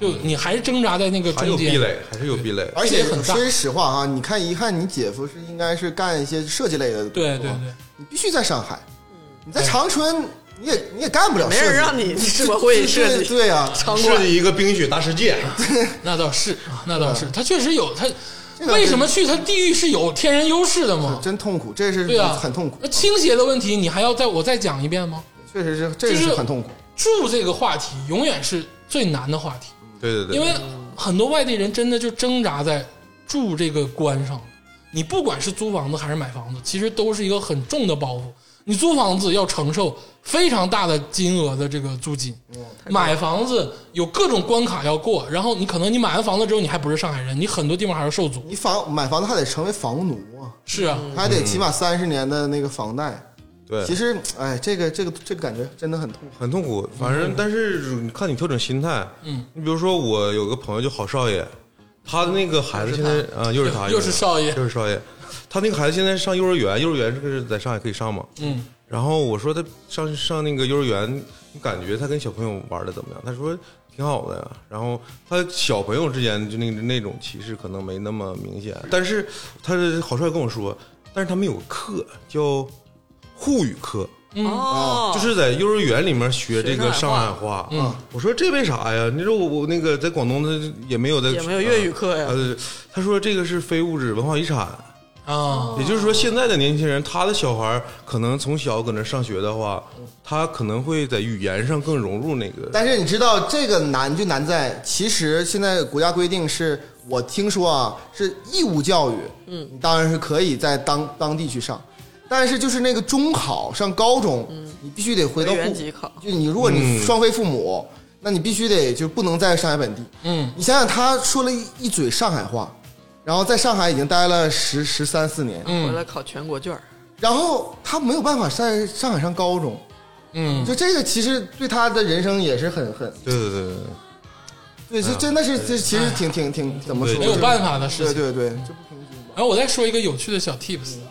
就你还是挣扎在那个还有中壁间。垒，还是有壁垒。而这且也很大说句实话啊，你看一看你姐夫是应该是干一些设计类的，对对，嗯对，你必须在上海，你在长春你也你也干不了没设计，人让你世博会设对计对啊，场设馆。计一个冰雪大世界，那倒是，啊那倒是，他确实有他个为什么去他地域是有天然优势的嘛？真痛苦，这是对啊，很痛苦那，倾斜的问题，你还要再我再讲一遍吗？确实是这个就是是很痛苦。住这个话题永远是最难的话题，对 对对，因为很多外地人真的就挣扎在住这个关上。你不管是租房子还是买房子，其实都是一个很重的包袱。你租房子要承受非常大的金额的这个租金，买房子有各种关卡要过，然后你可能你买完房子之后你还不是上海人，你很多地方还要受阻。你房买房子还得成为房奴啊，是啊，还得起码三十年的那个房贷。其对，实，哎，这个这个这个感觉真的很痛苦。很痛苦。反正，但是你看你调整心态，嗯，你比如说我有个朋友叫郝少爷，他的那个孩子现在啊，又是他，又是少爷又是少爷，他那个孩子现在上幼儿园，幼儿园是在上海可以上吗？嗯，然后我说他上上那个幼儿园，你感觉他跟小朋友玩的怎么样？他说挺好的呀。然后他小朋友之间就那那种歧视可能没那么明显，但是他是郝帅跟我说，但是他们有课叫沪语课，嗯啊哦，就是在幼儿园里面学这个学上上海海话。啊嗯，我说这为啥呀？你说我我那个在广东他也没有在也没有粤语课呀。呃，他说这个是非物质文化遗产。哦啊，也就是说，现在的年轻人，他的小孩儿可能从小搁那上学的话，他可能会在语言上更融入那个。但是你知道这个难就难在，其实现在国家规定是我听说啊，是义务教育，嗯，你当然是可以在当当地去上，但是就是那个中考上高中，你必须得回到回原户籍考就你如果你嗯双非父母，那你必须得就不能在上海本地。嗯，你想想，他说了一一嘴上海话，然后在上海已经待了十十三四年，嗯回来考全国卷儿，然后他没有办法在上海上高中，嗯，就这个其实对他的人生也是很很对对对对，对，这真的是这其实挺挺挺怎么说，嗯对哎没有办法的事对情。对对，就然哎后我再说一个有趣的小 tips，啊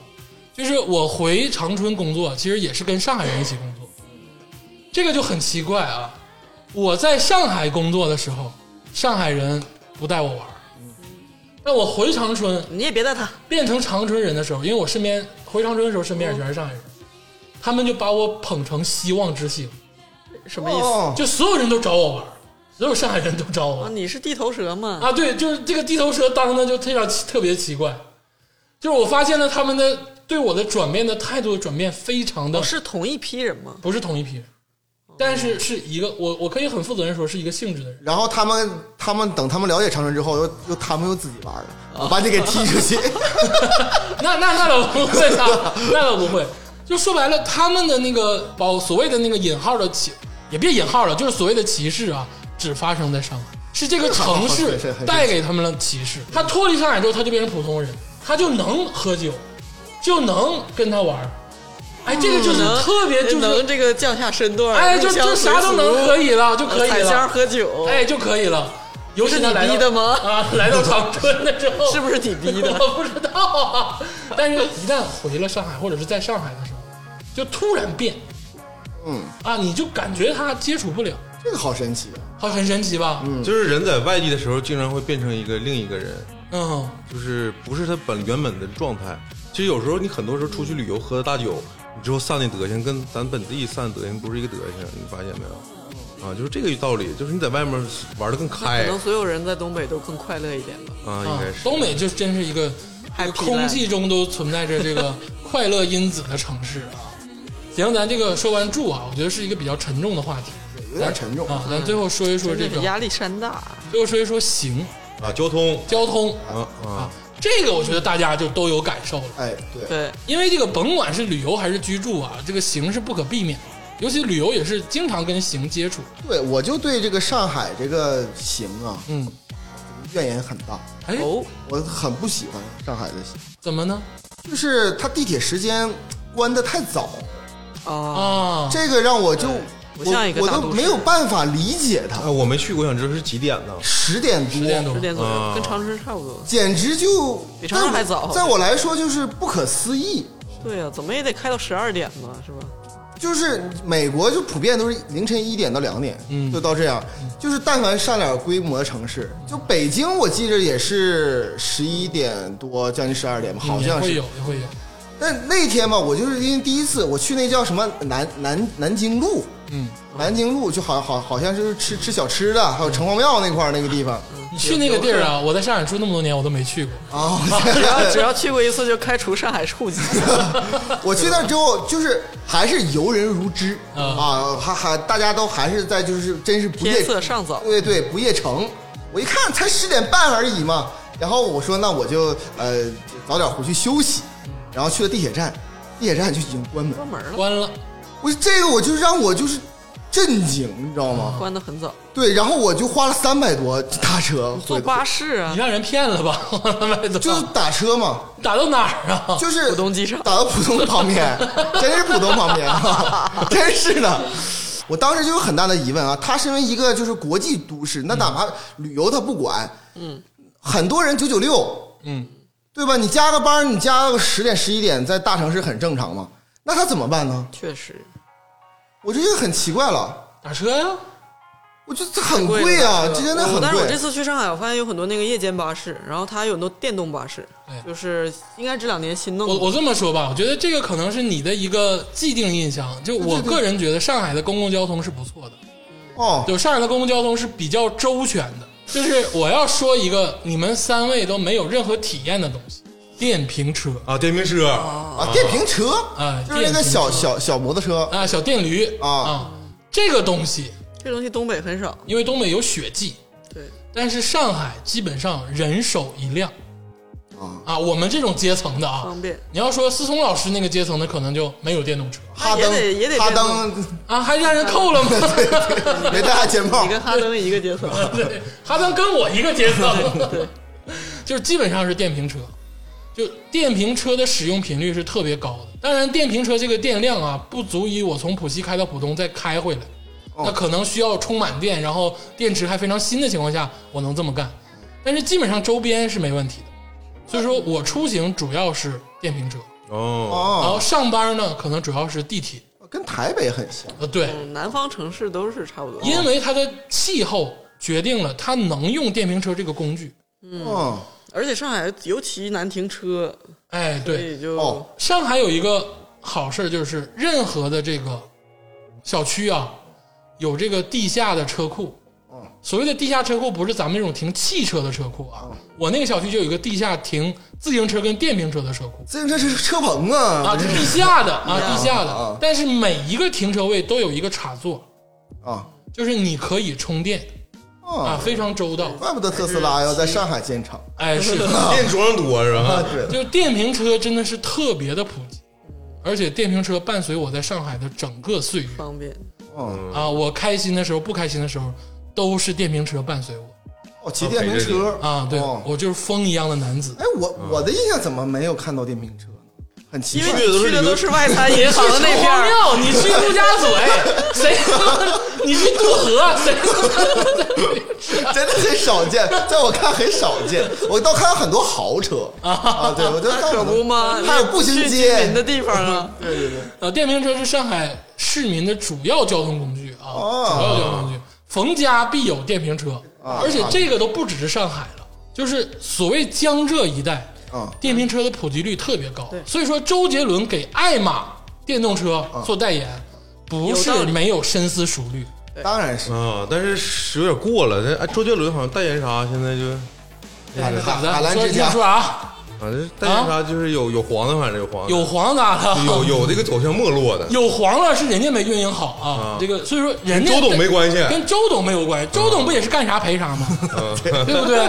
就是我回长春工作，其实也是跟上海人一起工作，这个就很奇怪啊。我在上海工作的时候，上海人不带我玩儿，但我回长春你也别带他，变成长春人的时候，因为我身边回长春的时候，身边也全是上海人，他们就把我捧成希望之星，什么意思？哦，就所有人都找我玩儿，所有上海人都找我玩啊，儿你是地头蛇嘛？啊。对，就是这个地头蛇当的就非常奇特别奇怪，就是我发现了他们的对我的转变的态度的转变非常的我哦是同一批人吗？不是同一批人，但是是一个我我可以很负责任说是一个性质的人。然后他们他们等他们了解长春之后，又又他们又自己玩了，我把你给踢出去。啊那那那倒不会，那那倒不会。就说白了，他们的那个包所谓的那个引号的歧，也别引号了，就是所谓的歧视啊，只发生在上海，是这个城市是是是带给他们了歧视。他脱离上海之后，他就变成普通人，他就能喝酒，就能跟他玩儿。哎，这个就是能特别就是，嗯能这个降下身段，哎，就入乡就啥都随能俗可以了，就可以采香了，喝酒，哎，就可以了。尤其是他你来逼到的吗？啊，来到长春的时候， 是不是你逼 的？我不知道啊。但是，一旦回了上海，或者是在上海的时候，就突然变嗯，啊，你就感觉他接触不了， 这个好神奇啊！好，很神奇吧？嗯就是人在外地的时候，经常会变成一个另一个人，嗯就是不是他本原本的状态。其实有时候你很多时候出去旅游喝的大酒，你之后散的德行跟咱本地散的德行不是一个德行，你发现没有？啊，就是这个道理，就是你在外面玩的更嗯可哎开能所有人在东北都更快乐一点吧。啊，应啊该是。东北就真是一个 Happy 空气中都存在着这 个快乐因子的城市啊。行，咱这个说完住啊，我觉得是一个比较沉重的话题有点沉重。啊。咱最后说一说这真的个是，压力山大，啊最后说一说行啊，交通交通啊啊啊，这个我觉得大家就都有感受了。哎，对，对，因为这个甭管是旅游还是居住啊，这个行是不可避免的，尤其旅游也是经常跟行接触。对我就对这个上海这个行啊嗯，怨言很大，哎，哦，我很不喜欢上海的行，怎么呢？就是它地铁时间关的太早，哦啊，啊，这个让我就不像一个我我大都都市没有办法理解它啊，。我没去过，我想知道是几点呢？十点十点多，多十，点左右，哦啊跟长春差不多。简直就比长沙还早在我来说就是不可思议。对呀、怎么也得开到十二点吧，是吧？ 就是美国就普遍都是凌晨一点到两点，嗯就到这样。就是但凡上点规模的城市，就北京，我记着也是十一点多，将近十二点吧，好嗯也像会是有。，也会有。但那天吧，我就是因为第一次我去那叫什么南南南京路，嗯，南京路就好好好像就是吃吃小吃的，还有城隍庙那块儿那个地方你去那个地儿啊，我在上海住那么多年，我都没去过。啊。只要只要去过一次就开除上海户籍， 我去那之后，就是还是游人如织、嗯啊，还还大家都还是在就是真是不夜天色尚早。对对，不夜城。我一看才十点半而已嘛，然后我说那我就呃早点回去休息，然后去了地铁站，地铁站就已经关门关。门了，关了，我说这个我就让我就是震惊，你知道吗？关的很早。对，然后我就花了三百多打车，坐巴士啊你，让人骗了吧？ 麦总就是打车嘛，打到哪儿啊？就是哦浦东机场打到浦东旁 边，真是浦东旁边，真是的。我当时就有很大的疑问啊，他身为一个就是国际都市，那哪嗯怕旅游他不管，嗯，很多人九九六，嗯，对吧？你加个班，你加个十点十一点，在大城市很正常嘛。那他怎么办呢？确实我这就很奇怪了，打车呀、我觉得这很贵啊，了这真的很我但是我这贵。次去上海，我发现有很多那个夜间巴士，然后它有很多电动巴士哎，就是应该这两年新弄我的。我这么说吧，我觉得这个可能是你的一个既定印象。就我个人觉得，上海的公共交通是不错的，哦，就上海的公共交通是比较周全的。就是我要说一个你们三位都没有任何体验的东西，电瓶车。啊，电瓶车啊，电瓶车，啊就是那电个瓶小车小小摩托车，啊，小电驴啊这个东西，这东西东北很少，因为东北有雪季， 对，但是上海基本上人手一辆，啊，我们这种阶层的啊，方便你要说思聪老师那个阶层的，可能就没有电动车哈啊也得也得登哈电动登啊，还让人扣了吗？没戴安全帽你，跟哈登一个阶层，对， 哈登跟我一个阶层，对， 就是基本上是电瓶车，就电瓶车的使用频率是特别高的。当然，电瓶车这个电量啊，不足以我从浦西开到浦东再开回来，那可能需要充满电，然后电池还非常新的情况下，我能这么干。但是基本上周边是没问题的，所以说我出行主要是电瓶车，哦，然哦，后上班呢可能主要是地铁。跟台北很像。呃，对，嗯南方城市都是差不多。哦因为它的气候决定了它能用电瓶车这个工具。嗯，而且上海尤其难停车，哎，所对，以就哦上海有一个好事儿，就是任何的这个小区啊，有这个地下的车库。所谓的地下车库不是咱们这种停汽车的车库啊，我那个小区就有一个地下停自行车跟电瓶车的车库自行车是车棚啊，啊，地下的啊，地下的啊。但是每一个停车位都有一个插座，啊就是你可以充电啊，啊，非常周到。怪不得特斯拉要在上海建厂哎，是的。电桌上多是啊，吧？对，就电瓶车真的是特别的普及，而且电瓶车伴随我在上海的整个岁月方便。嗯，啊，我开心的时候，不开心的时候，都是电瓶车伴随我哦，骑电瓶车啊，对哦我就是风一样的男子哎，我我的印象怎么没有看到电瓶车呢？很奇因为怪，你去的都是外滩银行那片 荒儿，谬！你去陆家嘴，谁？你去渡河，谁？ 真的很少见，在我看很少见。我倒看到很多豪车啊，对我就看可不吗？还有步行去居民的街，地方啊，呃，电瓶车是上海市民的主要交通工具啊，主要交通工具，逢家必有电瓶车，而且这个都不只是上海了，就是所谓江浙一带，啊电瓶车的普及率特别高，所以说周杰伦给爱玛电动车做代言，不啊有道是理没有深思熟虑。当然是啊，但是有点过了。那哎周杰伦好像代言啥，现在就咋海的？澜说之你家说啥？啊，这代言啥就是有有黄的，反正有黄的，有黄咋的？有有这个走向没 落的。有黄了是人家没运营好啊啊，这个所以说人家跟周董没关系啊跟周董没有关系，周董不也是干啥赔啥吗？对不对？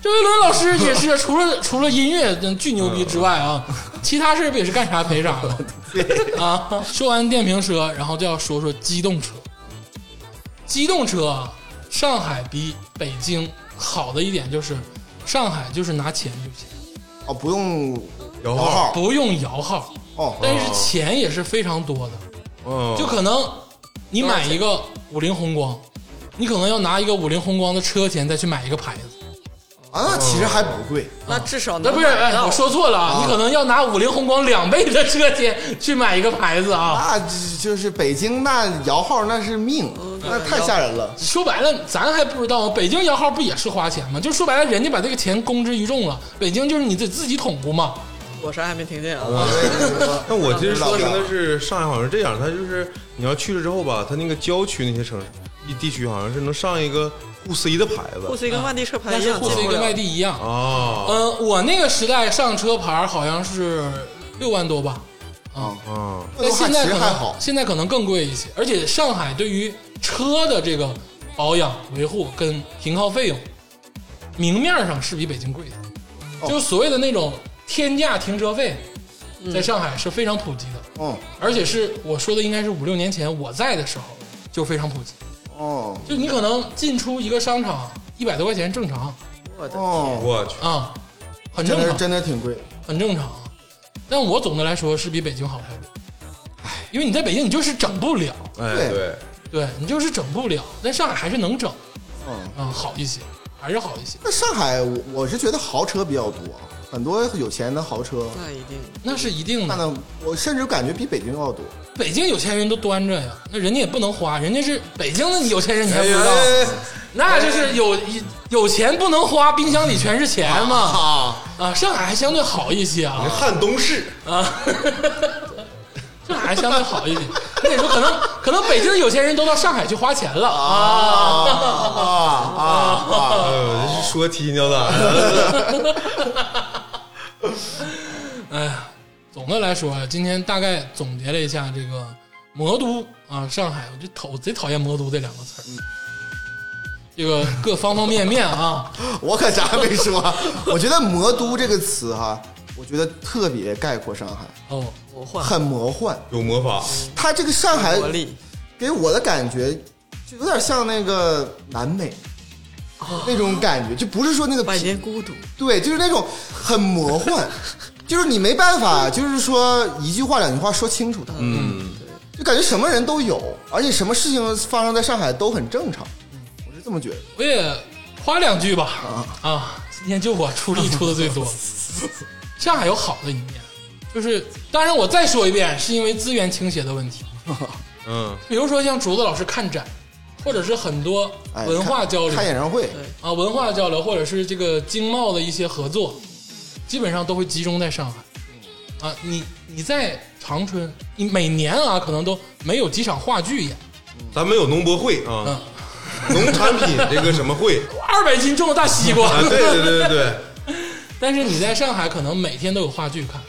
周杰伦老师也是，除了除了音乐嗯巨牛逼之外啊，其他事儿不也是干啥赔啥吗？啊，说完电瓶车，然后就要说说机动车。机动车啊，上海比北京好的一点就是，上海就是拿钱就行，哦，不用摇摇号，号不用摇号，哦，但是钱也是非常多的。嗯，就可能你买一个五菱宏光，你可能要拿一个五菱宏光的车钱再去买一个牌子，啊，那其实还不贵，那至少那能不是？买哎，到我说错了啊，你可能要拿五菱宏光两倍的车钱去买一个牌子啊。那就是北京那摇号那是命，嗯那太吓人了。说白了，咱还不知道，北京摇号不也是花钱吗？就说白了，人家把这个钱公之于众了，北京就是你得自己捅咕嘛。我啥也没听见嗯啊，那我其实说明的是，上海好像是这样，它就是你要去了之后吧，它那个郊区那些城市一地区好像是能上一个沪 C 的牌沪子 C 跟外地车牌但一是样，沪 C 哎进不跟了外地一样。啊嗯、我那个时代上车牌好像是六万多吧，啊但现在其可能实还好，现在可能更贵一些，而且上海对于车的这个保养、维护跟停靠费用，明面上是比北京贵的，哦就是所谓的那种天价停车费，在上海是非常普及的，嗯，而且是我说的应该是五六年前我在的时候就非常普及，哦就你可能进出一个商场一百多块钱正常我的哦，我去，啊、很真正的常，真的挺贵。很正常。但我总的来说是比北京好太多，因为你在北京你就是整不了。哎对，对你就是整不了，但上海还是能整，嗯，嗯，好一些，还是好一些。那上海我我是觉得豪车比较多，很多有钱人的豪车嗯那一定那是一定看的，到我甚至感觉比北京要多。 北京有钱人都端着呀，那人家也不能花，人家是北京的有钱人，你还哎不知呀道，那就是有有钱不能花，冰箱里全是钱嘛。啊，啊，上海还相对好一些啊，汉东市啊，上海还相对好一些。那你说可能可能北京的有钱人都到上海去花钱了啊。啊啊！呃，这是说踢尿的，哎呀，总的来说啊，今天大概总结了一下这嗯个魔都啊，上海，我就讨我贼讨厌魔都这两个词儿， 这个各方方面面啊，我可啥也没说。 我觉得“魔都”这个词哈，我觉得特别概括上海，哦，魔幻很魔幻。有魔法，它这个上海魔力，给我的感觉就有点像那个南美。哦那种感觉就不是说那个百年孤独，对，就是那种很魔 幻，就是你没办法，就是说一句话两句话说清楚它，嗯，就感觉什么人都有，而且什么事情发生在上海都很正常，我是这么觉得。我也夸两句吧啊，今天就我出力出的最多。上海有好的一面，就是当然我再说一遍，是因为资源倾斜的问题。嗯，比如说像竹子老师看展，或者是很多哎，文化看交流、看演唱会，啊，文化交流，或者是这个经贸的一些合作，基本上都会集中在上海。嗯啊，你你在长春，你每年啊可能都没有几场话剧演，咱们有农博会啊，农产品这个什么会二百斤重的大西瓜。啊？对对对对对， 但是你在上海可能每天都有话剧看，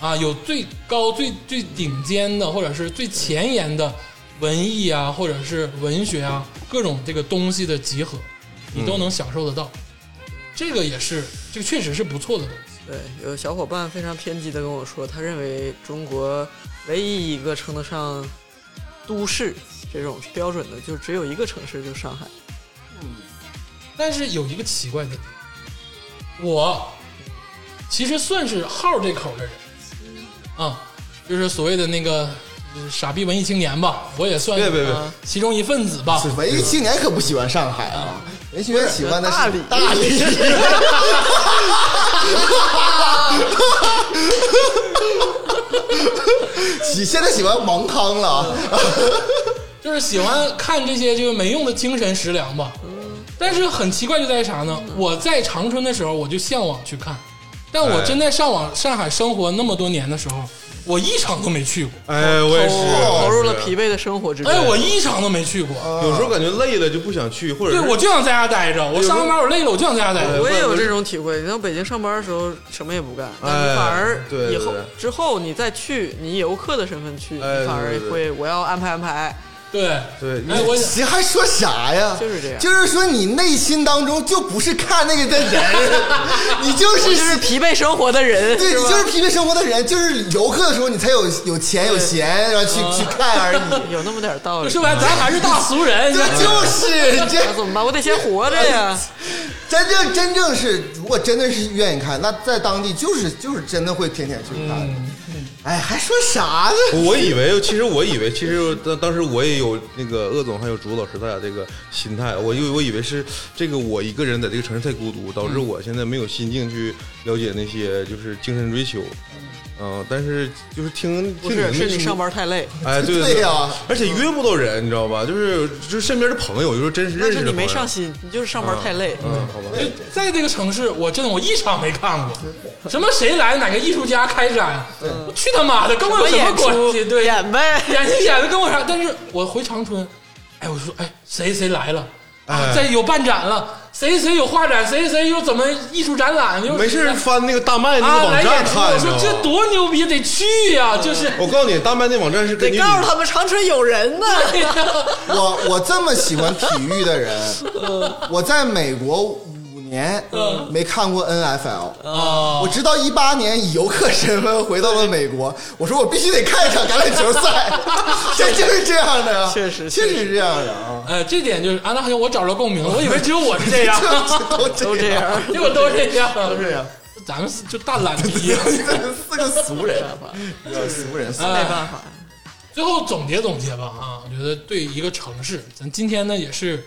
啊，有最高最最顶尖的或者是最前沿的文艺啊，或者是文学啊，各种这个东西的集合，你嗯都能享受得到。这个也是，这个确实是不错的东西。对，有小伙伴非常偏激的跟我说，他认为中国唯一一个称得上都市这种标准的，就只有一个城市，就上海。但是有一个奇怪的点，我其实算是号这口的人，啊，就是所谓的那个就是傻逼文艺青年吧，我也算别别别啊其中一份子吧。是文艺青年可不喜欢上海啊，文艺青年喜欢的是大理大理。你现 在喜欢王康了啊？就是喜欢看这些就是没用的精神食粮吧。但是很奇怪就在于啥呢？我在长春的时候我就向往去看，但我哎真在上网上海生活那么多年的时候，我一场都没去过。哎，我也是投入了疲皮。惫的生活之中。哎，我一场都没去过。有时候感觉累了就不想去，或者对，是我就想在家待着。我上完班我累了，我就想在家待着。我也有这种体会。你到北京上班的时候什么也不干，但哎你反而对对以后对之后你再去，你以游客的身份去，你哎反而对对会我要安排安排。对对你哎，我你还说啥呀？就是这样就是说你内心当中就不是看那个的人， 你就是我就是疲惫生活的人，对是你吧就是疲惫生活的人，就是游客的时候你才有有钱有闲，然后去去看而 已。有那么点道理。说白了，咱还是大俗人。对， 就是你这那怎么办？我得先活着呀。真正真正是，如果真的是愿意看，那在当地就是就是真的会天天去看。哎，还说啥呢？我以为，其实我以为，其实当当时我也有那个鄂总还有竹老师，咱俩这个心态，我以为我以为是这个我一个人在这个城市太孤独，导致我现在没有心境去了解那些就是精神追求，嗯、但是就是听不听是，你是们你上班太累，哎，对对呀而且约不到人，你知道吧？就是就是身边的朋友，就是真实但认识是的你朋没友上心，你就是上班太累。嗯，好吧，就在这个城市，我真的我一场没看过。什么谁来哪个艺术家开展，我去他妈的，跟嗯我有什么演关出系？对，演呗。演戏演的跟我啥？但是我回长春，哎，我说哎，谁谁来了啊？哎再有办展了，谁谁有画展，谁谁又怎么艺术展览？又没事翻那个大麦那啊，个来哎网站演出。看，嗯我你知说道这吗？多牛逼，得去呀、就是。我告诉你，大麦那网站是得根据告你诉他们长春有人呢。我我这么喜欢体育的人，嗯我在美国五年没看过 NFL。啊哦我直到一八年以游客身份回到了美国，我说我必须得看一场橄榄球赛， 这就是这样的啊，确实确实是这样的啊，呃，这点就是啊，那好像我找着共鸣了。我以为只有我是这 样，就 都这都这样，样，结果都这样，都这样。咱们是就大懒 逼。四个俗人，俗人，俗人没办法。哎最后总结总结吧啊，我觉得对一个城市，咱今天呢也是，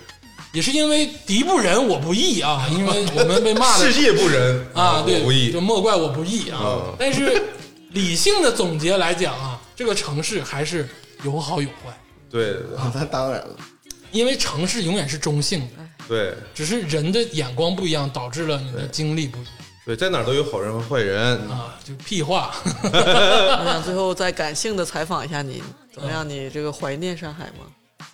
也是因为敌不仁我不义啊，因为我们被 骂的世界不仁啊，对，我不义就。莫怪我不义啊啊。但是理性的总结来讲啊，这个城市还是有好有坏，对对那当然了，因为城市永远是中性哎的，对只是人的眼光不一样，导致了你的经历不一样对，在哪儿都有好人和坏人。啊。就屁话， 我想最后再感性的采访一下你，怎么样？你这个怀念上海吗？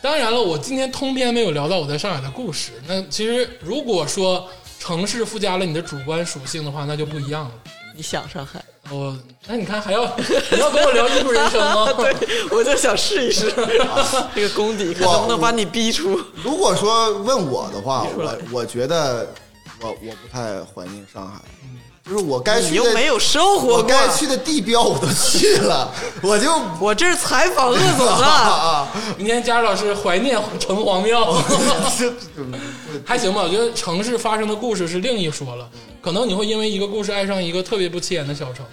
当然了，我今天通篇没有聊到我在上海的故事。那其实如果说城市附加了你的主观属性的话，那就不一样了。你想上海？我那你看还要 你要跟我聊艺术人生吗？ 啊对，我就想试一试这个功底，看能不能把你逼出。如果说问我的话，我我觉得我我不太怀念上海，就是我该你哎去又的没有生活过，我该去的地标我都去 了，我就我这是采访鄂总 啊的。啊，明天佳老师怀念城隍 庙，这这还行吧？我觉得城市发生的故事是另一说了，可能你会因为一个故事爱上一个特别不起眼的小城。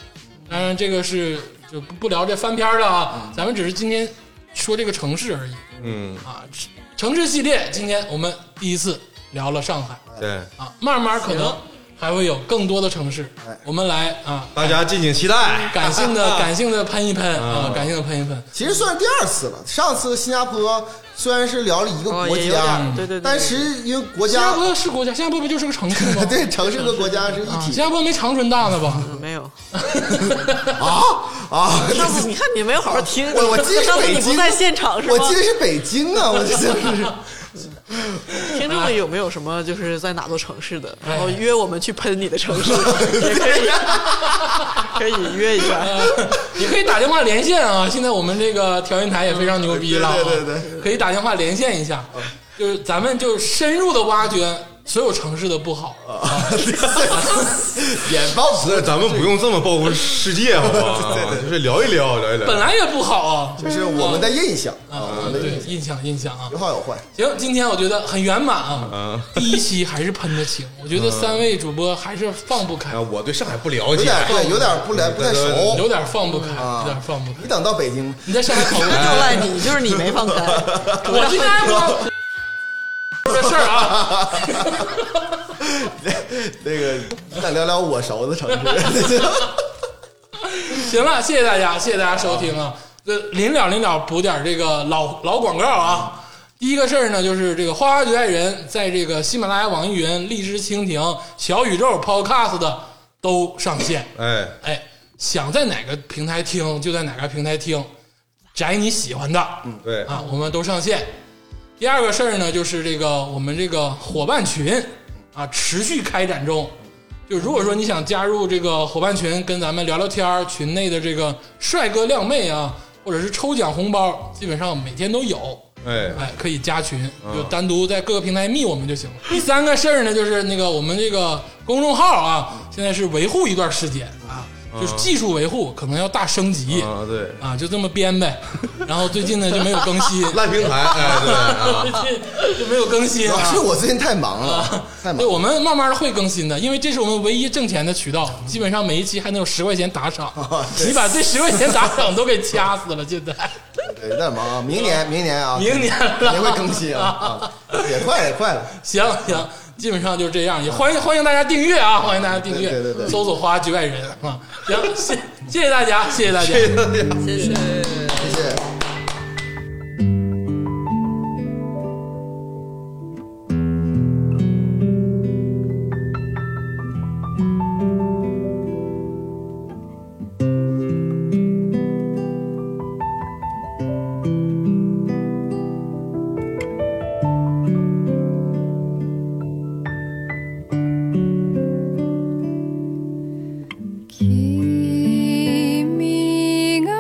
当然，这个是就不不聊这翻篇了啊，嗯咱们只是今天说这个城市而已嗯，啊。城城市系列，今天我们第一次聊了上海对，啊，慢慢可能还会有更多的城市哎，我们来啊，大家敬请期待。嗯感性 的感性的喷一喷啊，嗯感性的喷一喷。其实算是第二次了。上次新加坡虽然是聊了一个哦国也有家点，对对对但是因为国新加家坡是国家，新加坡不就是个城市吗？ 对城市和国家是一啊新体加坡没长春大呢吧？ 嗯没有，啊。上次你看你没有好好听， 我我记得是上次你北不京在现场是吗？我记得是北京啊，我记得 是。听众们有没有什么就是在哪座城市的，哎然后约我们去喷你的城 市，也可以， 可以约一 下。哎呃，也可以打电话连线啊！现在我们这个调音台也非常牛逼了、啊对对对嗯可以打电话连线一下，就是咱们就深入的挖掘所有城市的不好，嗯眼包那咱们不用这么报复世界，好 吧？就是聊一聊，聊一聊。本来也不好啊。就是我们的印象啊，我啊，们的对印，象印象印象啊有，好有坏。行，今天我觉得很圆满嗯啊。第一期还是喷的轻，我觉得三位主播还是放不开啊，，我对上海不了有解，点对，有点不来不太熟。有点放不开，嗯有点放不开你。等到北京吧，你在上海考过嗯就赖你，就是你没放开。我今天还嗯说这事儿啊， 那个你再聊聊我熟的城市。行了，谢谢大家，谢谢大家收听啊。这临了临了补点这个老老广告啊。第一个事儿呢，就是这个《花花局爱人》在这个喜马拉雅、网易云、荔枝、蜻蜓、小宇宙、Podcast 的都上线。哎，哎，想在哪个平台听就在哪个平台听，宅你喜欢的。嗯，对，哎啊，我们都上线。第二个事儿呢，就是这个我们这个伙伴群啊，持续开展中。就如果说你想加入这个伙伴群，跟咱们聊聊天儿，群内的这个帅哥靓妹啊，或者是抽奖红包，基本上每天都有。哎，哎，可以加群，就单独在各个平台密我们就行了。第三个事儿呢，就是那个我们这个公众号啊，现在是维护一段时间啊，就是技术维护可能要大升级啊，对，啊，就这么编呗。然后最近呢就没有更新，烂平台，哎，对啊， 就没有更新主要啊是。我最近太忙了，太忙对，了。我们慢慢的会更新的，因为这是我们唯一挣钱的渠道，基本上每一期还能有十块钱打赏。哦你把这十块钱打赏都给掐死了，现在对，有点忙啊。明年， 明年啊，明年了，年会更新啊，啊也快也快了。行行，基本上就是这样，也欢迎欢迎大家订阅啊，欢迎大家订阅，对对对对搜索“花局外人”啊，行，谢谢谢大家，谢谢大家。谢谢。谢谢。君が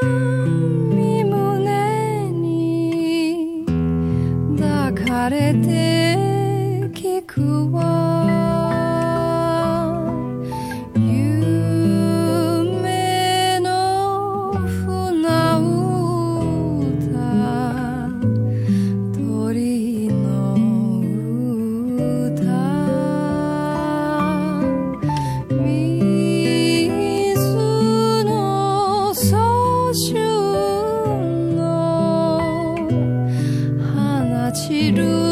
身胸に抱かれて聞くわ夢の船歌鳥の歌水の早春の放ちる